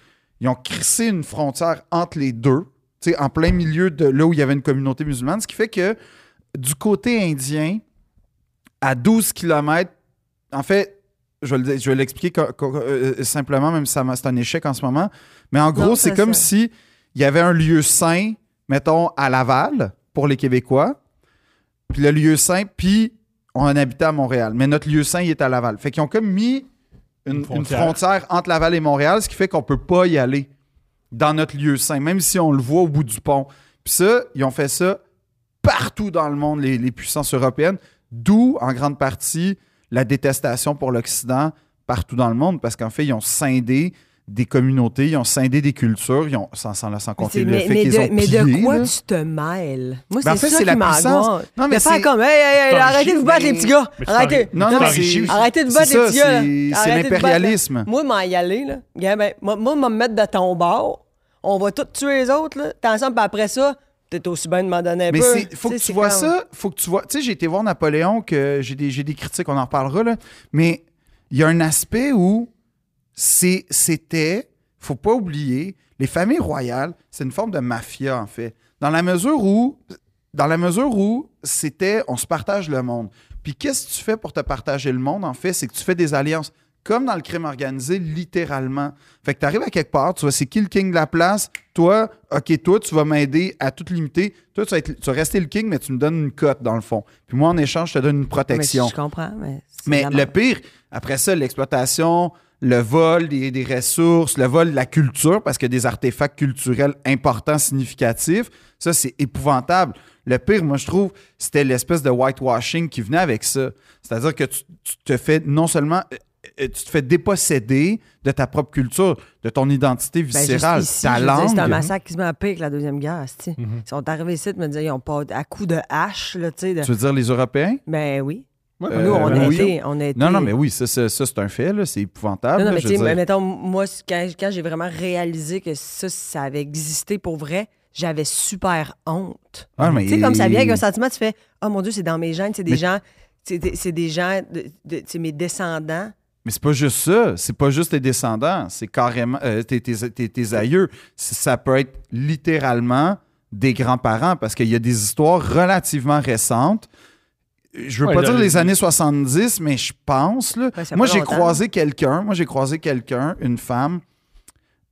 B: ils ont crissé une frontière entre les deux, tu sais, en plein milieu de là où il y avait une communauté musulmane, ce qui fait que du côté indien, à 12 km, en fait, je vais le- je vais l'expliquer co- co- euh, simplement, même si ça m'a- c'est un échec en ce moment, mais en gros,
C: Non,
B: c'est
C: ça,
B: comme
C: ça.
B: si il y avait un lieu sain, mettons, à Laval, pour les Québécois, puis le lieu saint, puis on en habitait à Montréal. Mais notre lieu saint, il est à Laval. Fait qu'ils ont comme mis une,
A: Une
B: une frontière.
A: frontière.
B: entre Laval et Montréal, ce qui fait qu'on peut pas y aller dans notre lieu saint, même si on le voit au bout du pont. Puis ça, ils ont fait ça partout dans le monde, les, les puissances européennes, d'où, en grande partie, la détestation pour l'Occident partout dans le monde, parce qu'en fait, ils ont scindé des communautés, ils ont scindé des cultures, ils ont, sans, sans, sans
C: Mais,
B: compter
C: c'est-
B: le
C: mais-
B: fait
C: mais
B: qu'ils ont
C: de, mais
B: pillé,
C: de quoi
B: là.
C: tu te mêles? Moi,
B: Ben, en fait,
C: c'est ça
B: c'est
C: qui
B: la
C: m'angoisse.
B: puissance. Non,
C: De
B: mais
C: faire
B: c'est-
C: comme, hey, hey, hey,
A: C'est
C: arrêtez de vous battre,
A: enrichi,
C: les petits gars.
A: mais c'est
C: Arrêtez.
A: enrichi.
B: Non,
A: C'est
B: non,
A: enrichi
B: c'est-
A: aussi.
C: Arrêtez de
B: C'est
C: battre, les
B: ça,
C: petits gars. là.
B: c'est c'est
C: Arrêtez de battre, là.
B: l'impérialisme.
C: Moi, m'en y aller, là. Gars, ben, moi, moi, m'en mettre de ton bord. On va tous tuer les autres, là. T'es ensemble, puis après ça, t'es aussi bien de m'en donner un
B: Mais
C: peu.
B: c'est- faut que
C: sais,
B: tu
C: c'est
B: vois
C: comme-
B: ça, faut que tu vois. Tu sais, j'ai été voir Napoléon, que j'ai des, j'ai des critiques, on en reparlera, là. Mais il y a un aspect où c'est, c'était, faut pas oublier, les familles royales, c'est une forme de mafia, en fait. Dans la mesure où, dans la mesure où c'était, on se partage le monde. Puis qu'est-ce que tu fais pour te partager le monde, en fait? C'est que tu fais des alliances. Comme dans le crime organisé, littéralement. Fait que tu arrives à quelque part, tu vois, c'est qui le king de la place? Toi, OK, toi, tu vas m'aider à tout limiter. Toi, tu vas, être- tu vas rester le king, mais tu me donnes une cote, dans le fond. Puis moi, en échange, je te donne une
C: Mais
B: protection.
C: Je comprends, mais. c'est
B: Mais
C: la
B: le
C: merde.
B: pire, après ça, l'exploitation, le vol des, des ressources, le vol de la culture, parce que des artefacts culturels importants, significatifs, ça, c'est épouvantable. Le pire, moi, je trouve, c'était l'espèce de whitewashing qui venait avec ça. C'est-à-dire que tu, tu te fais non seulement euh, euh, tu te fais déposséder de ta propre culture, de ton identité
C: Ben, je
B: viscérale,
C: suis ici, je
B: ta
C: veux dire,
B: langue.
C: C'est un massacre qui se met à pique la Deuxième Guerre. asti. Ils sont arrivés ici, ils me disaient, ils ont pas à coups de hache. Là, tu sais, de-
B: Tu veux dire les Européens?
C: Ben oui.
A: Ouais,
B: Euh,
C: Nous, on, a
B: oui.
C: été, on a été.
B: Non, non, mais oui, ça, ça, ça, c'est un fait, là, c'est épouvantable.
C: Non, non,
B: là,
C: mais
B: Ah, je
C: tu
B: veux
C: sais,
B: dire.
C: mettons, moi, c- quand, quand j'ai vraiment réalisé que ça, ça avait existé pour vrai, j'avais super honte.
B: Ah, mais-
C: Tu sais, comme ça vient avec un sentiment, tu fais Oh mon Dieu, c'est dans mes gènes, c'est des
B: Mais-
C: gens, c'est des, c'est des gens, de- de- c'est mes descendants.
B: Mais c'est pas juste ça. C'est pas juste tes descendants. C'est carrément euh, tes, tes- tes- tes aïeux. C- Ça peut être littéralement des grands-parents parce qu'il y a des histoires relativement récentes. Je veux
A: Ouais,
B: pas
A: le-
B: dire les
A: le-
B: années 70, mais je pense. Là,
C: Ouais, ça
B: moi,
C: fait
B: j'ai
C: longtemps.
B: croisé quelqu'un. Moi, j'ai croisé quelqu'un, une femme.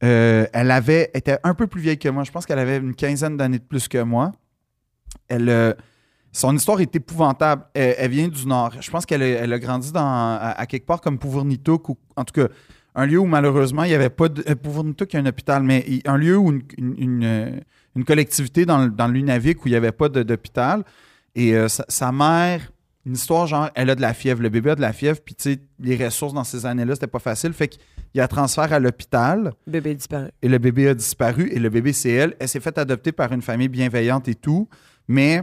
B: Euh, elle avait était un peu plus vieille que moi. Je pense qu'elle avait une quinzaine d'années de plus que moi. Elle, euh, son histoire est épouvantable. Elle, elle vient du Nord. Je pense qu'elle a- elle a grandi dans, à, à quelque part comme Pouvournitouk ou en tout cas un lieu où malheureusement il n'y avait pas de. euh, Pouvournitouk, il y a un hôpital, mais il- un lieu où une, une- une, euh, une collectivité dans, le- dans l'Unavik où il n'y avait pas de- d'hôpital. Et euh, sa, sa mère, une histoire genre, elle a de la fièvre, le bébé a de la fièvre, puis tu sais, les ressources dans ces années-là, c'était pas facile. Fait qu'il la transfère à l'hôpital
C: Bébé disparu.
B: et le bébé a disparu et le bébé c'est elle. Elle s'est faite adopter par une famille bienveillante et tout, mais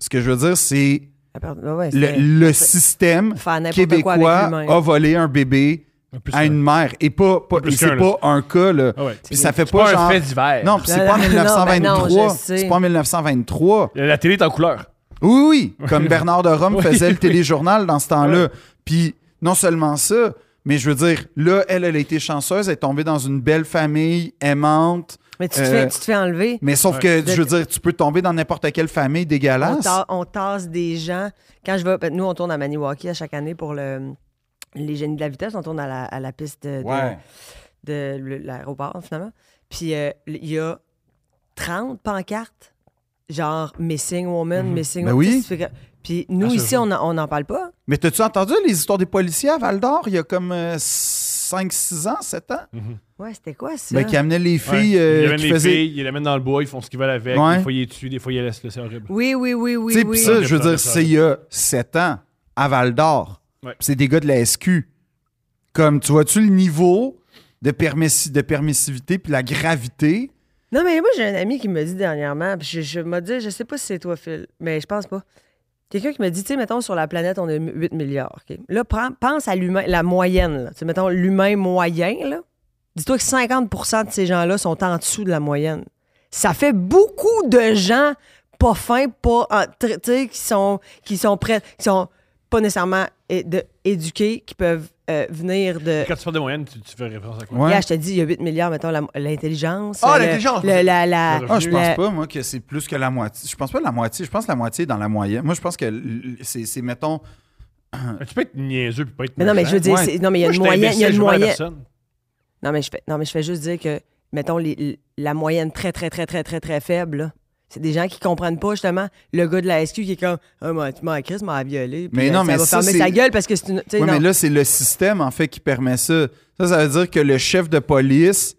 B: ce que je veux dire c'est
C: Ah, pardon, ouais,
B: le,
C: c'était-
B: le
C: c'est-
B: système
C: faire n'importe quoi avec
B: québécois
C: l'humain.
B: a volé un bébé
A: plus
B: à
A: qu'un.
B: une mère et pas, pas
A: Plus
B: et c'est
A: qu'un,
B: pas un cas là.
A: Ah ouais.
B: Puis ça fait
A: C'est pas,
B: pas, genre
A: un fait divers.
B: non, puis c'est
C: Non,
B: pas en
C: non, ben non,
B: 1923,
C: je sais.
B: c'est pas en 1923.
A: La télé est en couleur.
B: Oui, oui, comme Bernard de Rome
A: Oui,
B: faisait le
A: oui.
B: téléjournal dans ce temps-là.
A: Ouais.
B: Puis non seulement ça, mais je veux dire, là, elle, elle a été chanceuse, elle est tombée dans une belle famille aimante.
C: Mais tu te,
B: euh,
C: fais, tu te fais enlever.
B: Mais sauf que, je veux dire, tu peux tomber dans n'importe quelle famille
C: On,
B: dégueulasse.
C: ta- on tasse des gens. Quand je vais, ben, nous, on tourne à Maniwaki à chaque année pour le, les génies de la vitesse. On tourne à la, à la piste de, de- de le- l'aéroport, finalement. Puis euh, il y a 30 pancartes, genre Missing Woman, Missing
B: Ben
C: Woman.
B: oui.
C: Tu sais, tu fais que- Puis nous,
A: Ah, ça,
C: ici,
A: je-
C: on n'en on en parle pas.
B: Mais t'as-tu entendu les histoires des policiers à Val d'Or il y a comme 5-6 ans, 7 ans?
C: Ouais, c'était quoi ça?
B: Ben, qui amenaient les
A: Mm-hmm.
B: filles
A: Ouais.
B: euh,
A: ils amènent
B: qui
A: les
B: faisaient.
A: filles, ils les mènent dans le bois, ils font ce qu'ils veulent avec.
B: Ouais.
A: Des fois, ils les tuent, des fois, ils les laissent. là, C'est horrible.
C: Oui, oui, oui, oui.
B: Tu sais,
C: oui.
B: puis ça, je veux
A: Ça,
B: dire,
A: ça,
B: c'est il y a 7 ans, à Val d'Or.
A: Ouais.
B: Puis C'est des gars de la SQ. Comme, tu vois-tu le niveau de, permissi- de permissivité puis la gravité?
C: Non, mais moi, j'ai un ami qui me dit dernièrement, puis je, je me dis, je sais pas si c'est toi, Phil, mais je pense pas. Quelqu'un qui me dit, tu sais, mettons, sur la planète, on a 8 milliards. OK? Là, prends- pense à l'humain, la moyenne. là. Tu sais, mettons, l'humain moyen, là. Dis-toi que 50 de ces gens-là sont en dessous de la moyenne. Ça fait beaucoup de gens pas fins, pas. en- tr- Tu sais, qui sont, qui sont prêts, qui sont pas nécessairement é- de- éduqués, qui peuvent euh, venir de.
A: Quand tu parles de moyenne, tu, tu fais référence à quoi
B: Ouais.
C: Là, je te dis, il y a 8 milliards, mettons, la- l'intelligence.
E: Ah,
C: le-
E: l'intelligence.
C: le- la- la-
A: Le
B: Ah, je
C: le-
B: pense pas, moi, que c'est plus que la moitié. Je pense pas la moitié. Je pense que la moitié est dans la moyenne. Moi, je pense que l- l- c'est, c'est, mettons,
A: Tu peux être niaiseux puis pas être.
C: Mais non, mais je veux dire,
B: Ouais.
C: c'est- non, mais il y a une moyenne. Il y a une moyenne. Non, mais je fais, non, mais je fais juste dire que, mettons, les- les- la moyenne très, très, très, très, très, très faible, là, c'est des gens qui comprennent pas, justement, le gars de la SQ qui est comme, ah, moi, tu m'as Chris m'a violé. Puis,
B: Mais
C: euh,
B: non,
C: ça
B: mais
C: va
B: ça,
C: fermer
B: c'est-
C: sa gueule parce que c'est une. tu sais,
B: Oui,
C: non.
B: mais là, c'est le système, en fait, qui permet ça. Ça, ça veut dire que le chef de police.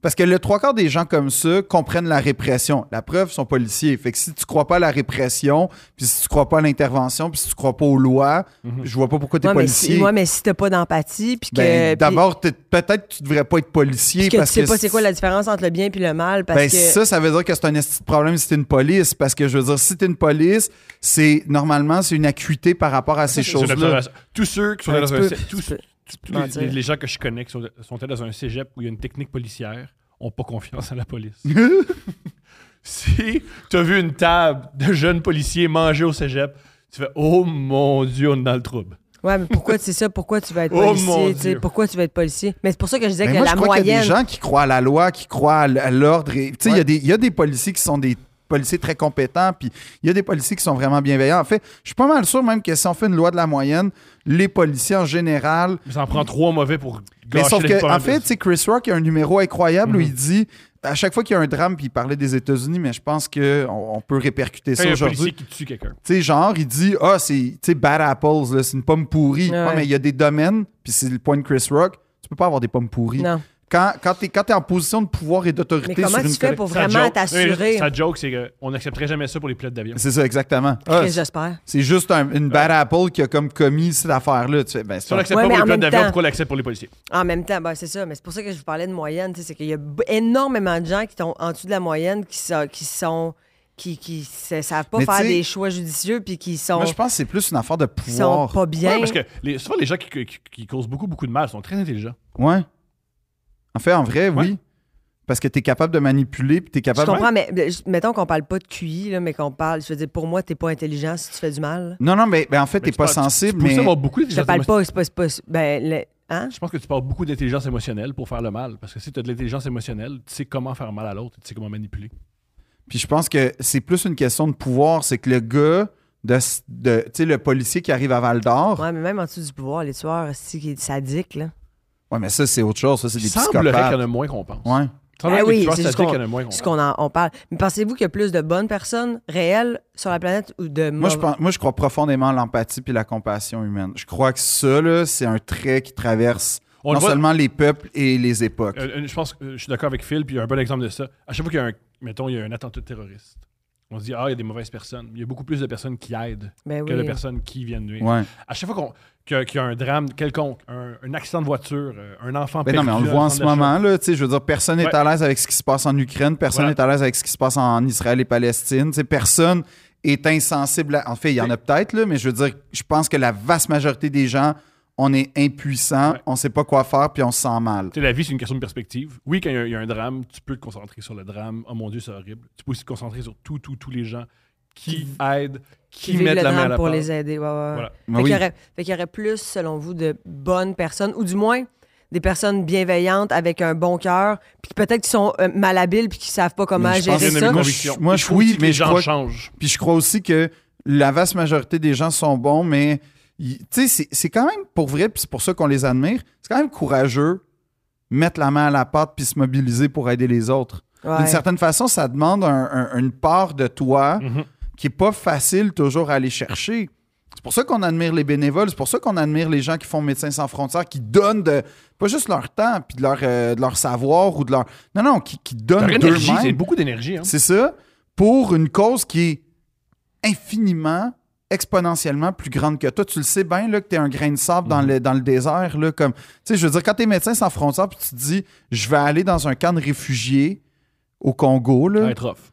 B: Parce que le trois quarts des gens comme ça comprennent la répression. La preuve, ils sont policiers. Fait que si tu crois pas à la répression, puis si tu crois pas à l'intervention, puis si tu crois pas aux lois, je vois pas pourquoi t'es
C: Mhm. Ouais, mais si,
B: policier.
C: ouais, mais si t'as pas d'empathie, puis que.
B: Ben,
C: puis-
B: D'abord, t'es- peut-être que tu devrais pas être policier
C: puis que tu
B: parce
C: sais pas
B: si-
C: c'est quoi la différence entre le bien puis le mal, parce
B: ben,
C: que.
B: ça, ça veut dire que c'est un esti de problème si t'es une police. Parce que je veux dire, si t'es une police, c'est normalement, c'est une acuité par rapport à ces
A: C'est une
B: choses-là.
A: observation. Tous ceux qui sont
B: Ouais,
A: dans
B: tu
A: un
B: peux-
A: cé- tous-
C: tu peux-
A: tous
C: peux
A: les-
C: mentir.
A: les, gens que je connais qui sont, sont dans un cégep où il y a une technique policière n'ont pas confiance à la police. si tu as vu une table de jeunes policiers manger au cégep, tu fais Oh mon Dieu, on est dans le trouble.
C: Ouais, mais pourquoi c'est ça? Pourquoi tu vas être
A: Oh,
C: policier?
A: mon
C: tu sais,
A: Dieu.
C: Pourquoi tu vas être policier? Mais c'est pour ça que je disais
B: Mais
C: que
B: Ben, moi,
C: la
B: je crois qu'il y a
C: moyenne.
B: des gens qui croient à la loi, qui croient à l- à l'ordre. et- Tu sais, il y a des- il y, a des policiers qui sont des policiers très compétents, puis il y a des policiers qui sont vraiment bienveillants. En fait, je suis pas mal sûr même que si on fait une loi de la moyenne, les policiers en général.
A: Mais ça en prend trois mauvais pour
B: Mais
A: gâcher
B: sauf
A: le
B: que,
A: diplôme.
B: en fait, tu sais, Chris Rock a un numéro incroyable où
C: Mhm.
B: il dit. À chaque fois qu'il y a un drame, puis il parlait des États-Unis, mais je pense qu'on on peut répercuter
A: Quand
B: ça
A: il y a un
B: aujourd'hui.
A: policier qui tue quelqu'un.
B: Tu sais, genre, il dit Ah, c'est, tu sais, bad apples, là, c'est une pomme pourrie.
C: Ouais.
B: Ah, mais il y a des domaines, puis c'est le point de Chris Rock, tu peux pas avoir des pommes pourries.
C: Non.
B: quand, quand tu es, en position de pouvoir et
C: Mais
B: d'autorité sur
C: comment
B: une
C: tu fais
B: collect-
C: pour
A: Sa
C: vraiment
A: joke-
C: t'assurer?
A: oui, Sa joke, c'est qu'on n'accepterait jamais ça pour les pilotes d'avion.
B: C'est ça, exactement. Ah,
C: Chris, J'espère.
B: c'est juste un- une bad apple qui a comme commis cette affaire-là. Tu fais, ben,
A: Si
B: c'est
A: on
B: un-
A: l'accepte
C: Ouais,
A: pas
C: mais
A: pour les
C: en
A: pilotes
C: même
A: d'avion,
C: temps-
A: pourquoi on l'accepte pour les policiers?
C: En même temps, ben, c'est ça. Mais c'est pour ça que je vous parlais de moyenne. tu sais, C'est qu'il y a b- énormément de gens qui sont en dessous de la moyenne qui sont. Qui sont qui, qui se- savent pas
B: Mais
C: faire
B: tu sais-
C: des choix judicieux puis qui sont,
B: Moi, je pense que c'est plus une affaire de
C: qui sont
B: pouvoir.
C: pas bien.
A: Ouais, parce que les, souvent, les gens qui, qui- qui causent beaucoup, beaucoup de mal sont très intelligents.
B: Ouais. En fait, en vrai, oui. Parce que tu es capable de manipuler puis tu es
C: je
B: capable
C: comprends, mais mais, je- mettons qu'on parle pas de QI, là, mais qu'on parle. Je veux dire, pour moi, t'es pas intelligent si tu fais du mal.
B: Non, non, mais, mais en fait,
A: Mais
B: t'es pas
A: parles-
B: sensible,
A: Tu peux aussi
B: mais.
A: avoir beaucoup
C: Je te
A: d'intelligence
C: parle
A: émotionnelle.
C: pas, c'est pas. c'est pas ben, le- hein?
A: Je pense que tu parles beaucoup d'intelligence émotionnelle pour faire le mal. Parce que si tu as de l'intelligence émotionnelle, tu sais comment faire mal à l'autre, tu sais comment manipuler.
B: Puis je pense que c'est plus une question de pouvoir. C'est que le gars, de, de- tu sais, le policier qui arrive à Val d'Or, ouais.
C: Ouais, mais même en dessous du pouvoir, les tueurs, c'est qui est sadique, là.
B: mais ça, c'est autre chose. Ça, c'est
A: Il
B: des
A: semblerait qu'il y en
B: psychopathes.
A: a moins qu'on pense.
B: Ouais.
A: Il semblerait
C: Ah
A: que les
C: oui,
A: tueurs
C: c'est juste
A: statiques,
C: qu'on-
A: il y en a moins qu'on
C: Ce
A: pense.
C: qu'on en on parle. Mais pensez-vous qu'il y a plus de bonnes personnes réelles sur la planète ou de
B: Moi je,
C: mauvais-
B: pense- moi, je crois profondément à l'empathie puis la compassion humaine. Je crois que ça, là, c'est un trait qui traverse
A: On le
B: non
A: voit-
B: seulement les peuples et les époques.
A: Euh, euh, je pense que euh, je suis d'accord avec Phil, puis il y a un bon exemple de ça. À chaque fois qu'il y a un, mettons, il y a un attentat terroriste, on se dit, ah, il y a des mauvaises personnes. Il y a beaucoup plus de personnes qui aident
C: Ben
A: que de
C: oui.
A: personnes qui viennent nuire.
B: ouais.
A: À chaque fois qu'on- que- qu'il y a un drame quelconque, un, un accident de voiture, euh, un enfant
B: Ben non,
A: perdu
B: mais on le
A: dans
B: voit
A: un
B: en
A: centre
B: ce
A: d'achat.
B: moment, là. Tu sais, je veux dire, personne n'est
A: Ouais.
B: à l'aise avec ce qui se passe en Ukraine, personne n'est
A: Voilà.
B: à l'aise avec ce qui se passe en Israël et Palestine. Tu sais, personne est insensible. à- En fait, il y en a peut-être, là, mais je veux dire, je pense que la vaste majorité des gens, on est impuissant,
A: Ouais.
B: on sait pas quoi faire, puis on se sent mal.
A: Tu sais, la vie, c'est une question de perspective. Oui, quand il y, a- il y a un drame, tu peux te concentrer sur le drame. Oh mon Dieu, c'est horrible. Tu peux aussi te concentrer sur tout, tout, tous les gens qui aident, qui,
C: Qui vivent
A: mettent
C: le
A: la main à
C: drame
A: la
C: pour
A: pâte.
C: les aider. Ouais, ouais, ouais.
A: Voilà.
C: Fait
B: Mais Ben oui.
C: qu'il y aurait- fait qu'il y aurait plus, selon vous, de bonnes personnes, ou du moins des personnes bienveillantes avec un bon cœur, puis qui peut-être qui sont euh, malhabiles puis qui savent pas comment
B: Mais je pense
C: gérer
B: que-
A: Une
C: ça.
B: Moi,
A: conviction.
B: je- moi,
A: Il
B: je-
A: faut
B: oui,
A: aussi que
B: mais
A: les
B: je
A: gens
B: crois-
A: changent.
B: Puis je crois aussi que la vaste majorité des gens sont bons, mais ils- tu sais, c'est- c'est quand même pour vrai, puis c'est pour ça qu'on les admire. C'est quand même courageux mettre la main à la pâte puis se mobiliser pour aider les autres. D'une
C: Ouais.
B: certaine façon, ça demande un- un- une part de toi
A: Mhm.
B: qui n'est pas facile toujours à aller chercher. C'est pour ça qu'on admire les bénévoles, c'est pour ça qu'on admire les gens qui font Médecins sans frontières, qui donnent de, pas juste leur temps, puis de leur, euh, de leur savoir ou de leur... Non, non, qui, qui donnent
A: Leur énergie, c'est
B: d'eux-mêmes.
A: beaucoup d'énergie. hein.
B: C'est ça, pour une cause qui est infiniment, exponentiellement plus grande que toi. Tu le sais bien, là, que tu es un grain de sable
C: Mhm.
B: dans, le, dans le désert, là, comme... Tu sais, je veux dire, quand t'es médecin sans frontières, puis tu te dis, je vais aller dans un camp de réfugiés au Congo, là,
A: Ça va être off.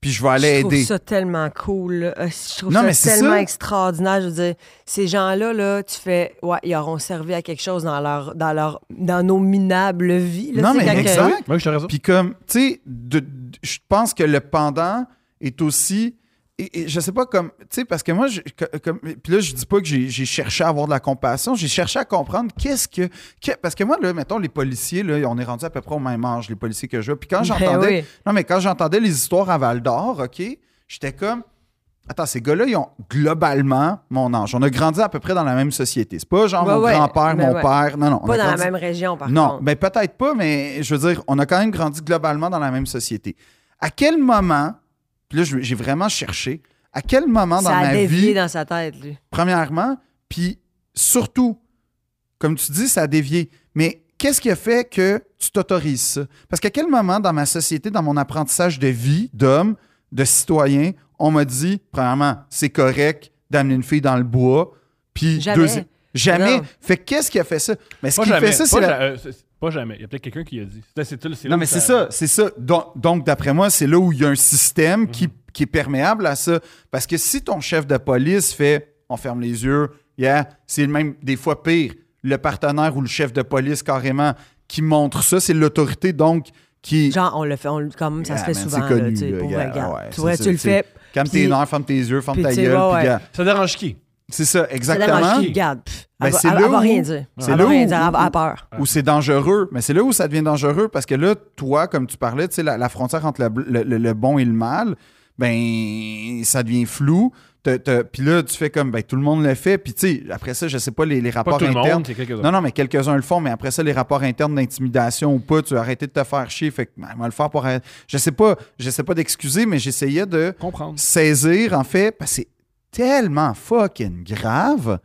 B: puis je vais aller
C: je trouve
B: aider.
C: ça tellement cool. là. Euh, Je trouve
B: Non, mais c'est
C: ça tellement
B: ça.
C: extraordinaire. Je veux dire, ces gens-là, là, tu fais, ouais, ils auront servi à quelque chose dans leur, dans leur, dans nos minables vies. là,
B: non,
C: tu sais,
B: mais
C: quand que-
B: exact.
A: Oui, je te
C: Oh.
A: raison.
B: Puis comme, tu sais, de- de- je pense que le pendant est aussi... Et, et je sais pas comme... Tu sais, parce que moi, je, co- comme, puis là, je dis pas que j'ai j'ai cherché à avoir de la compassion, j'ai cherché à comprendre qu'est-ce que, que- Parce que moi, là, mettons, les policiers, là, on est rendu à peu près au même âge, les policiers que je vois. Puis quand
C: Ben
B: j'entendais...
C: oui.
B: Non, mais quand j'entendais les histoires à Val-d'Or, OK, j'étais comme... Attends, ces gars-là, ils ont globalement mon âge. On a grandi à peu près dans la même société. C'est pas genre
C: Ouais,
B: mon
C: ouais,
B: grand-père,
C: ben
B: mon
C: ouais.
B: père. Non, non. on
C: Pas
B: a
C: dans la
B: grandi-
C: même région, par
B: non,
C: contre.
B: ben peut-être pas, mais je veux dire, on a quand même grandi globalement dans la même société. À quel moment, puis là, je- j'ai vraiment cherché, à quel moment dans
C: ça a
B: ma
C: dévié
B: vie,
C: dans sa tête, lui.
B: premièrement, puis surtout, comme tu dis, ça a dévié. Mais qu'est-ce qui a fait que tu t'autorises ça? Parce qu'à quel moment dans ma société, dans mon apprentissage de vie, d'homme, de citoyen, on m'a dit, premièrement, c'est correct d'amener une fille dans le bois, puis
C: Jamais.
B: deuxi- Jamais.
C: Non.
B: Fait que qu'est-ce qui a fait ça? Mais ce
A: Pas
B: qui
A: jamais.
B: fait ça, c'est
A: Pas
B: la-
A: ja- euh, c'est- Pas jamais. Il y a peut-être quelqu'un qui a dit. C'est- c'est- c'est là
B: non,
A: où
B: mais c'est ça, c'est ça. Donc, donc, d'après moi, c'est là où il y a un système qui,
A: Mhm.
B: qui est perméable à ça. Parce que si ton chef de police fait on ferme les yeux, yeah, c'est même des fois pire, le partenaire ou le chef de police carrément qui montre ça, c'est l'autorité donc qui.
C: Genre, on le fait, on, le- comme ça
B: Yeah,
C: se fait
B: man,
C: souvent,
B: c'est connu,
C: là, tu sais,
B: là,
C: pour
B: yeah, ah
C: vrai, regarde.
B: ouais,
C: tu
B: c'est
C: vois,
B: ça,
C: tu le
B: tu sais.
C: fais.
B: Calme
C: puis-
B: tes nerfs, ferme tes yeux, ferme
C: puis
B: ta
C: tu sais,
B: gueule,
C: ouais,
B: puis
C: ouais.
B: gars.
A: Ça dérange qui
B: C'est ça,
C: Ça la
B: exactement.
C: marche, regarde. pff,
B: Ben,
C: elle va-
B: c'est
C: elle-
B: là
C: elle va
B: où-
C: rien dire.
B: c'est
C: Elle
B: là
C: va rien
B: où-
C: dire, elle- elle a peur.
B: Ou c'est dangereux. Mais c'est là où ça devient dangereux parce que là, toi, comme tu parlais, tu sais, la, la frontière entre le, bl- le- le- le bon et le mal, ben, ça devient flou. T'as- t'as- Puis là, tu fais comme, ben, tout le monde le fait. Puis, tu sais, après ça, je sais pas les, les
A: Pas
B: rapports
A: tout le
B: internes.
A: monde, c'est quelques
B: Non, non, mais quelques-uns le font, mais après ça, les rapports internes d'intimidation ou pas, tu as arrêté de te faire chier. Fait que, ben, on va le faire pour. arrêter. Je sais pas, je sais pas d'excuser, mais j'essayais de
A: Comprendre.
B: saisir, en fait, parce que c'est tellement fucking grave.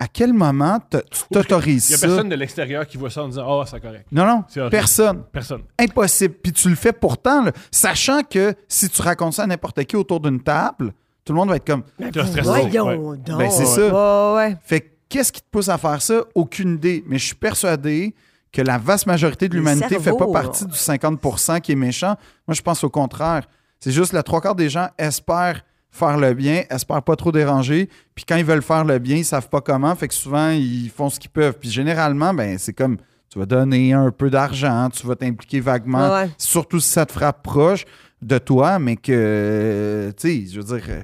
B: à quel moment te- tu t'autorises
A: Il y a
B: ça?
A: personne de l'extérieur qui voit ça en disant Ah, c'est correct.
B: Non, non,
A: C'est horrible.
B: personne.
A: Personne.
B: Impossible. Puis tu le fais pourtant, là, sachant que si tu racontes ça à n'importe qui autour d'une table, tout le monde va être comme.
A: Tu vas stresser.
C: Voyons donc.
B: Ben, c'est
C: Ouais, ouais.
B: Fait que qu'est-ce qui te pousse à faire ça? Aucune idée. Mais je suis persuadé que la vaste majorité de
C: Les
B: l'humanité fait pas
C: cerveaux,
B: partie
C: là.
B: du 50 qui est méchant. Moi, je pense au contraire. C'est juste la trois quarts des gens espèrent faire le bien, espèrent pas trop déranger. Puis quand ils veulent faire le bien, ils savent pas comment. Fait que souvent, ils font ce qu'ils peuvent. Puis généralement, ben, c'est comme tu vas donner un peu d'argent, tu vas t'impliquer vaguement,
C: Ouais, ouais.
B: surtout si ça te frappe proche de toi, mais que, tu sais, je veux dire, euh,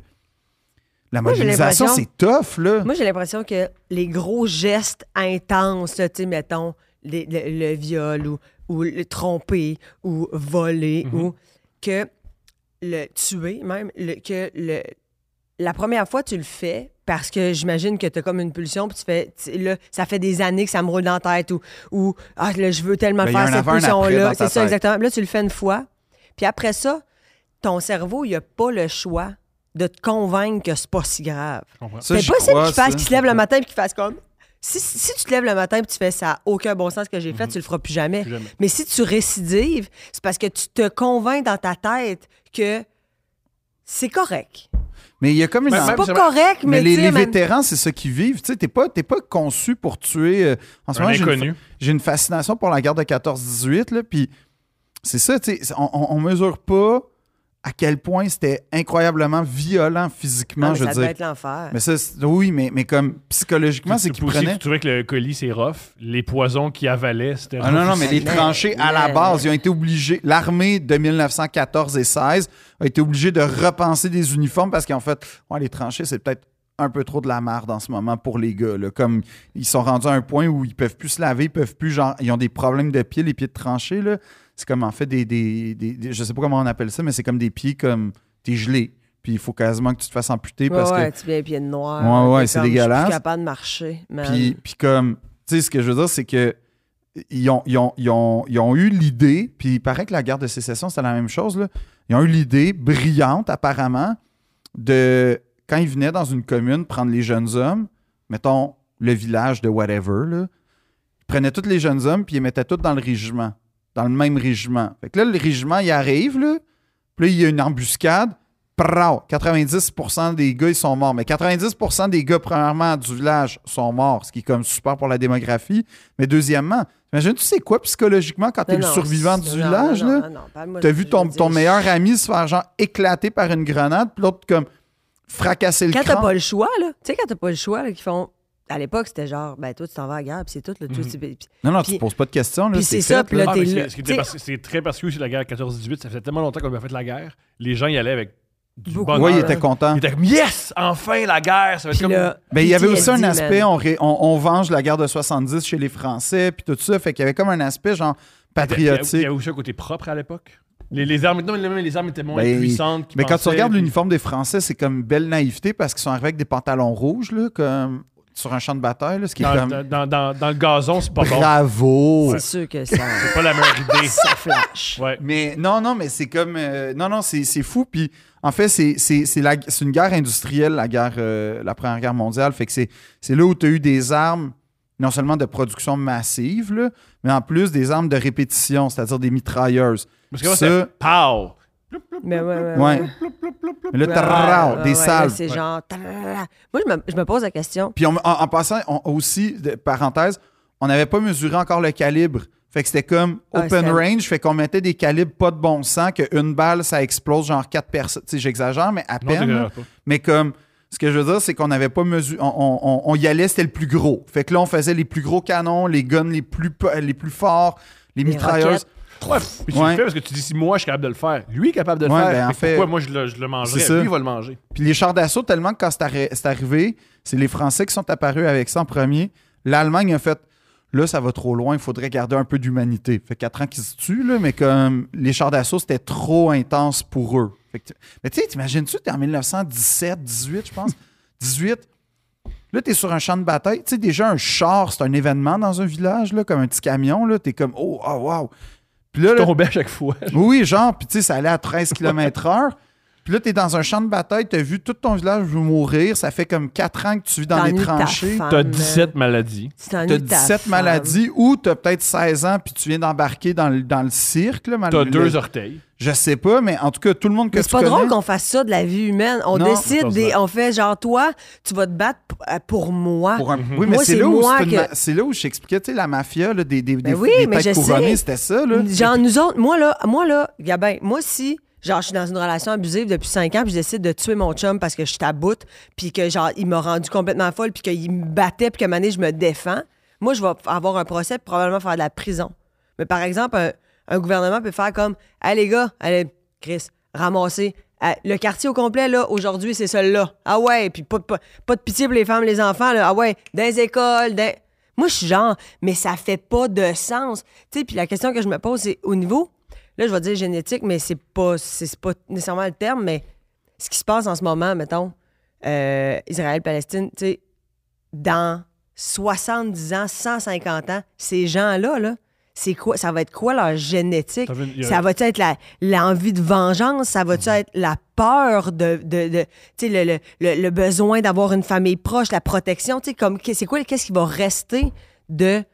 B: la
C: Moi, j'ai
B: mobilisation,
C: l'impression-
B: c'est tough, là.
C: Moi, j'ai l'impression que les gros gestes intenses, tu sais, mettons, les- le, le viol ou, ou le tromper ou voler
B: Mhm.
C: ou que le tuer même, le- que le, la première fois, tu le fais parce que j'imagine que tu as comme une pulsion, puis tu fais, tu- là, ça fait des années que ça me roule dans la tête ou, ou ah, là, je veux tellement
B: Ben, il y a
C: faire
B: un
C: cette
B: avant, un après dans
C: pulsion-là.
B: ta
C: C'est ça,
B: tête.
C: exactement. Puis Là, tu le fais une fois. Puis après ça, ton cerveau, il a pas le choix de te convaincre que c'est pas si grave.
A: Je comprends.
B: Ça,
C: C'est
B: j'y
C: Ben, pas
B: crois,
C: possible qu'il
B: ça.
C: fasse, qu'il se lève le matin et qu'il fasse comme. Si, si tu te lèves le matin et tu fais ça, a aucun bon sens ce que j'ai
B: Mhm.
C: fait, tu le feras plus jamais.
A: Plus jamais.
C: Mais si tu récidives, c'est parce que tu te convaincs dans ta tête que c'est correct.
B: Mais il y a comme une.
A: Ben,
C: C'est
A: Même
C: pas
A: si-
C: correct,
B: mais
C: mais,
B: les,
C: tu sais,
B: les
C: man-
B: vétérans, c'est ça qu'ils vivent. Tu sais, t'es pas, t'es pas conçu pour tuer. euh, en ce
A: Un
B: moment, j'ai une
A: inconnu.
B: fa- j'ai une, fascination pour la guerre de 14-18, là, puis c'est ça, tu sais, on, on- on mesure pas à quel point c'était incroyablement violent phyquement,
C: Ah, mais ça
B: je veux
C: devait
B: dire.
C: être l'enfer.
B: Mais ça, c'est- oui, mais, mais comme psychologiquement, c'est
A: Tu-
B: qu'ils
A: aussi,
B: prenaient.
A: Tu trouvais que le colis, c'est rough. Les poisons qu'il avalait, c'était
B: Ah non,
A: rough
B: non, mais
A: aussi.
B: les
C: Mais-
B: tranchées à la
C: mais- euh,
B: base, ils ont été obligés. L'armée de 1914 et 16 a été obligée de repenser des uniformes parce qu'en fait, ouais, les tranchées, c'est peut-être un peu trop de la marde en ce moment pour les gars. là. Comme ils sont rendus à un point où ils peuvent plus se laver, ils peuvent plus, genre, ils ont des problèmes de pieds, les pieds de tranchée, là. C'est comme en fait des, des, des- des- Je sais pas comment on appelle ça, mais c'est comme des pieds comme. T'es gelé. Puis il faut quasiment que tu te fasses amputer parce
C: ouais,
B: que
C: ouais, tu viens les pieds noirs.
B: Ouais, ouais,
C: t'es
B: c'est
C: comme, Je
B: dégueulasse.
C: suis plus capable de marcher. man.
B: puis, puis comme, tu sais, ce que je veux dire, c'est que ils ont, ils ont- ils ont- ils ont eu l'idée, puis il paraît que la guerre de sécession, c'était la même chose, là. Ils ont eu l'idée brillante, apparemment, de quand ils venaient dans une commune prendre les jeunes hommes, mettons le village de whatever, là, ils prenaient tous les jeunes hommes, puis ils les mettaient tous dans le régiment, dans le même régiment. Fait que là, le régiment, il arrive, là, puis là, il y a une embuscade. Prrrao, 90% des gars, ils sont morts. Mais 90% des gars, premièrement, du village sont morts, ce qui est comme super pour la démographie. Mais deuxièmement, imagine, tu sais quoi psychologiquement quand t'es
C: Non,
B: le
C: non,
B: survivant
C: c'est-
B: du
C: non,
B: village,
C: non,
B: là?
C: non, non, parle-moi
B: T'as
C: de-
B: vu
C: je
B: ton,
C: veux
B: ton
C: dire,
B: meilleur ami se faire genre éclater par une grenade, puis l'autre comme fracasser le
C: Quand t'as
B: crâne.
C: pas le choix, là. Tu sais, quand t'as pas le choix, là, qui font. À l'époque, c'était genre, ben toi, tu t'en vas à la guerre, puis c'est tout, là.
B: Mhm.
C: toi, tu- puis-
B: Non, non, tu
C: Puis-
B: te poses pas de questions. là,
C: puis c'est ça,
B: fait,
C: puis
B: là.
C: là,
A: Ah, mais
C: t'es
A: c'est-
C: là.
A: ce qui était
C: T'sais-
A: parce- C'est très particulier sur la guerre 14-18. Ça faisait tellement longtemps qu'on avait fait la guerre. Les gens y allaient avec du
C: Beaucoup.
A: bonheur.
B: Oui, il
C: Ouais.
B: était content.
A: Ils étaient comme Yes! Enfin la guerre! Ça va être
C: Puis
A: comme.
C: là,
B: Ben, il y avait aussi un
C: PTSD,
B: aspect,
C: man.
B: on, ré- on- on venge la guerre de 70 chez les Français, puis tout ça. Fait qu'il y avait comme un aspect,
A: Il y
B: genre,
A: a- Il y
B: patriotique.
A: a aussi un côté propre à l'époque. Les, les armes, non, mais les armes étaient moins
B: Ben,
A: puissantes. qu'ils
B: Mais quand tu
A: pensaient,
B: regardes
A: puis-
B: l'uniforme des Français, c'est comme une belle naïveté parce qu'ils sont arrivés avec des pantalons rouges, là, comme sur un champ de bataille, là, ce qui est
A: dans,
B: comme.
A: dans- dans- dans le gazon, c'est pas bon.
B: Bravo!
C: C'est sûr que ça,
A: C'est pas la meilleure idée.
C: ça flash.
A: Ouais.
B: Mais non, non, mais c'est comme. euh, non, non, c'est c'est fou. Puis en fait, c'est c'est- c'est la- c'est une guerre industrielle, la, guerre, euh, la Première Guerre mondiale. Fait que c'est c'est là où tu as eu des armes, non seulement de production massive, là, mais en plus des armes de répétition, c'est-à-dire des mitrailleuses.
A: Parce que moi,
B: Ça-
A: c'est pow!
C: Mais ouais, ouais,
B: Ouais.
C: ouais.
B: Mais là,
C: Euh, Ouais,
B: tarrao,
C: ouais,
B: des
C: ouais,
B: salves.
C: là, C'est genre. tarrao. Moi, je me, je me pose la question.
B: Puis on- en, en passant, on, aussi, de- parenthèse, on n'avait pas mesuré encore le calibre. Fait que c'était comme
C: Ah,
B: open
C: c'était-
B: range, fait qu'on mettait des calibres pas de bon sens, qu'une balle, ça explose genre quatre personnes. Tu sais, j'exagère, mais à
A: Non,
B: peine. là.
A: t'exagères pas.
B: Mais comme, ce que je veux dire, c'est qu'on n'avait pas mesuré. On, on- on- on y allait, c'était le plus gros. Fait que là, on faisait les plus gros canons, les guns les plus, po- les plus forts, les,
C: Les
B: mitrailleuses.
C: roquettes.
A: Ouais, puis tu
B: Ouais.
A: le fais parce que tu dis si moi je suis capable de le faire, lui est capable de le
B: Ouais,
A: faire.
B: ben, en
A: Fait que
B: fait,
A: pourquoi moi je le, je le
B: c'est ça.
A: mangerais? Lui il va le manger.
B: Puis les chars d'assaut, tellement que quand c'est arri- c'est arrivé, c'est les Français qui sont apparus avec ça en premier. L'Allemagne a fait là, ça va trop loin, il faudrait garder un peu d'humanité. Fait quatre ans qu'ils se tuent, là, mais comme les chars d'assaut, c'était trop intense pour eux. Fait que tu- mais tu sais, t'imagines-tu, t'es en 1917, 18, je pense, 18. Là, t'es sur un champ de bataille. Tu sais, déjà, un char, c'est un événement dans un village, là, comme un petit camion. Là, t'es comme, oh, oh, wow. Puis là, là,
A: Tombait à chaque fois.
B: oui, genre, puis tu sais, ça allait à 13 km/h. Puis là, t'es dans un champ de bataille, t'as vu tout ton village mourir. Ça fait comme 4 ans que tu vis dans les
C: T'ennuies ta
B: tranchées.
C: femme.
A: T'as 17 maladies.
C: Tu t'ennuies
B: T'as
C: de ta
B: 17
C: femme.
B: maladies ou t'as peut-être 16 ans puis tu viens d'embarquer dans le, dans le cirque. là, mal-
A: T'as
B: le-
A: deux orteils.
B: Je sais pas, mais en tout cas, tout le monde que
C: Mais
B: tu
C: c'est pas
B: connais...
C: drôle qu'on fasse ça de la vie humaine. On
B: Non,
A: c'est
C: décide
A: pas
C: des.
A: vrai.
C: On fait genre, toi, tu vas te battre p- euh, pour moi.
B: pour un- Oui, mais
C: Moi,
B: c'est
C: c'est
B: là, où
C: moi
B: c'est une
C: que- Ben
B: ma- c'est là où je t'expliquais, tu sais, la mafia, là, des, des, des,
C: oui,
B: des
C: mais
B: têtes
C: je sais.
B: couronnées, c'était ça. Là.
C: Genre, nous autres, moi là, moi là, Gabin, moi si, genre, je suis dans une relation abusive depuis 5 ans, puis je décide de tuer mon chum parce que je taboute, puis que genre, il m'a rendu complètement folle, puis qu'il me battait, puis que mané, je me défends. Moi, je vais avoir un procès, puis probablement faire de la prison. Mais par exemple, un, un gouvernement peut faire comme, hey les gars, allez, Chris, ramasser. euh, le quartier au complet, là, aujourd'hui, c'est celui-là. Ah ouais, puis pas, de- pas, pas de pitié pour les femmes, les enfants, là. Ah ouais, dans les écoles, dans... Moi, je suis genre, mais ça fait pas de sens. Tu sais, puis la question que je me pose, c'est au niveau, là, je vais dire génétique, mais c'est pas, c'est c'est pas nécessairement le terme, mais ce qui se passe en ce moment, mettons, euh, Israël-Palestine, tu sais, dans 70 ans, 150 ans, ces gens-là, là, c'est quoi, ça va être quoi leur génétique?
A: Ça veut- il y a- Mhm.
C: Ça va-tu être la- l'envie de vengeance? Ça va-tu être la peur de, de, de- tu sais, le, le- le- le besoin d'avoir une famille proche, la protection? Tu sais, comme, qu'est- c'est quoi, qu'est-ce qui va rester de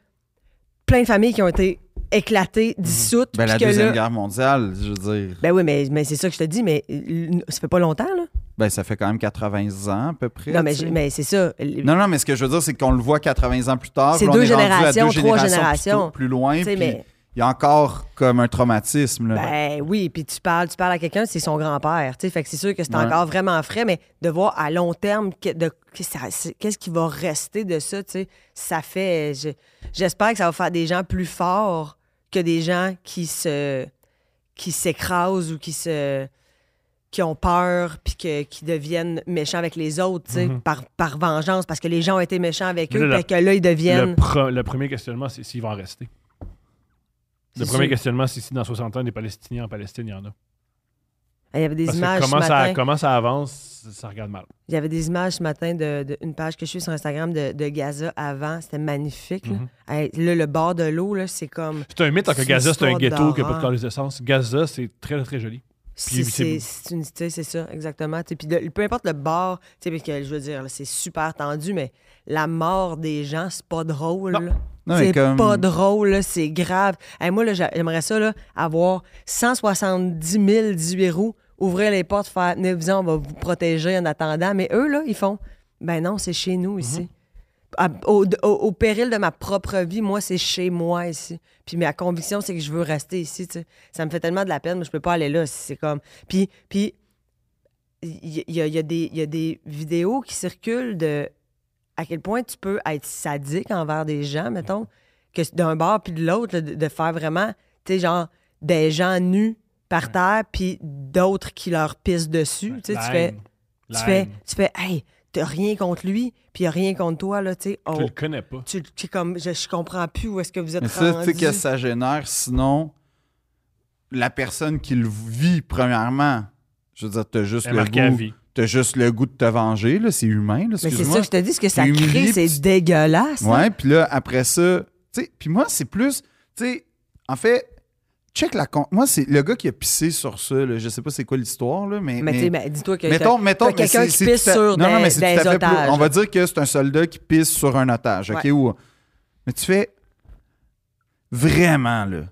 C: plein de familles qui ont été éclatées,
A: Mhm.
C: dissoutes?
B: Ben, la
C: puis que
B: Deuxième
C: là-
B: Guerre mondiale, je veux dire,
C: ben oui, mais, mais c'est ça que je te dis, mais euh, ça fait pas longtemps, là.
B: ben, ça fait quand même 80 ans à peu près.
C: non, mais,
B: tu sais.
C: je- mais c'est ça. Tu
B: Non, non, mais ce que je veux dire, c'est qu'on le voit 80 ans plus tard.
C: C'est
B: puis on
C: deux
B: est rendu à
C: générations,
B: deux
C: trois
B: générations. plus
C: générations.
B: tôt, Plus loin,
C: sais,
B: puis
C: mais.
B: il y a encore comme un traumatisme. Là.
C: Ben oui, puis tu parles, tu parles à quelqu'un, c'est son grand-père, tu sais, fait que c'est sûr que c'est
B: Ouais.
C: encore vraiment frais, mais de voir à long terme que- de- que ça- c'est- qu'est-ce qui va rester de ça, tu sais, ça fait, je- j'espère que ça va faire des gens plus forts que des gens qui se, qui s'écrasent ou qui se, qui ont peur puis que- qui deviennent méchants avec les autres, tu sais,
A: Mhm.
C: par, par vengeance, parce que les gens ont été méchants avec
A: Mais
C: eux,
A: là,
C: fait que là ils
A: Le,
C: deviennent.
A: pre- le premier questionnement, c'est s'il va en rester. Le
C: C'est
A: premier
C: sûr.
A: questionnement, c'est si dans 60 ans, des Palestiniens en Palestine, il y en a.
C: Il y avait des
A: Parce
C: images
A: que comment
C: ce
A: ça,
C: matin.
A: comment ça avance, ça regarde mal.
C: Il y avait des images ce matin d'une de, une page que je suis sur Instagram de, de Gaza avant. C'était magnifique. là.
A: Mhm.
C: Hey, là, le bord de l'eau, là, c'est comme.
A: C'est un mythe hein, que
C: C'est une
A: Gaza, c'est un
C: histoire
A: ghetto qui n'a pas de
C: d'horreur.
A: calice de sens. Gaza, c'est très, très joli.
C: C'est
A: c'est-
C: c'est- c'est une. tu sais, C'est ça, exactement. Tu sais, Puis le- peu importe le bord, tu sais, parce que, je veux dire, là, c'est super tendu, mais la mort des gens, c'est pas drôle.
A: Non.
C: là.
B: Non, mais
C: C'est
B: comme-
C: pas drôle, là, c'est grave. Hey, moi, là, j'a- j'aimerais ça, là, avoir 170 000 18 roues, ouvrir les portes, faire « Venez, on va vous protéger en attendant. » Mais eux, là, ils font « Ben non, c'est chez nous, ici.
B: Mhm.
C: À- au, au- au péril de ma propre vie, moi, c'est chez moi, ici. Puis ma conviction, c'est que je veux rester ici, tu sais. Ça me fait tellement de la peine, mais je peux pas aller là. C'est comme... Puis... puis il y- il y a, il y a des- il y a des vidéos qui circulent de à quel point tu peux être sadique envers des gens, mettons, que c'est d'un bord puis de l'autre, là, de, de faire vraiment, tu sais, genre, des gens nus par terre, puis d'autres qui leur pissent dessus. tu sais,
A: La
C: tu fais,
A: haine.
C: tu
A: La
C: fais,
A: haine.
C: tu fais, hey, t'as rien contre lui, puis il a rien contre toi, là, tu sais.
A: Tu
C: on-
A: le connais pas.
C: tu, tu sais, comme, je, je comprends plus où est-ce que vous êtes
B: Mais ça, tu sais,
C: rendu.
B: que ça génère, sinon, la personne qui le vit, premièrement, je veux dire, t'as juste
A: Elle
B: le
A: marque à
B: goût.
A: vie.
B: T'as juste le goût de te venger, là, c'est humain, là,
C: Mais c'est
B: excuse-moi.
C: ça que je te dis, ce que ça
B: T'es humilié,
C: crée, c'est
B: puis tu-
C: dégueulasse. là.
B: Ouais, puis là, après ça, tu sais, puis moi, c'est plus, tu sais, en fait, check la con. Moi, c'est le gars qui a pissé sur ça, là, je sais pas c'est quoi l'histoire, là, mais.
C: Mais, tu
B: mais-
C: sais, ben, dis-toi que.
B: Mettons, mettons,
C: t'as quelqu'un
B: mais c'est-
C: qui
B: c'est
C: pisse
B: tout à-
C: sur
B: non, non,
C: des-
B: mais c'est
C: des
B: tout à fait plus-
C: otages.
B: On va dire que c'est un soldat qui pisse sur un otage, OK?
C: Ouais.
B: ou- mais tu fais. Vraiment, là.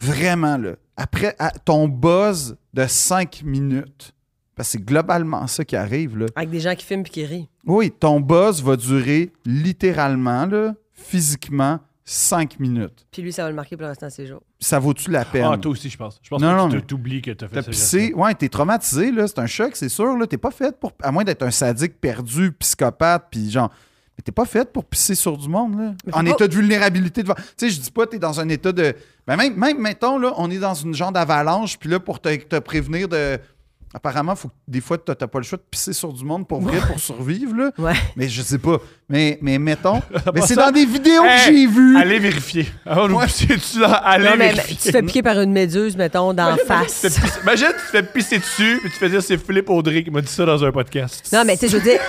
B: Vraiment, là. Après à- ton buzz de 5 minutes, parce que c'est globalement ça qui arrive, là.
C: Avec des gens qui filment puis qui rient.
B: Oui, ton buzz va durer littéralement, là, physiquement, 5 minutes.
C: Puis lui, ça va le marquer pour le restant de ses jours.
B: Ça vaut-tu la peine?
A: Ah, toi aussi, je pense. Je pense
B: Non, non,
A: que tu
B: mais-
A: te- t'oublies que t'as fait
B: T'as
A: ce
B: pissé,
A: geste-là.
B: ouais, t'es traumatisé, là, c'est un choc, c'est sûr, là, t'es pas faite pour, à moins d'être un sadique perdu, psychopathe, puis genre, mais t'es pas faite pour pisser sur du monde, là,
C: Mais faut
B: en
C: pas-
B: état de vulnérabilité devant, tu sais, je dis pas t'es dans un état de, ben même, même, mettons, là, on est dans une genre d'avalanche, puis là, pour te, te prévenir de, apparemment, faut que, des fois, t'as t'as pas le choix de pisser sur du monde pour vrai, pour survivre, là,
C: Ouais.
B: mais je sais pas, mais, mais mettons, mais c'est
A: ça.
B: dans des vidéos
A: Hey,
B: que j'ai vues,
A: Allez vérifier. Ah, nous
B: Ouais.
A: pisser-tu dans- Allez
C: Non, mais mais tu te
A: vérifier.
C: fais piquer par une méduse, mettons, d'en
A: Tu te
C: face.
A: fais pisser- Imagine, tu te fais pisser dessus, puis tu fais dire c'est Philippe Audrey qui m'a dit ça dans un podcast.
C: Non, mais tu sais, je veux dire.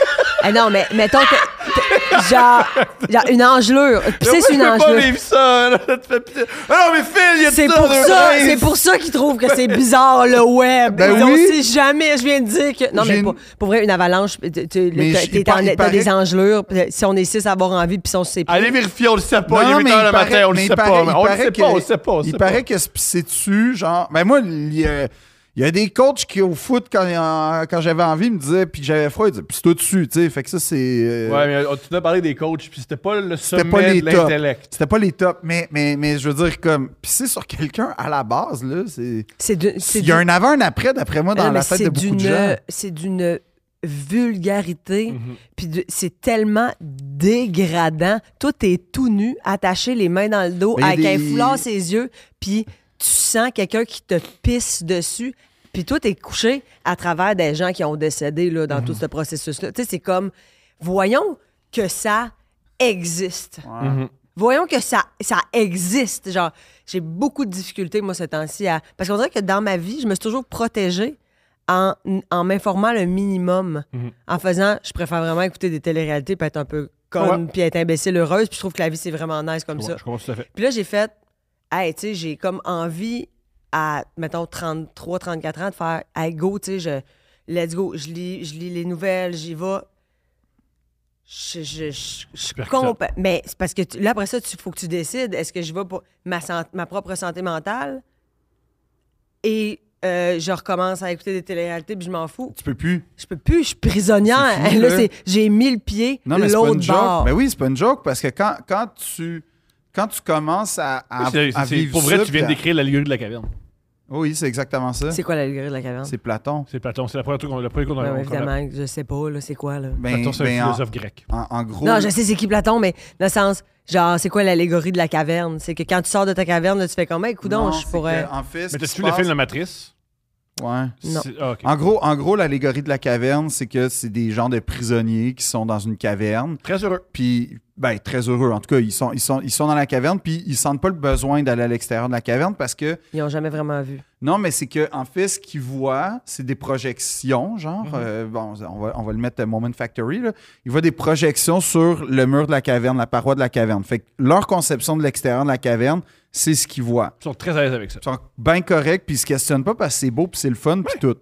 C: Eh non, mais euh, mettons que. genre, genre une angelure. Pisser sur une
E: Je peux pas
C: angelure.
E: vivre ça, là. Ça te fait pisser. Ah non, mais Phil, il y a
C: C'est
E: tout
C: pour
E: dans le
C: ça,
E: prince.
C: c'est pour ça qu'ils trouvent que c'est bizarre le web.
B: Ben
C: Ils ont-
B: oui.
C: On sait jamais, je viens de dire que non
B: J'ai
C: mais
B: une-
C: pour, pour vrai une avalanche, tu- tu-
B: Mais
C: t'as
B: je-
C: t'es
B: il par-
C: en-
B: il
C: t'as des
B: paraît-
C: engelures. puis Si on est six à avoir envie puis si on sait plus.
E: Allez vérifier, on le sait pas.
B: Non,
E: il est
B: mais
E: 8 h le
B: paraît-
E: matin, on le
B: mais il
E: sait
B: paraît-
E: pas. mais
B: il
E: On le
B: paraît
E: sait
B: que-
E: pas, on le sait pas. on
B: Il
E: sait
B: paraît que se pisser dessus, genre. Ben moi, il y a, il y a des coachs qui, au foot, quand, quand j'avais envie, ils me disaient, puis que j'avais froid, ils disaient, pisse-toi dessus, tu sais. Fait que ça, c'est. euh,
A: Ouais, mais euh, tu as parlé des coachs, puis c'était pas le sommet
B: pas les
A: de
B: tops.
A: l'intellect.
B: C'était pas les tops, mais, mais, mais je veux dire, comme, pisser sur quelqu'un à la base, là, c'est.
C: C'est de- c'est
B: Il y a
C: du-
B: un avant, un après, d'après moi,
C: Mais
B: dans
C: non, mais
B: la tête de
C: c'est
B: beaucoup de
C: d'une- euh,
B: gens.
C: C'est d'une vulgarité,
A: Mhm.
C: puis de- c'est tellement dégradant. Toi, t'es tout nu, attaché les mains dans le dos,
B: Mais il y a
C: avec un
B: des-
C: foulard à ses yeux, puis tu sens quelqu'un qui te pisse dessus. Puis toi, t'es couché à travers des gens qui ont décédé là, dans tout ce processus-là. Tu sais, c'est comme, voyons que ça existe. Voyons que ça, ça existe. Genre, j'ai beaucoup de difficultés, moi, ce temps-ci. À... Parce qu'on dirait que dans ma vie, je me suis toujours protégée en, en m'informant le minimum.
A: Mhm.
C: En faisant, je préfère vraiment écouter des téléréalités puis être un peu conne, puis être imbécile heureuse. Puis je trouve que la vie, c'est vraiment nice comme
A: Ouais,
C: ça.
A: Je comprends tout à fait.
C: Puis là, j'ai fait, hey, tu sais, j'ai comme envie à, mettons, 33, 34 ans de faire, hey, go, tu sais, je, let's go, je lis, je lis les nouvelles, j'y vais. Je, je, je, je
A: Percute.
C: compa- Mais c'est parce que tu- là, après ça, il faut que tu décides, est-ce que je vais pour ma, san- ma propre santé mentale et euh, je recommence à écouter des téléréalités puis je m'en fous.
B: Tu peux plus.
C: Je peux plus, je suis prisonnière.
B: C'est fini,
C: Là,
B: là.
C: c'est- j'ai mis le pied
B: Non, mais c'est pas
C: l'autre
B: une joke.
C: bord.
B: Ben oui, c'est pas une joke parce que quand, quand tu. Quand tu commences à, à,
A: C'est-
B: à
A: c'est-
B: vivre
A: pour vrai,
B: ça,
A: tu viens de
B: puis à-
A: décrire l'allégorie de la caverne.
B: Oui, c'est exactement ça.
C: C'est quoi l'allégorie de la caverne?
B: hein. C'est Platon.
A: C'est Platon, c'est la première truc qu'on- le premier cours qu'on
C: Ouais,
A: a
C: ouais,
A: qu'on a-
C: évidemment, je sais pas, là, c'est quoi, là?
B: Ben,
A: Platon, c'est
B: ben,
A: un
B: en-
A: philosophe grec.
B: en, en gros,
C: Non, je sais c'est qui Platon, mais dans le sens, genre, c'est quoi l'allégorie de la caverne? C'est que quand tu sors de ta caverne, là, tu fais comme, hey, coudon,
B: non,
C: je
B: c'est
C: pourrais.
B: que, En fait,
A: Mais
B: ce qui
A: t'as-tu
B: se
A: vu le film La
B: passe-
A: Matrice?
B: Ouais.
C: Non.
A: C'est- ah, ok.
B: En gros, en gros, l'allégorie de la caverne, c'est que c'est des gens de prisonniers qui sont dans une caverne,
A: Très heureux.
B: puis ben très heureux. En tout cas, ils sont, ils sont, ils sont dans la caverne, puis ils sentent pas le besoin d'aller à l'extérieur de la caverne parce que
C: Ils ont jamais vraiment vu.
B: Non, mais c'est que en fait, ce qu'ils voient, c'est des projections, genre, euh, bon, on va, on va le mettre à Moment Factory, là. Ils voient des projections sur le mur de la caverne, la paroi de la caverne. Fait que leur conception de l'extérieur de la caverne, c'est ce qu'ils voient.
A: Ils sont très à l'aise avec ça.
B: Ils sont bien corrects, puis ils se questionnent pas parce que c'est beau, puis c'est le fun, puis tout.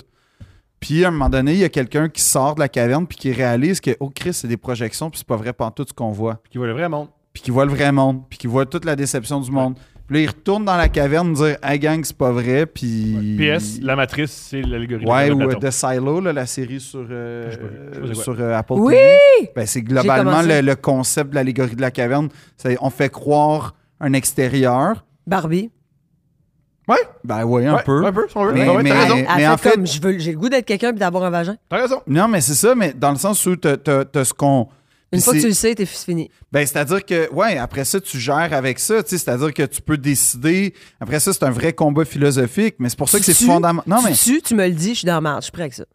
B: Puis à un moment donné, il y a quelqu'un qui sort de la caverne, puis qui réalise que, oh Christ, c'est des projections, puis c'est pas vrai pantoute ce qu'on voit
A: Qui voit le vrai monde.
B: puis qui voit le vrai monde, puis qui voit toute la déception du monde. Puis là, il retourne dans la caverne dire Hey gang, c'est pas vrai, puis.
A: PS, La Matrice, c'est l'allégorie
B: Ouais,
A: de
B: ou
A: la
B: euh,
A: caverne. de Platon.
B: The Silo, là, la série sur, euh,
A: Je sais pas, je sais pas c'est quoi.
B: sur euh, Apple
C: Oui!
B: TV. Ben, c'est globalement
C: commencé.
B: le, le concept de l'allégorie de la caverne. C'est on fait croire un extérieur.
C: Barbie.
B: Ben oui, un
A: Ouais,
B: peu.
A: Un peu, si on veut. Ah
B: Mais-
A: Ouais, ouais,
B: mais-
A: T'as
C: Elle,
A: raison.
C: elle
B: mais
C: fait
B: en fait-
C: comme, je veux- j'ai le goût d'être quelqu'un puis d'avoir un vagin.
A: T'as raison.
B: Non, mais c'est ça, mais dans le sens où t'as t'as- t'as ce qu'on.
C: Une
B: puis
C: fois que
B: c'est-
C: tu le sais, t'es fini.
B: Ben, c'est-à-dire que, ouais, après ça, tu gères avec ça. tu sais, C'est-à-dire que tu peux décider. Après ça, c'est un vrai combat philosophique, mais c'est pour ça que
C: Tu
B: c'est
C: tues,
B: fondamental. Non,
C: tu
B: mais.
C: tues, tu me le dis, je suis dans la marge, je suis prêt avec ça.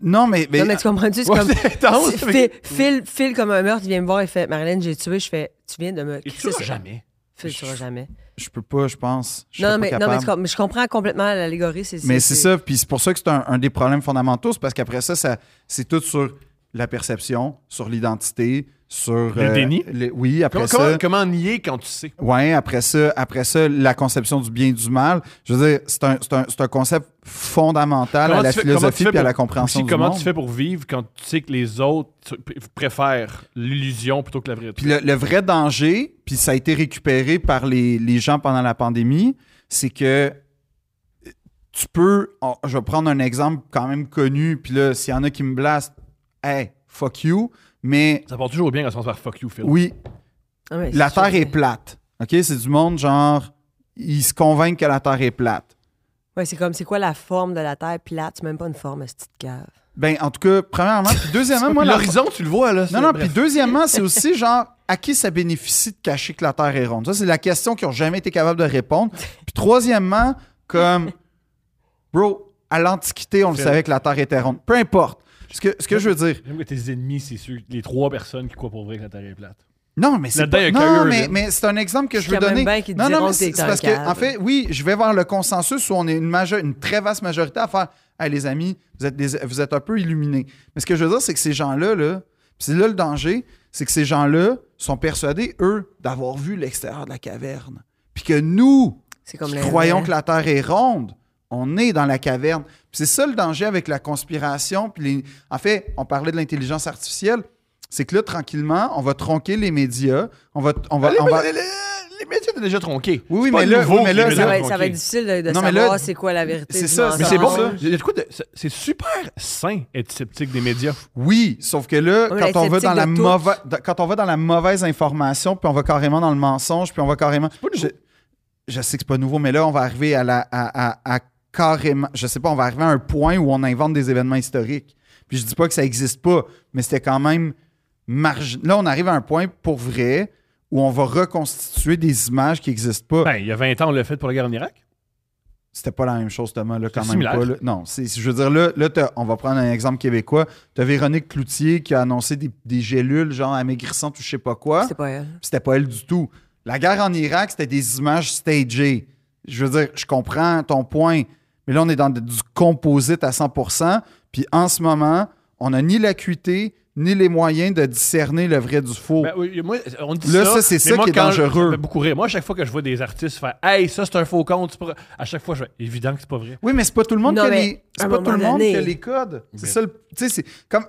B: Non, mais. mais-
C: non, mais tu comprends-tu? C'est
A: Ouais,
C: comme.
A: c'est intense,
C: Phil-
A: mais-
C: Phil, Phil, comme un meurtre, il vient me voir et fait Marilyn, j'ai tué. Je fais, tu viens de me.
A: Et tu
C: crisser
A: l'auras
C: sur-
A: jamais.
C: Phil, tu l'auras jamais.
B: Je peux pas, je pense. Je
C: Non,
B: serais
C: mais,
B: pas
C: non, mais
B: capable.
C: tu com- je comprends complètement l'allégorie. c'est-
B: Mais c'est ça, puis c'est pour ça que c'est un, un des problèmes fondamentaux, c'est parce qu'après ça, ça c'est tout sur la perception, sur l'identité, sur euh,
A: Le déni?
B: le- oui, après
E: Comment,
B: ça.
E: comment, comment nier quand tu sais?
B: Ouais, après ça, après ça, la conception du bien et du mal. Je veux dire, c'est un, c'est un- c'est un concept fondamental
A: Comment
B: à la
A: tu fais- comment tu
B: philosophie
A: fais
B: puis à
A: pour-
B: la compréhension
A: aussi,
B: du
A: comment
B: monde.
A: tu fais pour vivre quand tu sais que les autres tu- pr- préfèrent l'illusion plutôt que la vraie
B: Puis le, le vrai danger, puis ça a été récupéré par les, les gens pendant la pandémie, c'est que euh, tu peux. oh, je vais prendre un exemple quand même connu, puis là, s'il y en a qui me blastent, hey, fuck you. Mais
A: Ça part toujours bien quand on se fait fuck you, Phil.
B: oui,
C: Ah ouais,
B: la
C: c'est sûr,
B: Terre est
C: c'est-
B: plate. OK? C'est du monde, genre, ils se convainquent que la Terre est plate.
C: Ouais, c'est comme, c'est quoi la forme de la Terre plate? C'est même pas une forme, cette petite cave.
B: Ben, en tout cas, premièrement, puis deuxièmement, moi, la-
E: L'horizon, tu le vois, là.
B: Non,
E: c'est-
B: non,
E: bref.
B: puis deuxièmement, c'est aussi genre à qui ça bénéficie de cacher que la Terre est ronde. Ça, c'est la question qu'ils n'ont jamais été capables de répondre. Puis troisièmement, comme Bro, à l'Antiquité, on le
A: Phil.
B: savait que la Terre était ronde. Peu importe. Ce que, ce que je veux dire.
A: J'aime que tes ennemis, c'est sûr, les trois personnes qui croient pour vrai que la Terre est plate.
B: Non, mais c'est
A: Là-dedans, il y
B: pas-
A: a
B: non,
A: Kyrie
B: mais,
A: Irving.
B: mais c'est un exemple que je
C: Qu'il y
B: veux
C: a même
B: donner.
C: bien qui te
B: non, non,
C: diront
B: mais
C: que
B: c'est
C: t'es
B: c'est parce
C: un
B: que,
C: cave.
B: en fait, oui, je vais vers le consensus où on est une, majeure- une très vaste majorité à faire Hey, les amis, vous êtes, des- vous êtes un peu illuminés. Mais ce que je veux dire, c'est que ces gens-là, là, puis c'est là le danger, c'est que ces gens-là sont persuadés, eux, d'avoir vu l'extérieur de la caverne. Puis que nous,
C: C'est comme
B: qui
C: le-
B: croyons que la Terre est ronde, on est dans la caverne. Puis C'est ça le danger avec la conspiration. Puis les- En fait, on parlait de l'intelligence artificielle. C'est que là, tranquillement, on va tronquer les médias. On va, on va,
E: Les,
B: Bah, on va-
E: les- les- les médias étaient déjà tronqués.
B: Oui, oui,
E: C'est pas
B: mais là-
E: nouveau
B: oui, mais
E: que les
B: là,
C: Ça
E: médias
C: va, être,
E: sont
C: ça va être
E: tronqués.
C: difficile de, de
B: Non, mais là,
C: savoir c'est quoi la vérité.
B: c'est
C: du
B: ça,
A: Mais c'est
C: mensonge.
A: bon. Il y a de quoi de- c'est- C'est super sain être sceptique des médias.
B: Oui, sauf que là,
C: Oui, mais
B: quand, on va
C: sceptique
B: dans la
C: de tout.
B: mauvaise, dans- quand on va dans la mauvaise information, puis on va carrément dans le mensonge, puis on va carrément. Je, je sais que c'est pas nouveau, mais là, on va arriver à, la, à, à- à carrément. Je sais pas, on va arriver à un point où on invente des événements historiques. Puis je dis pas que ça existe pas, mais c'était quand même margin. Là, on arrive à un point pour vrai où on va reconstituer des images qui n'existent pas.
A: Ben, il y a 20 ans, on l'a fait pour la guerre en Irak.
B: C'était pas la même chose, Thomas, là, quand
A: C'est
B: même
A: similaire.
B: pas. là. Non, c'est, je veux dire, là, là t'as- on va prendre un exemple québécois. T'as Véronique Cloutier qui a annoncé des, des gélules, genre amaigrissantes ou je sais pas quoi.
C: C'est pas elle.
B: Puis C'était pas elle du tout. La guerre en Irak, c'était des images stagées. Je veux dire, je comprends ton point, mais là, on est dans de- du composite à 100 Puis en ce moment, on n'a ni l'acuité, ni les moyens de discerner le vrai du faux.
A: Ben oui, moi, on dit
B: Oh. Là,
A: ça,
B: ça, c'est
A: mais
B: ça
A: moi,
B: qui est
A: quand-
B: dangereux.
A: ça me fait beaucoup rire. Moi, à chaque fois que je vois des artistes faire Hey, ça, c'est un faux compte, c'est pas vrai. à chaque fois, je fais Évident que c'est pas vrai.
B: Oui, mais c'est pas tout le monde
C: Non,
B: qui a
C: mais
B: les, c'est
C: à un
B: pas tout
C: moment
B: le monde
C: donné-
B: qui a les codes. C'est
A: Mais-
B: ça le- tu sais, c'est comme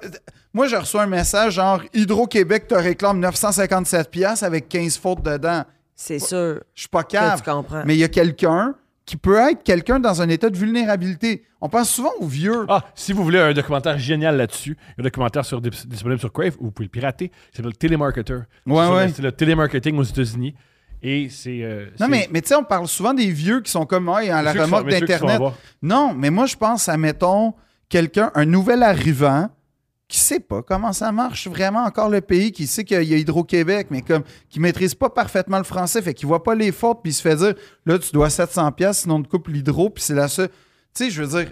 B: moi je reçois un message genre Hydro-Québec te réclame 957 pièces avec 15 fautes dedans.
C: C'est sûr
B: Je suis pas
C: que
B: cave.
C: tu comprends.
B: Mais il y a quelqu'un qui peut être quelqu'un dans un état de vulnérabilité. On pense souvent aux vieux.
A: Ah, si vous voulez un documentaire génial là-dessus, il y a un documentaire sur, dis- disponible sur Crave, vous pouvez le pirater. C'est s'appelle Telemarketer. C'est
B: Ouais,
A: sur-
B: ouais.
A: C'est le télémarketing aux États-Unis. Et c'est. euh, c'est-
B: non mais mais tu sais on parle souvent des vieux qui sont comme ah, à
A: c'est
B: la
A: ceux qui
B: remorque
A: sont- mais ceux qui se font
B: d'internet.
A: avoir.
B: Non, mais moi, je pense à, mettons, quelqu'un, un nouvel arrivant qui sait pas comment ça marche vraiment encore le pays, qui sait qu'il y a Hydro-Québec, mais comme qui maîtrise pas parfaitement le français, fait qu'il voit pas les fautes, puis il se fait dire, là, tu dois 700 pièces sinon on te coupe l'hydro, puis c'est la seule... Tu sais, je veux dire...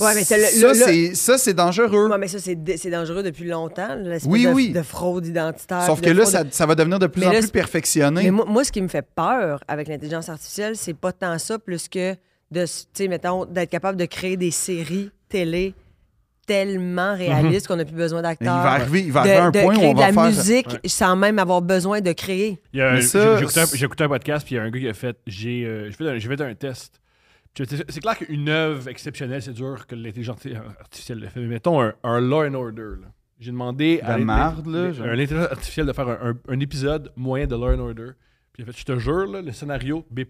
C: Ouais, mais c'est le-
B: ça,
C: le- le-
B: c'est- ça, c'est dangereux.
C: Ouais, mais ça, c'est dé- c'est dangereux depuis longtemps, l'espèce
B: Oui,
C: de,
B: oui.
C: de fraude identitaire.
B: Sauf
C: Ah, de
B: que là,
C: fraude-
B: ça, ça va devenir de plus
C: Mais
B: en
C: là,
B: plus
C: c'est-
B: perfectionné.
C: Mais moi, moi, ce qui me fait peur avec l'intelligence artificielle, c'est pas tant ça, plus que de, s- tu sais, mettons, d'être capable de créer des séries télé tellement réalistes qu'on n'a plus besoin
B: Mhm. il va
C: d'acteurs.
B: arriver, il va
C: de,
B: arriver à un
C: de
B: point où
C: créer
B: on va
C: de la
B: faire...
C: musique
A: Ouais.
C: sans même avoir besoin de créer.
A: Il y a-
B: Mais
A: j'ai-
B: ça,
A: j'ai écouté un-
B: c'est-
A: J'ai écouté un podcast, puis il y a un gars qui a fait J'ai euh, j'ai fait, un- j'ai fait un test. Puis C'est c'est clair qu'une œuvre exceptionnelle, c'est dur que l'intelligence artificielle le fait. Mais mettons un, un Law and Order. là. J'ai demandé
B: La marde, là,
A: l'in-
B: genre.
A: à l'intelligence artificielle de faire un, un- un épisode moyen de Law and Order. Puis il a fait Je te jure, là, le scénario B.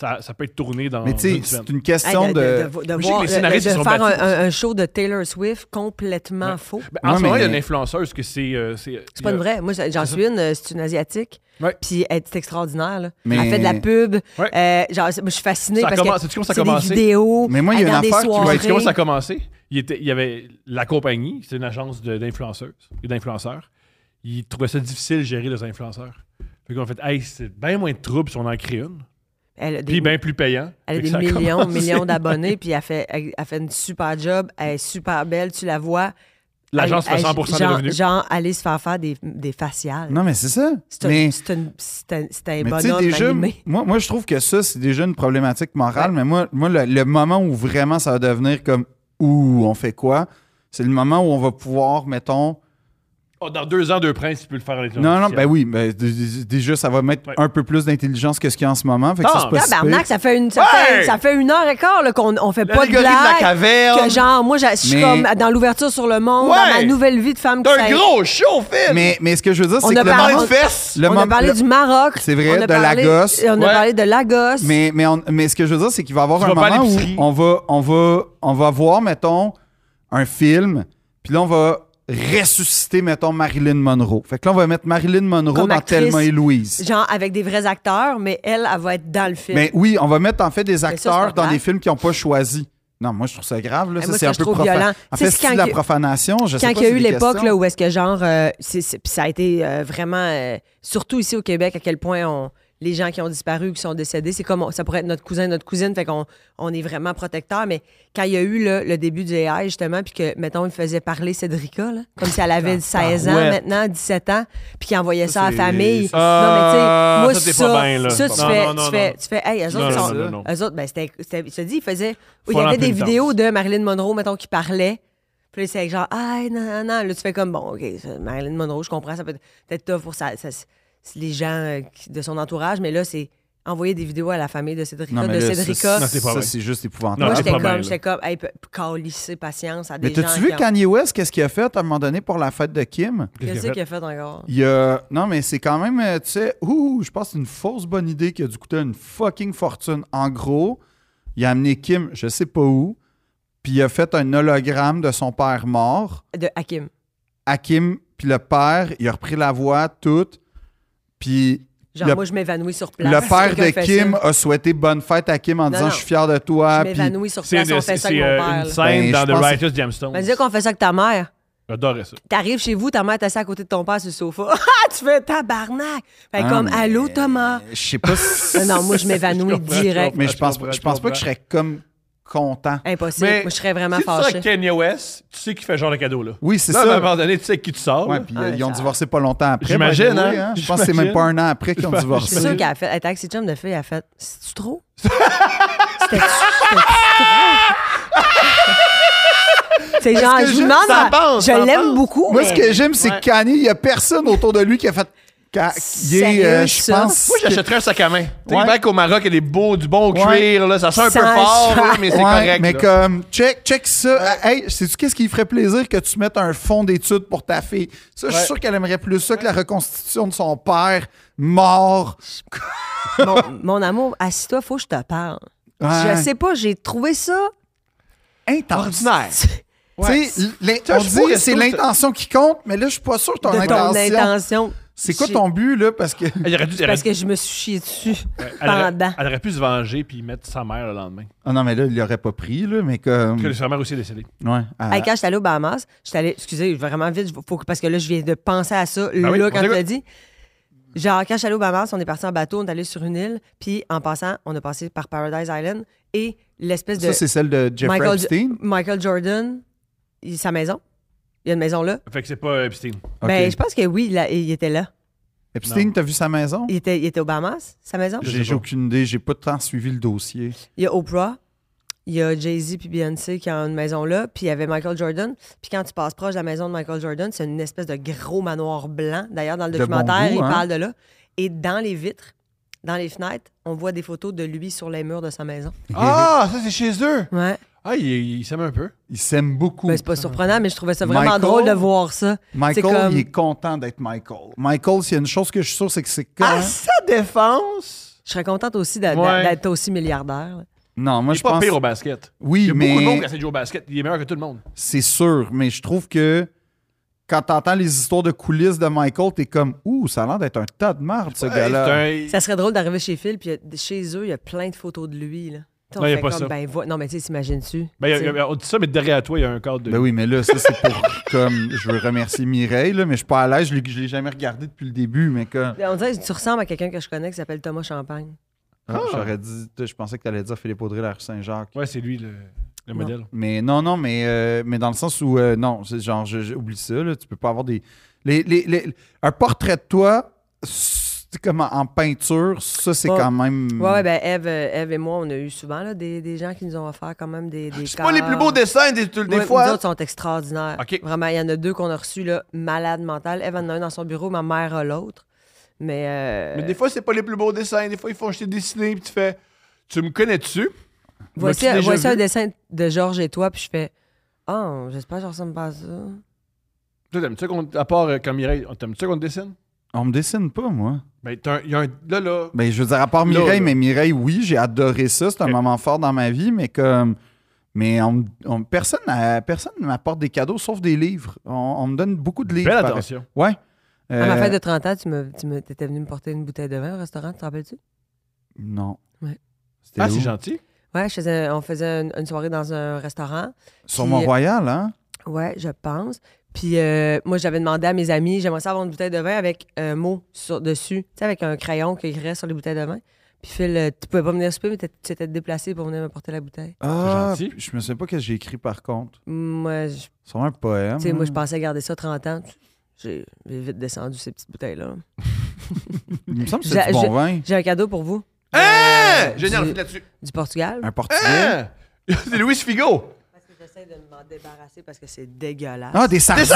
A: Ça, ça peut être tourné dans
B: Mais
A: une
B: tu sais,
A: semaine.
B: c'est une
C: Hey,
B: question de...
C: de- de- de
A: sais que
C: voir-
A: euh, les
C: de-
A: scénaristes,
C: de
A: ils sont
C: faire un,
A: battus.
C: un- un show de Taylor Swift complètement faux.
A: Ben, en
B: Ouais,
A: ce moment, il y a
B: mais-
A: une influenceuse que c'est. euh, c'est
C: C'est pas une vraie. Moi, j'en suis une. euh, C'est une Asiatique.
A: Ouais.
C: Puis elle est extraordinaire. là.
B: Mais-
C: Elle fait de la pub.
A: Ouais.
C: Euh, genre, c'est- moi, je suis fascinée
A: Ça
C: parce
A: commence-
C: que
A: sais-tu comment ça a
C: c'est des
A: commencé?
C: vidéos.
B: Mais moi, il y a
C: elle
B: une
C: garde des
B: affaire qui va
A: Ouais,
C: soirées.
A: tu sais comment ça a commencé? Il, était, il y avait la compagnie, c'était une agence de- d'influenceuses et d'influenceurs. Ils trouvaient ça difficile de gérer les influenceurs. Fait qu'on a fait, hey, c'est bien moins de troubles si on en crée une.
C: Elle a des,
A: Puis bien plus payant. Fait
C: elle a
A: que
C: des
A: ça a
C: millions,
A: commencé.
C: millions d'abonnés. Puis elle fait, elle, elle fait une super job. Elle est super belle. Tu la vois.
A: L'agence fait
C: Elle- elle-
A: 100% des
C: genre-
A: revenus.
C: Genre, aller se faire faire des, des faciales.
B: Non, mais c'est ça.
C: C'est un,
B: Mais-
C: c'est une- c'est un, c'est un
B: Mais tu sais,
C: bonhomme
B: déjà,
C: animé.
B: moi, moi, je trouve que ça, c'est déjà une problématique morale, mais moi, moi le, le moment où vraiment ça va devenir comme Ouh, on fait quoi C'est le moment où on va pouvoir, mettons.
A: Oh, dans deux ans, deux princes, tu peux le faire à l'intelligence
B: Non, non, ben
A: artificielle.
B: oui, ben, d- d- déjà, ça va mettre
A: Ouais.
B: un peu plus d'intelligence que ce qu'il y a en ce moment. Fait que ça,
A: Ah,
B: c'est pas si
C: Tabarnak,
B: pire.
C: ça fait une, ça, fait, ça fait une heure et quart là, qu'on on fait pas de
E: L'allégorie de la
C: blague.
E: caverne.
C: que genre, moi, je suis
B: Mais-
C: comme dans l'ouverture sur le monde,
E: Ouais.
C: dans ma nouvelle vie de femme qui
E: T'as
C: s'est-
E: un gros show, Phil!
B: mais, mais ce que je veux dire,
C: On
B: c'est
C: a
B: que le
C: parlé
B: moment.
C: de
E: fesses!
B: le
C: on a
B: moment-
C: parlé
B: le-
C: du Maroc.
B: C'est vrai,
C: on a
B: de
C: parlé-
B: Lagos.
C: On a
E: Ouais.
C: parlé de Lagos.
B: Mais, mais, on- mais ce que je veux dire, c'est qu'il va y avoir
A: Tu
B: un
A: vas pas à
B: moment où
A: l'épicerie.
B: on va, on, va, on va voir, mettons, un film, puis là, on va ressusciter, mettons, Marilyn Monroe. Fait que là, on va mettre Marilyn Monroe
C: Comme
B: dans
C: actrice.
B: Thelma et Louise.
C: Genre, avec des vrais acteurs, mais elle, elle va être dans le film.
B: Mais oui, on va mettre en fait des
C: ça, c'est pas
B: acteurs dans
C: grave.
B: des films qui n'ont pas choisi. Non, moi, je trouve ça grave. Là.
C: Eh,
B: Ça,
C: moi,
B: c'est
C: ça,
B: un
C: je
B: peu
C: trouve
B: profan-
C: violent.
B: En
C: Tu sais, c'est
B: fait, c'est de
C: quand
B: la
C: que-
B: profanation. Je sais
C: quand
B: pas
C: il y a
B: si
C: eu
B: des
C: l'époque
B: questions.
C: là, où est-ce que genre euh, c'est- c'est- puis ça a été euh, vraiment euh, surtout ici au Québec à quel point on les gens qui ont disparu, qui sont décédés, c'est comme on- ça pourrait être notre cousin, notre cousine, fait qu'on on est vraiment protecteur. Mais quand il y a eu là, le début du AI, justement, puis que, mettons, il faisait parler Cédrica, là, comme si elle avait
A: Ah,
C: 16 ans
E: ouais.
C: maintenant, 17 ans, puis qu'il envoyait ça, à la
B: c'est-
C: famille.
B: ça,
A: Euh,
C: non, mais tu
A: ça, t'es
C: sais, moi,
A: pas
C: ça,
A: bien, là.
C: ça, tu
A: Non,
C: fais,
A: non, non,
C: tu fais,
A: non.
C: tu fais, hey, eux
A: Non,
C: autres,
A: non,
C: sont-
A: non, non.
C: eux autres, ben, c'était, c'était- je te dis, ils faisaient, il y
A: Faut
C: avait des
A: l'impunitance.
C: vidéos de Marilyn Monroe, mettons, qui parlait, Puis là, c'est avec genre, ah, non, non, non. Là, tu fais comme, bon, OK, ça, Marilyn Monroe, je comprends, ça peut être- peut-être tough pour ça, ça- c'est les gens euh, qui- de son entourage, mais là, c'est envoyer des vidéos à la famille de Cédrica,
B: Non, mais
C: de
B: là,
C: Cédrica.
B: ça,
A: Non, c'est pas
B: ça,
A: vrai.
B: c'est juste
A: Non,
B: épouvantable.
C: Moi,
A: c'est
C: j'étais
A: pas bien,
C: comme,
A: là.
C: j'étais comme, hey, pe- calissez patience à des
B: mais
C: gens.
B: t'as-tu vu
C: qui ont-
B: Kanye West, qu'est-ce qu'il a fait à un moment donné pour la fête de Kim?
C: Qu'est-ce
A: qu'il a
C: qu'il a fait encore?
B: Il y a... Non, mais c'est quand même, euh, tu sais, ouh, je pense que c'est une fausse bonne idée qui a dû coûter une fucking fortune. En gros, il a amené Kim, je sais pas où, puis il a fait un hologramme de son père mort.
C: De Hakim.
B: à Kim, puis le père, il a repris la voix toute, puis
C: Genre,
B: Le-
C: moi, je m'évanouis sur place.
B: le père de
C: Quelqu'un fait
B: Kim
C: ça.
B: a souhaité bonne fête à Kim en
C: Non,
B: disant
C: non.
B: Je suis fier de toi.
C: Je
B: Puis
C: m'évanouis sur
A: C'est
C: place, on
A: une,
C: fait ça avec
A: c'est,
C: mon
A: euh,
C: père.
A: une
C: là. Ben,
A: scène
B: Ben, je
A: dans The
B: pense-
A: Righteous Gemstones.
C: Mais dire qu'on fait ça avec ta mère.
A: J'adorais ça.
C: T'arrives chez vous, ta mère est assise à côté de ton père sur le sofa. tu fais tabarnak. Fait
B: Ah,
C: comme,
B: mais-
C: allô, Thomas.
B: Je sais pas si-
C: Ah non, moi, je m'évanouis
A: comprends, je
C: direct.
B: mais je
A: Ah, Je
B: pense,
A: comprends,
B: je
A: je
B: pense pas
A: comprends.
B: que je serais comme content.
C: Impossible.
A: Mais-
C: moi, je serais vraiment
A: Si tu sors
C: fâchée.
A: avec Kanye West, tu sais qui fait ce genre de cadeau là.
B: Oui, c'est
A: Là, à un
B: ça.
A: moment donné, tu sais avec qui tu sors.
B: Ouais,
A: là.
B: puis
C: Ah,
B: euh, ils ont
C: ça-
B: divorcé pas longtemps après.
A: J'imagine,
B: by the way,
A: hein?
B: Je pense que c'est
A: J'imagine.
B: même pas un an après qu'ils ont
A: J'imagine.
B: divorcé.
C: C'est sûr qu'elle a fait. Elle était avec ses chums de fille, elle a fait. C'est-tu trop? C'était-tu trop? C'est genre,
B: que
C: je
B: je-
C: vous demande.
E: ça
C: à-
E: avance, ça
C: je l'aime
E: avance.
C: beaucoup.
B: Moi,
C: mais-
B: ce que j'aime, c'est que Kanye, il y a personne autour de lui qui a fait. Ca- il est, euh,
C: Sérieux,
B: Je
C: ça?
B: pense.
E: Moi, j'achèterais un sac à main. Tu
B: Ouais.
E: sais, mec, au Maroc, il y a des beaux, du bon
B: Ouais.
E: cuir, là, ça sent un peu
C: Sans
E: fort, là, mais c'est
B: Ouais,
E: correct.
B: Mais
E: là.
B: comme, check, check ça. Euh, Hey, sais-tu qu'est-ce qui ferait plaisir que tu mettes un fonds d'études pour ta fille? Ça, je suis sûr qu'elle aimerait plus ça que la reconstitution de son père mort.
C: mon, mon amour, assis-toi, faut que je te parle.
B: Ouais.
C: Je sais pas, j'ai trouvé ça.
B: Intense.
E: Ordinaire.
B: Tu sais, l'in-
E: je
B: on
E: suis
B: dit
E: pas
B: que c'est
E: resto,
B: l'intention qui compte, mais là, je suis pas sûr que ton,
C: de ton
B: intention.
C: intention.
B: C'est quoi
C: J'ai-
B: ton but, là? Parce que.
A: Elle aurait dû- elle aurait
C: Parce
A: dû-
C: que je me suis chié dessus
A: Euh, elle aurait-
C: pendant.
A: elle aurait pu se venger puis mettre sa mère le lendemain.
B: Ah non, mais là, il l'aurait pas pris, là, mais comme.
A: Parce que sa mère aussi est décédée.
B: Ouais. à-
C: Hey, quand j'étais allée aux Bahamas, j'étais allée, excusez, vraiment vite, faut que- parce que là, je viens de penser à ça, là,
A: Ben oui, on
C: quand tu l'as
A: t'écoute.
C: dit. Genre, quand j'allais aux Bahamas, on est parti en bateau, on est allé sur une île, puis en passant, on a passé par Paradise Island et l'espèce de
B: Ça, c'est celle de Jeffrey
C: Michael, Jo-
B: Epstein.
C: Michael Jordan, il- sa maison. Il y a une maison là.
A: Fait que c'est pas euh, Epstein.
B: Ok.
C: Ben, je pense que oui, là, il était là.
B: Epstein, t'as vu sa maison?
C: Il était, il était aux Bahamas, sa maison.
A: Je sais
B: J'ai j'ai
A: pas.
B: aucune idée, j'ai pas tant suivi le dossier.
C: Il y a Oprah, il y a Jay-Z puis Beyoncé qui ont une maison là, puis il y avait Michael Jordan. Puis quand tu passes proche de la maison de Michael Jordan, c'est une espèce de gros manoir blanc. D'ailleurs, dans le
B: De bon
C: documentaire,
B: goût,
C: il
B: hein?
C: parle de là. Et dans les vitres, dans les fenêtres, on voit des photos de lui sur les murs de sa maison.
A: Ah, ça c'est chez eux.
C: Ouais.
A: Ah, il, il s'aime un peu.
B: Il s'aime beaucoup.
C: Ben, c'est pas surprenant, mais je trouvais ça vraiment
B: Michael-
C: drôle de voir ça.
B: Michael,
C: C'est comme-
B: il est content d'être Michael. Michael, s'il y a une chose que je suis sûr, c'est que c'est
C: Ah,
B: quand.
E: À sa défense,
C: Je serais contente aussi d'a- d'a-
E: Ouais.
C: d'être aussi milliardaire. là.
B: Non, moi,
A: Il est
B: je
A: pas
B: pense.
A: pire au basket. Il y
B: Oui,
A: a beaucoup de monde
B: mais
A: qui essaie de jouer au basket. Il est meilleur que tout le monde.
B: c'est sûr. Mais je trouve que quand t'entends les histoires de coulisses de Michael, t'es comme, ouh, ça a l'air d'être un tas de marde, ce gars-là.
A: Ouais, c'est
C: Ça serait drôle d'arriver chez Phil, puis euh, chez eux, il y a plein de photos de lui. Là. Tu sais, on
A: Non, il y a
C: fait
A: pas
C: comme,
A: ça.
C: ben, vo- Non, mais tu sais, t'imagines-tu?
A: Ben, il y a-
C: Tu
A: il y
C: sais.
A: a- on dit ça, mais derrière toi, il y a un cadre de.
B: Ben oui, mais là, ça, c'est pour. comme, je veux remercier Mireille, là, mais je suis pas à l'aise, je l'ai- je l'ai jamais regardé depuis le début, mais comme.
C: On dirait que tu ressembles à quelqu'un que je connais qui s'appelle Thomas Champagne.
B: Ah, J'aurais dit, je pensais que t'allais dire Philippe Audrey, la rue Saint-Jacques.
A: Ouais, c'est lui le, le
C: Non.
A: modèle.
B: Mais non, non, mais, euh, mais dans le sens où, euh, non, c'est genre, je- je- oublie ça, là, tu peux pas avoir des. les- les- les- un portrait de toi, c'est comme en, en peinture, ça, c'est
C: Ouais.
B: quand même.
C: Ah. Ouais,
E: Hmm.
C: ouais, ben Eve, et moi, on a eu souvent là, des, des gens qui nous ont offert quand même des. des
E: c'est pas les plus beaux dessins des, des fois.
C: Les autres sont extraordinaires.
E: Ok.
C: Vraiment, il y en a deux qu'on a reçus, là, malade mentale. Eve en a un dans son bureau, ma mère a l'autre. Mais. euh,
E: Mais des fois, c'est pas les plus beaux dessins. Des fois, ils font jeter dessiner, puis tu fais. Tu me connais-tu?
C: voici
E: m'as-tu déjà
C: voici un
E: vu?
C: dessin de Georges et toi, puis je fais. Ah, j'espère que ça ressemble pas à ça.
A: Toi, t'aimes-tu qu'on. À part euh, quand Mireille, t'aimes-tu qu'on te dessine?
B: On me dessine pas, moi.
A: Ben, t'as un- il y a un. Là, là.
B: Ben, je veux dire, à part Mireille,
A: Là, là.
B: mais Mireille, oui, j'ai adoré ça. C'est un
A: Ok.
B: moment fort dans ma vie, mais comme. Mais on, on- personne ne personne ne m'apporte des cadeaux sauf des livres. On, on me donne beaucoup de livres.
A: Belle
B: pareil.
A: attention.
B: Ouais.
C: À ma
B: Euh,
C: fête de 30 ans, tu me, tu me, t'étais venu me porter une bouteille de vin au restaurant, tu te rappelles-tu?
B: Non.
C: Ouais.
B: C'était
A: Ah, c'est
B: où?
A: gentil.
C: Ouais, je faisais- on faisait une- une soirée dans un restaurant.
B: Sur Mont-Royal, hein?
C: Ouais, je pense. Puis euh, moi, j'avais demandé à mes amis, j'aimerais ça avoir une bouteille de vin avec un mot sur, dessus, tu sais, avec un crayon qui écrirait sur les bouteilles de vin. Puis Phil, euh, tu pouvais pas venir souper, mais t'es- tu t'étais déplacé pour venir me porter la bouteille.
B: Ah,
A: gentil.
B: je me souviens pas ce que j'ai écrit, par contre.
C: Moi, je- tu
B: Sur un poème.
C: sais, moi, je pensais garder ça 30 ans. J'ai j'ai vite descendu ces petites bouteilles-là.
B: Il me semble que
C: J'a-
B: c'est du bon
C: j'ai-
B: vin.
C: J'ai un cadeau pour vous,
E: Hein?
C: du-
A: Euh,
E: Génial, on finit là-dessus.
B: Ah.
C: du Portugal.
A: Eh!
B: Un portugais.
E: Hein? C'est Louis Figo.
C: J'essaie de m'en débarrasser parce que c'est dégueulasse.
B: Ah, des sardines!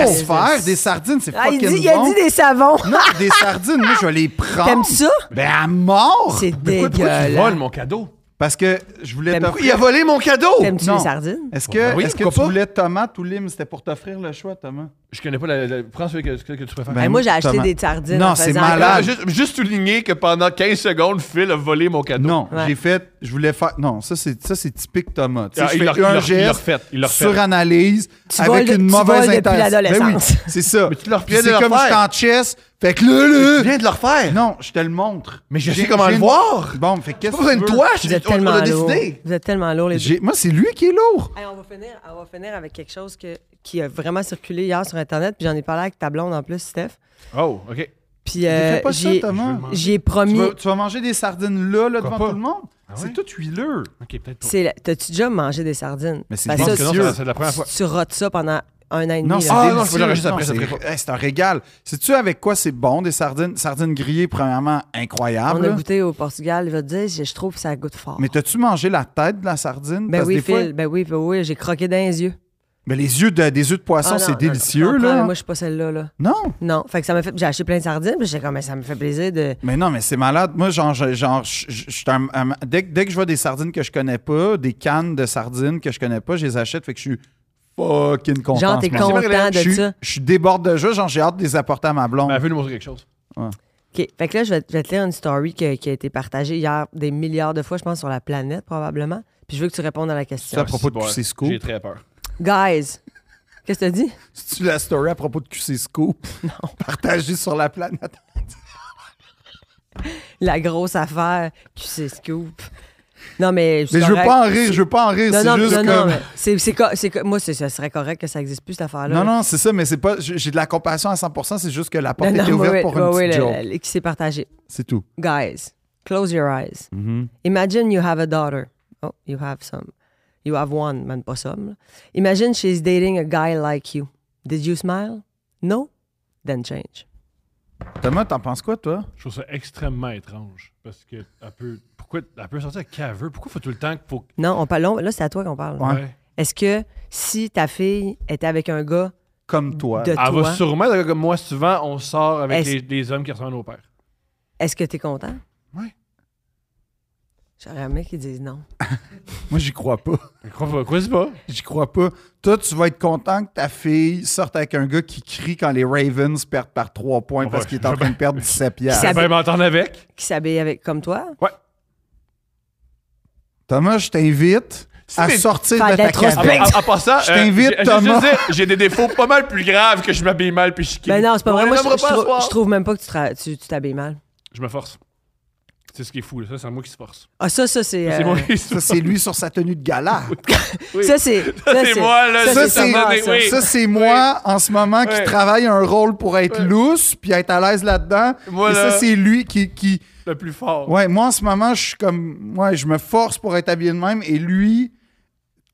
B: Laisse faire, des sardines, c'est
C: Ah, il,
B: fucking
C: dit,
B: bon.
C: il a dit des savons.
B: Non, des sardines, moi, je vais les prendre.
C: T'aimes ça?
B: Ben, à mort!
C: C'est
A: Mais pourquoi, pourquoi tu voles
C: dégueulasse.
A: mon cadeau?
B: Parce que je voulais
C: T'aimes-
B: t'offrir...
E: Il a volé mon cadeau!
C: T'aimes-tu
B: Oh, Non.
C: les sardines?
B: Est-ce
A: Ben
B: que,
A: oui,
B: est-ce que tu
A: pourquoi pas?
B: voulais tomate ou lime? C'était pour t'offrir le choix, Thomas.
A: Je connais pas la. la- prends celui que, celui que tu préfères.
B: Ben,
C: Eh, moi, j'ai acheté
B: Thomas.
C: des sardines.
B: Non,
C: en
B: c'est
C: faisant
B: malade.
E: Ah, juste, juste souligner que pendant 15 secondes, Phil a volé mon
A: Euh,
E: cadeau.
B: Non,
C: Ouais.
B: j'ai fait... Je voulais faire... Non, ça, c'est, ça, c'est typique Thomas. Tu sais,
A: Ah,
B: je
A: il
B: fais
A: l'a- il
B: un
A: l'a- il l'a
B: geste,
A: refait. Il l'a refait.
B: suranalyse,
C: Tu
B: avec
C: voles-
B: une
C: tu
B: mauvaise
C: voles depuis
B: intention.
C: l'adolescence.
B: Ben oui, c'est ça.
A: Mais tu leur
B: Puis
A: viens de
B: c'est
A: le
B: comme je suis
A: faire.
B: en chess, fait que là,
E: Euh, Tu
B: là...
E: viens de le refaire!
B: Non, je te le montre.
A: Mais je
B: J'ai-
A: sais comment
B: j'ai
A: le
B: une-
A: voir.
B: Bon, fait que qu'est-ce
E: Pas besoin
B: que
E: de
B: tu veux?
E: toi,
C: Vous êtes
E: on, on
C: tellement
E: a
C: lourds.
E: décidé.
C: Vous êtes tellement lourds, les deux.
B: J'ai- Moi, c'est lui qui est lourd.
C: Hey, on, va finir, on va finir avec quelque chose que, qui a vraiment circulé hier sur Internet. Puis j'en ai parlé avec ta blonde en plus, Steph.
A: Oh, OK.
C: Puis
B: Mais
C: euh,
B: fais pas ça,
C: j'ai-
B: Thomas.
C: j'ai
B: Tu
C: promis.
B: vas, tu vas manger des sardines là, là
A: Pourquoi
B: devant
A: pas?
B: tout le monde?
A: Ah
B: C'est
A: ouais?
B: tout huileux.
A: OK, peut-être pas.
C: c'est la- T'as-tu déjà mangé des sardines?
B: Mais c'est
C: Ben,
A: Je pense
C: ça,
A: que non,
B: délicieux.
A: c'est- c'est la première
C: tu,
A: fois.
C: tu rotes ça pendant un an et demi.
B: Non,
C: là.
B: c'est
A: Ah, non,
B: délicieux.
A: je peux l'enregistrer
B: Non,
A: après, ça
B: c'est-
A: serait
B: hey, C'est un régal. Sais-tu avec quoi c'est bon des sardines? Sardines grillées, premièrement,
C: on
B: incroyable.
C: a
B: là.
C: goûté au Portugal. Il va te dire, je je trouve que ça goûte fort.
B: Mais t'as-tu mangé la tête de la sardine?
C: ben
B: Parce que
C: oui,
B: des fois-
C: Phil, ben oui, ben oui, j'ai croqué dans les yeux.
B: Mais les yeux de, des yeux de poisson,
C: Ah, non,
B: c'est
C: non,
B: délicieux,
C: non,
B: là.
C: Moi, je suis pas celle-là, là.
B: Non.
C: Non. Fait que ça m'a fait. J'ai acheté plein de sardines, puis j'étais comme, mais ça me fait plaisir de.
B: Mais non, mais c'est malade. Moi, genre, je- genre je- je- je suis un- un- dès, que- dès que je vois des sardines que je connais pas, des cannes de sardines que je connais pas, je les achète. Fait que je suis fucking content.
C: Genre,
B: en
C: t'es
B: ce moment.
C: content
B: Je
C: de
B: suis-
C: ça.
B: Je suis déborde de jeu. Genre, j'ai hâte de les apporter à ma blonde.
A: Mais elle veut nous montrer quelque chose.
C: OK. Fait que là, je vais, je vais te lire une story que- qui a été partagée hier des milliards de fois, je pense, sur la planète, probablement. Puis je veux que tu répondes à la
B: C'est à
C: question.
B: propos de
A: Ouais,
B: QC Scoop.
A: J'ai très peur.
C: Guys, qu'est-ce que t'as dit?
B: C'est-tu la story à propos de QC Scoop? Non. Partagée sur la planète.
C: La grosse affaire, tu sais, scoop. Non, mais. c'est
B: Mais je veux
C: correct.
B: pas en rire, je veux pas en rire.
C: Non,
B: c'est
C: non,
B: juste
C: non, non,
B: comme.
C: mais c'est- c'est co- c'est co- moi, c'est- ça serait correct que ça existe plus, cette affaire-là.
B: Non, non, c'est ça, mais c'est pas. J'ai j'ai de la compassion à 100 c'est juste que la porte
C: Non, non,
B: était
C: oui,
B: ouverte
C: oui,
B: pour
C: oui,
B: une
C: oui,
B: petite
C: le-
B: joke.
C: le- qui s'est partagé.
B: C'est tout.
C: Guys, close your eyes.
A: Mm-hmm.
C: Imagine you have a daughter. Oh, you have some. You have one, man, pas some. là. Imagine she's dating a guy like you. Did you smile? No? Then change.
B: Thomas, t'en penses quoi, toi?
A: Je trouve ça extrêmement étrange. Parce que elle peut. Pourquoi elle peut sortir avec qui elle veut? Pourquoi faut tout le temps qu'il faut.
C: Non, on parle, là, c'est à toi qu'on parle.
B: Ouais.
C: Est-ce que si ta fille était avec un gars
B: Comme toi.
C: de
A: Elle
C: toi,
A: va sûrement, être comme moi, souvent, on sort avec
C: Est-ce-
A: les, les hommes qui ressemblent au père.
C: est-ce que t'es content?
B: Ah,
A: Ouais.
C: J'aurais aimé qu'ils disent non.
B: Moi, j'y crois pas.
A: Mais Crois pas, crois pas.
B: J'y crois pas. Toi, tu vas être content que ta fille sorte avec un gars qui crie quand les Ravens perdent par 3 points
A: Ouais,
B: parce qu'il est en
A: je-
B: train de perdre 17 piastres.
C: Ça-
A: Elle va m'entendre avec.
C: Qui s'habille avec comme toi?
B: Thomas, je t'invite
A: Si,
B: à
A: mais-
B: sortir
C: Faire
B: de
C: de
B: ta
C: l'introspection.
B: cabane.
C: Ben,
A: En, en passant, euh,
B: je t'invite,
A: j'ai- j'ai juste
B: Thomas.
A: dire, J'ai des défauts pas mal plus graves que je m'habille mal puis chiqué.
C: Ben non, c'est pas
A: On
C: vrai.
A: les
C: Moi, je,
A: nommera
C: je
A: pas
C: trouve-
A: ce soir.
C: je trouve même pas que tu tra- tu tu t'habilles mal.
A: Je me force. C'est ce qui est fou. là. Ça, c'est moi qui se force.
C: Ah, ça, ça, c'est.
A: C'est
C: euh,
A: moi qui se
B: Ça, c'est lui sur sa tenue de gala.
C: Ça, c'est.
A: c'est moi, là,
B: ça, c'est-
C: Thomas,
A: oui.
C: ça.
B: Ça, c'est moi en ce moment qui
A: Ouais.
B: travaille un rôle pour être lousse puis être à l'aise là-dedans.
A: Moi,
B: Et
A: là.
B: ça, c'est lui qui, qui.
A: le plus fort.
B: Ouais, moi en ce moment, je suis comme. Ouais, je me force pour être habillé de même et lui,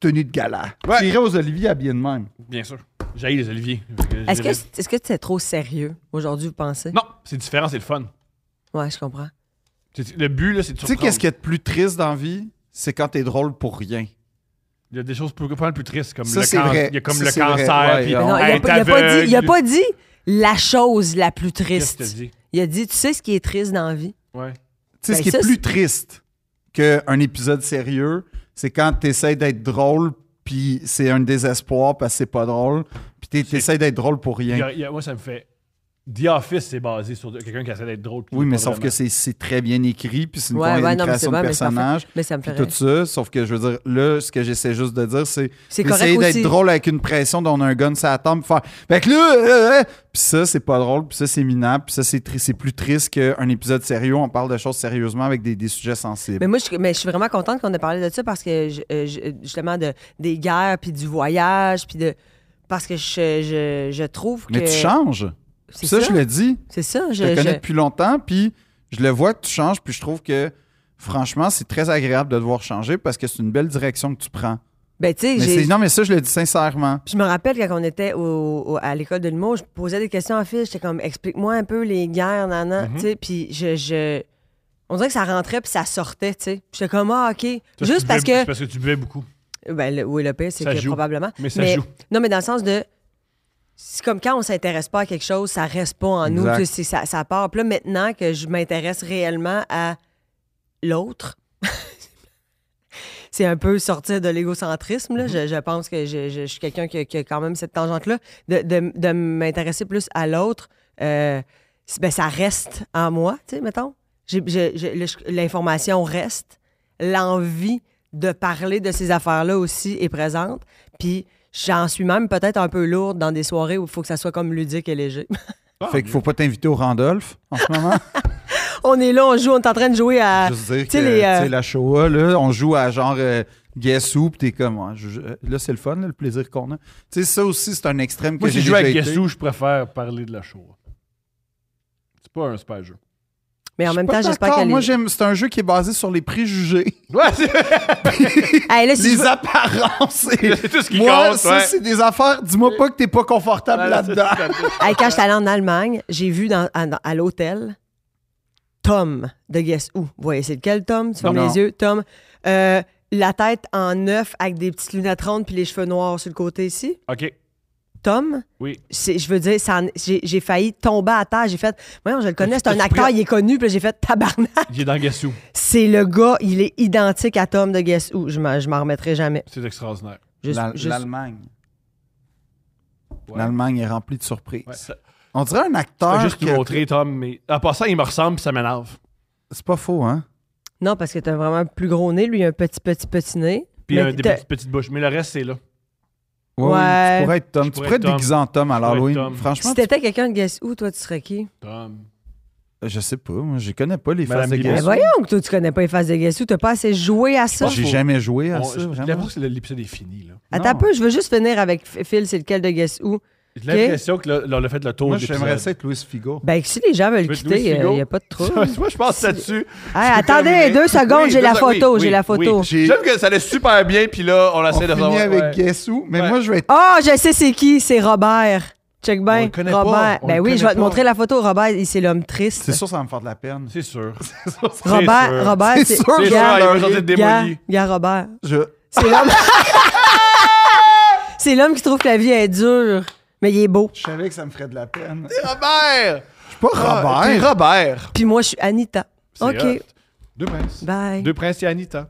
B: tenue de gala.
A: Ouais.
B: J'irais aux Oliviers habillé de même.
A: Bien sûr. J'ai les oliviers.
C: Est-ce que est-ce que c'est trop sérieux aujourd'hui, vous pensez?
A: Non, c'est différent, c'est le fun.
C: Ouais, je comprends.
A: C'est- Le but, là, c'est de
B: Tu sais,
A: surprendre.
B: qu'est-ce qui est de plus triste dans la vie? C'est quand t'es drôle pour rien.
A: Il y a des choses plus, pas mal plus tristes, comme
B: Ça,
A: le
B: c'est
A: can-
B: vrai.
A: Il y a comme
B: Ça,
A: le
B: c'est vrai.
A: cancer.
B: Ouais,
A: puis
B: non.
C: Non, il a
A: être
C: pas- il a, pas
A: aveugle.
C: dit- il a pas dit la chose la plus
A: Qu'est-ce que
C: triste.
A: t'as dit?
C: Il a dit, tu sais ce qui est triste dans la vie?
A: Ouais.
B: Tu sais,
C: Ben,
B: ce qui
C: ça,
B: est plus triste qu'un épisode sérieux, c'est quand t'essayes d'être drôle puis c'est un désespoir parce que c'est pas drôle. Puis t'es- t'essayes d'être drôle pour rien.
A: Il y a- il y a- moi, ça me fait. The Office, c'est basé sur de- quelqu'un qui essaie d'être drôle. puis
B: Oui,
A: pas
B: mais sauf
A: vraiment.
B: que c'est- c'est très bien écrit, puis c'est une,
C: Ouais,
B: il y a
C: ouais,
B: une
C: non, mais c'est
B: création
C: vrai,
B: de
C: mais c'est parfait.
B: personnage,
C: Mais ça me
B: puis
C: ferait.
B: tout ça. Sauf que je veux dire, là, ce que j'essaie juste de dire, c'est
C: C'est
B: essayer
C: correct
B: d'être
C: aussi.
B: drôle avec une pression dont on a un gun sur la tombe, puis faire Fait que là, euh, euh, puis ça, c'est pas drôle, puis ça, c'est minable, puis ça, c'est tri- c'est plus triste qu'un épisode sérieux, on parle de choses sérieusement avec des, des sujets sensibles.
C: Mais moi, je, mais je suis vraiment contente qu'on ait parlé de ça parce que je- euh, je- justement de, des guerres, puis du voyage, puis de. Parce que je, je, je trouve que.
B: Mais tu changes.
C: C'est
B: Ça,
C: ça,
B: je le dis.
C: C'est ça.
B: Je te
C: Je,
B: connais
C: je-
B: depuis longtemps, puis je le vois que tu changes, puis je trouve que, franchement, c'est très agréable de devoir changer parce que c'est une belle direction que tu prends.
C: Ben, tu sais,
B: Mais
C: j'ai-
B: c'est- non, mais ça, je le dis sincèrement.
C: Puis je me rappelle quand on était au- au- à l'école de l'humour, je posais des questions à Phil. J'étais comme, explique-moi un peu les guerres, nanan.
A: Mhm.
C: Tu sais, puis je, je- On dirait que ça rentrait puis ça sortait, tu sais. Puis J'étais comme, ah, OK.
A: Ça,
C: Juste
A: tu
C: parce
A: buvais-
C: que.
A: c'est parce que tu buvais beaucoup.
C: Ben, le- oui, le pire, c'est
A: Ça
C: que
A: joue.
C: probablement.
A: Mais ça joue.
C: Non, mais dans le sens de. C'est comme quand on s'intéresse pas à quelque chose, ça reste pas en nous.
B: Exact.
C: tu sais, c'est- ça, ça part. Puis là, maintenant que je m'intéresse réellement à l'autre, c'est un peu sortir de l'égocentrisme. là. je, je pense que je, je- je suis quelqu'un qui, a- qui a quand même cette tangente-là. De, de- de m'intéresser plus à l'autre, euh, c'est- ben, ça reste en moi, tu sais, mettons. J'ai- j'ai- j'ai- le- L'information reste. L'envie de parler de ces affaires-là aussi est présente. Puis j'en suis même peut-être un peu lourde dans des soirées où il faut que ça soit comme ludique et léger.
B: fait qu'il faut pas t'inviter au Randolph en ce moment.
C: on est là, on joue, on est en train de jouer à.
B: Juste dire
C: tu sais,
B: que
C: les, euh,
B: tu sais, la Shoah, là, on joue à genre euh, Guess Who, pis t'es comme. ouais, je- je- là, c'est le fun, là, le plaisir qu'on a. Tu sais, ça aussi, c'est un extrême que
A: Moi, si
B: j'ai
A: je joue
B: déjà
A: avec
B: été.
A: Guessou, je préfère parler de la show. C'est pas un super jeu.
C: Mais
B: Je
C: en
B: suis
C: même
B: pas
C: temps, j'espère
B: d'accord.
C: qu'elle
B: Moi,
C: est.
B: j'aime. C'est un jeu qui est basé sur les préjugés,
A: Ouais, c'est
C: Hey, là, si je veux-
B: les apparences. et-
A: c'est tout ce qui
B: Moi,
A: compte.
B: ça,
A: ouais.
B: c'est des affaires. Dis-moi pas que t'es pas confortable
A: Ouais,
B: là-dedans.
A: c'est- c'est-
C: Hey, quand j'étais allée en Allemagne, j'ai vu dans- à, dans- à l'hôtel Tom de Guess Who. Vous voyez, c'est lequel Tom? Tu fermes
B: Non.
C: les yeux. Tom. Euh, la tête en œuf avec des petites lunettes rondes puis les cheveux noirs sur le côté ici.
A: OK.
C: Tom.
A: Oui.
C: C'est- Je veux dire, ça en- j'ai j'ai failli tomber à terre. J'ai fait, voyons, je le connais, c'est un
A: T'as-tu
C: acteur,
A: pris-
C: il est connu. Puis là, j'ai fait, tabarnak.
A: Il est dans Guessou.
C: C'est le gars, il est identique à Tom de Guess Who. Je m'en je m'en remettrai jamais.
A: C'est extraordinaire.
C: Juste-
B: L'Al-
C: juste-
B: L'Allemagne.
A: Ouais.
B: L'Allemagne est remplie de surprises.
A: Ouais. Ça-
B: On dirait un
A: Je
B: acteur.
C: Ah,
A: vais juste
B: que-
A: nous montrer, Tom, mais en passant, il me ressemble puis ça m'énerve.
B: C'est pas faux, hein?
C: Non, parce que t'as vraiment un plus gros nez. Lui, il a un petit, petit, petit nez.
A: Puis
C: Mais
A: un des
C: t'as-
A: petites, petites bouches. Mais le reste, c'est là.
B: Ouais, oui,
C: Ouais.
B: Tu pourrais être Tom.
A: Je pourrais
B: tu
A: être
B: pourrais être
A: Tom.
B: déguisé en Tom à
A: pourrais être
B: l'Halloween.
A: Tom.
B: Franchement,
C: Si t'étais quelqu'un de Guess Who, toi, tu serais qui?
A: Tom.
B: tu- je sais pas. Moi, je connais pas les
A: Madame
B: faces de
A: Guillaume.
C: Mais
A: Guess
B: guest.
A: Who.
C: Ben voyons que toi, tu connais pas les faces de Guess Who. T'as pas assez joué à ça.
A: pense
B: J'ai
A: faut-
B: jamais joué à
C: Ah,
A: On-
B: ça,
A: je-
B: vraiment.
A: J'avoue que c'est le- l'épisode est fini, là.
C: Attends un peu, je veux juste finir avec F- Phil, c'est lequel de Guess Who?
A: J'ai l'impression que là, là, on a fait le tour
B: Moi,
A: de
B: j'aimerais ça être Louis Figo.
C: Ben, si les gens veulent
A: Tu veux
C: quitter,
A: Louis
C: il
A: Figo?
C: n'y a pas de trouble.
A: Ça, Moi, je pense
C: C'est-
A: là-dessus.
C: Hey, attendez,
A: terminé.
C: deux secondes,
A: Oui,
C: j'ai
A: deux
C: la
A: secondes, oui,
C: photo,
A: oui,
C: j'ai la
A: oui.
C: photo.
B: J'ai
A: J'aime que ça allait super bien, puis là, on
B: on
A: essaie de
B: finit
A: savoir.
B: avec
A: ouais.
C: euh,
B: Guess Who, mais
A: Ouais.
B: moi, je vais être.
C: Ah, je sais c'est qui, c'est Robert. Check
A: On
C: bien.
A: le connaît pas,
C: Robert.
A: on
C: ben
A: le
C: oui, je
A: connaît
C: vais te
A: pas.
C: montrer la photo. Robert, il- c'est l'homme triste.
B: C'est sûr, ça va me faire de la peine.
A: C'est sûr.
C: Robert,
A: sûr.
C: Robert,
B: C'est
C: c'est.
B: sûr,
A: C'est sûr, il
C: Gars,
A: va sortir
C: gars,
A: démoli.
C: gars, Robert.
B: Je...
C: C'est l'homme. c'est l'homme qui trouve que la vie est dure, mais il est beau.
B: je savais que ça me ferait de la peine.
E: Robert!
B: Je suis pas
E: Ah,
B: Robert.
E: t'es Robert!
C: Puis moi, je suis Anita.
A: C'est
C: OK.
A: hot. Deux princes.
C: Bye.
A: Deux princes et Anita.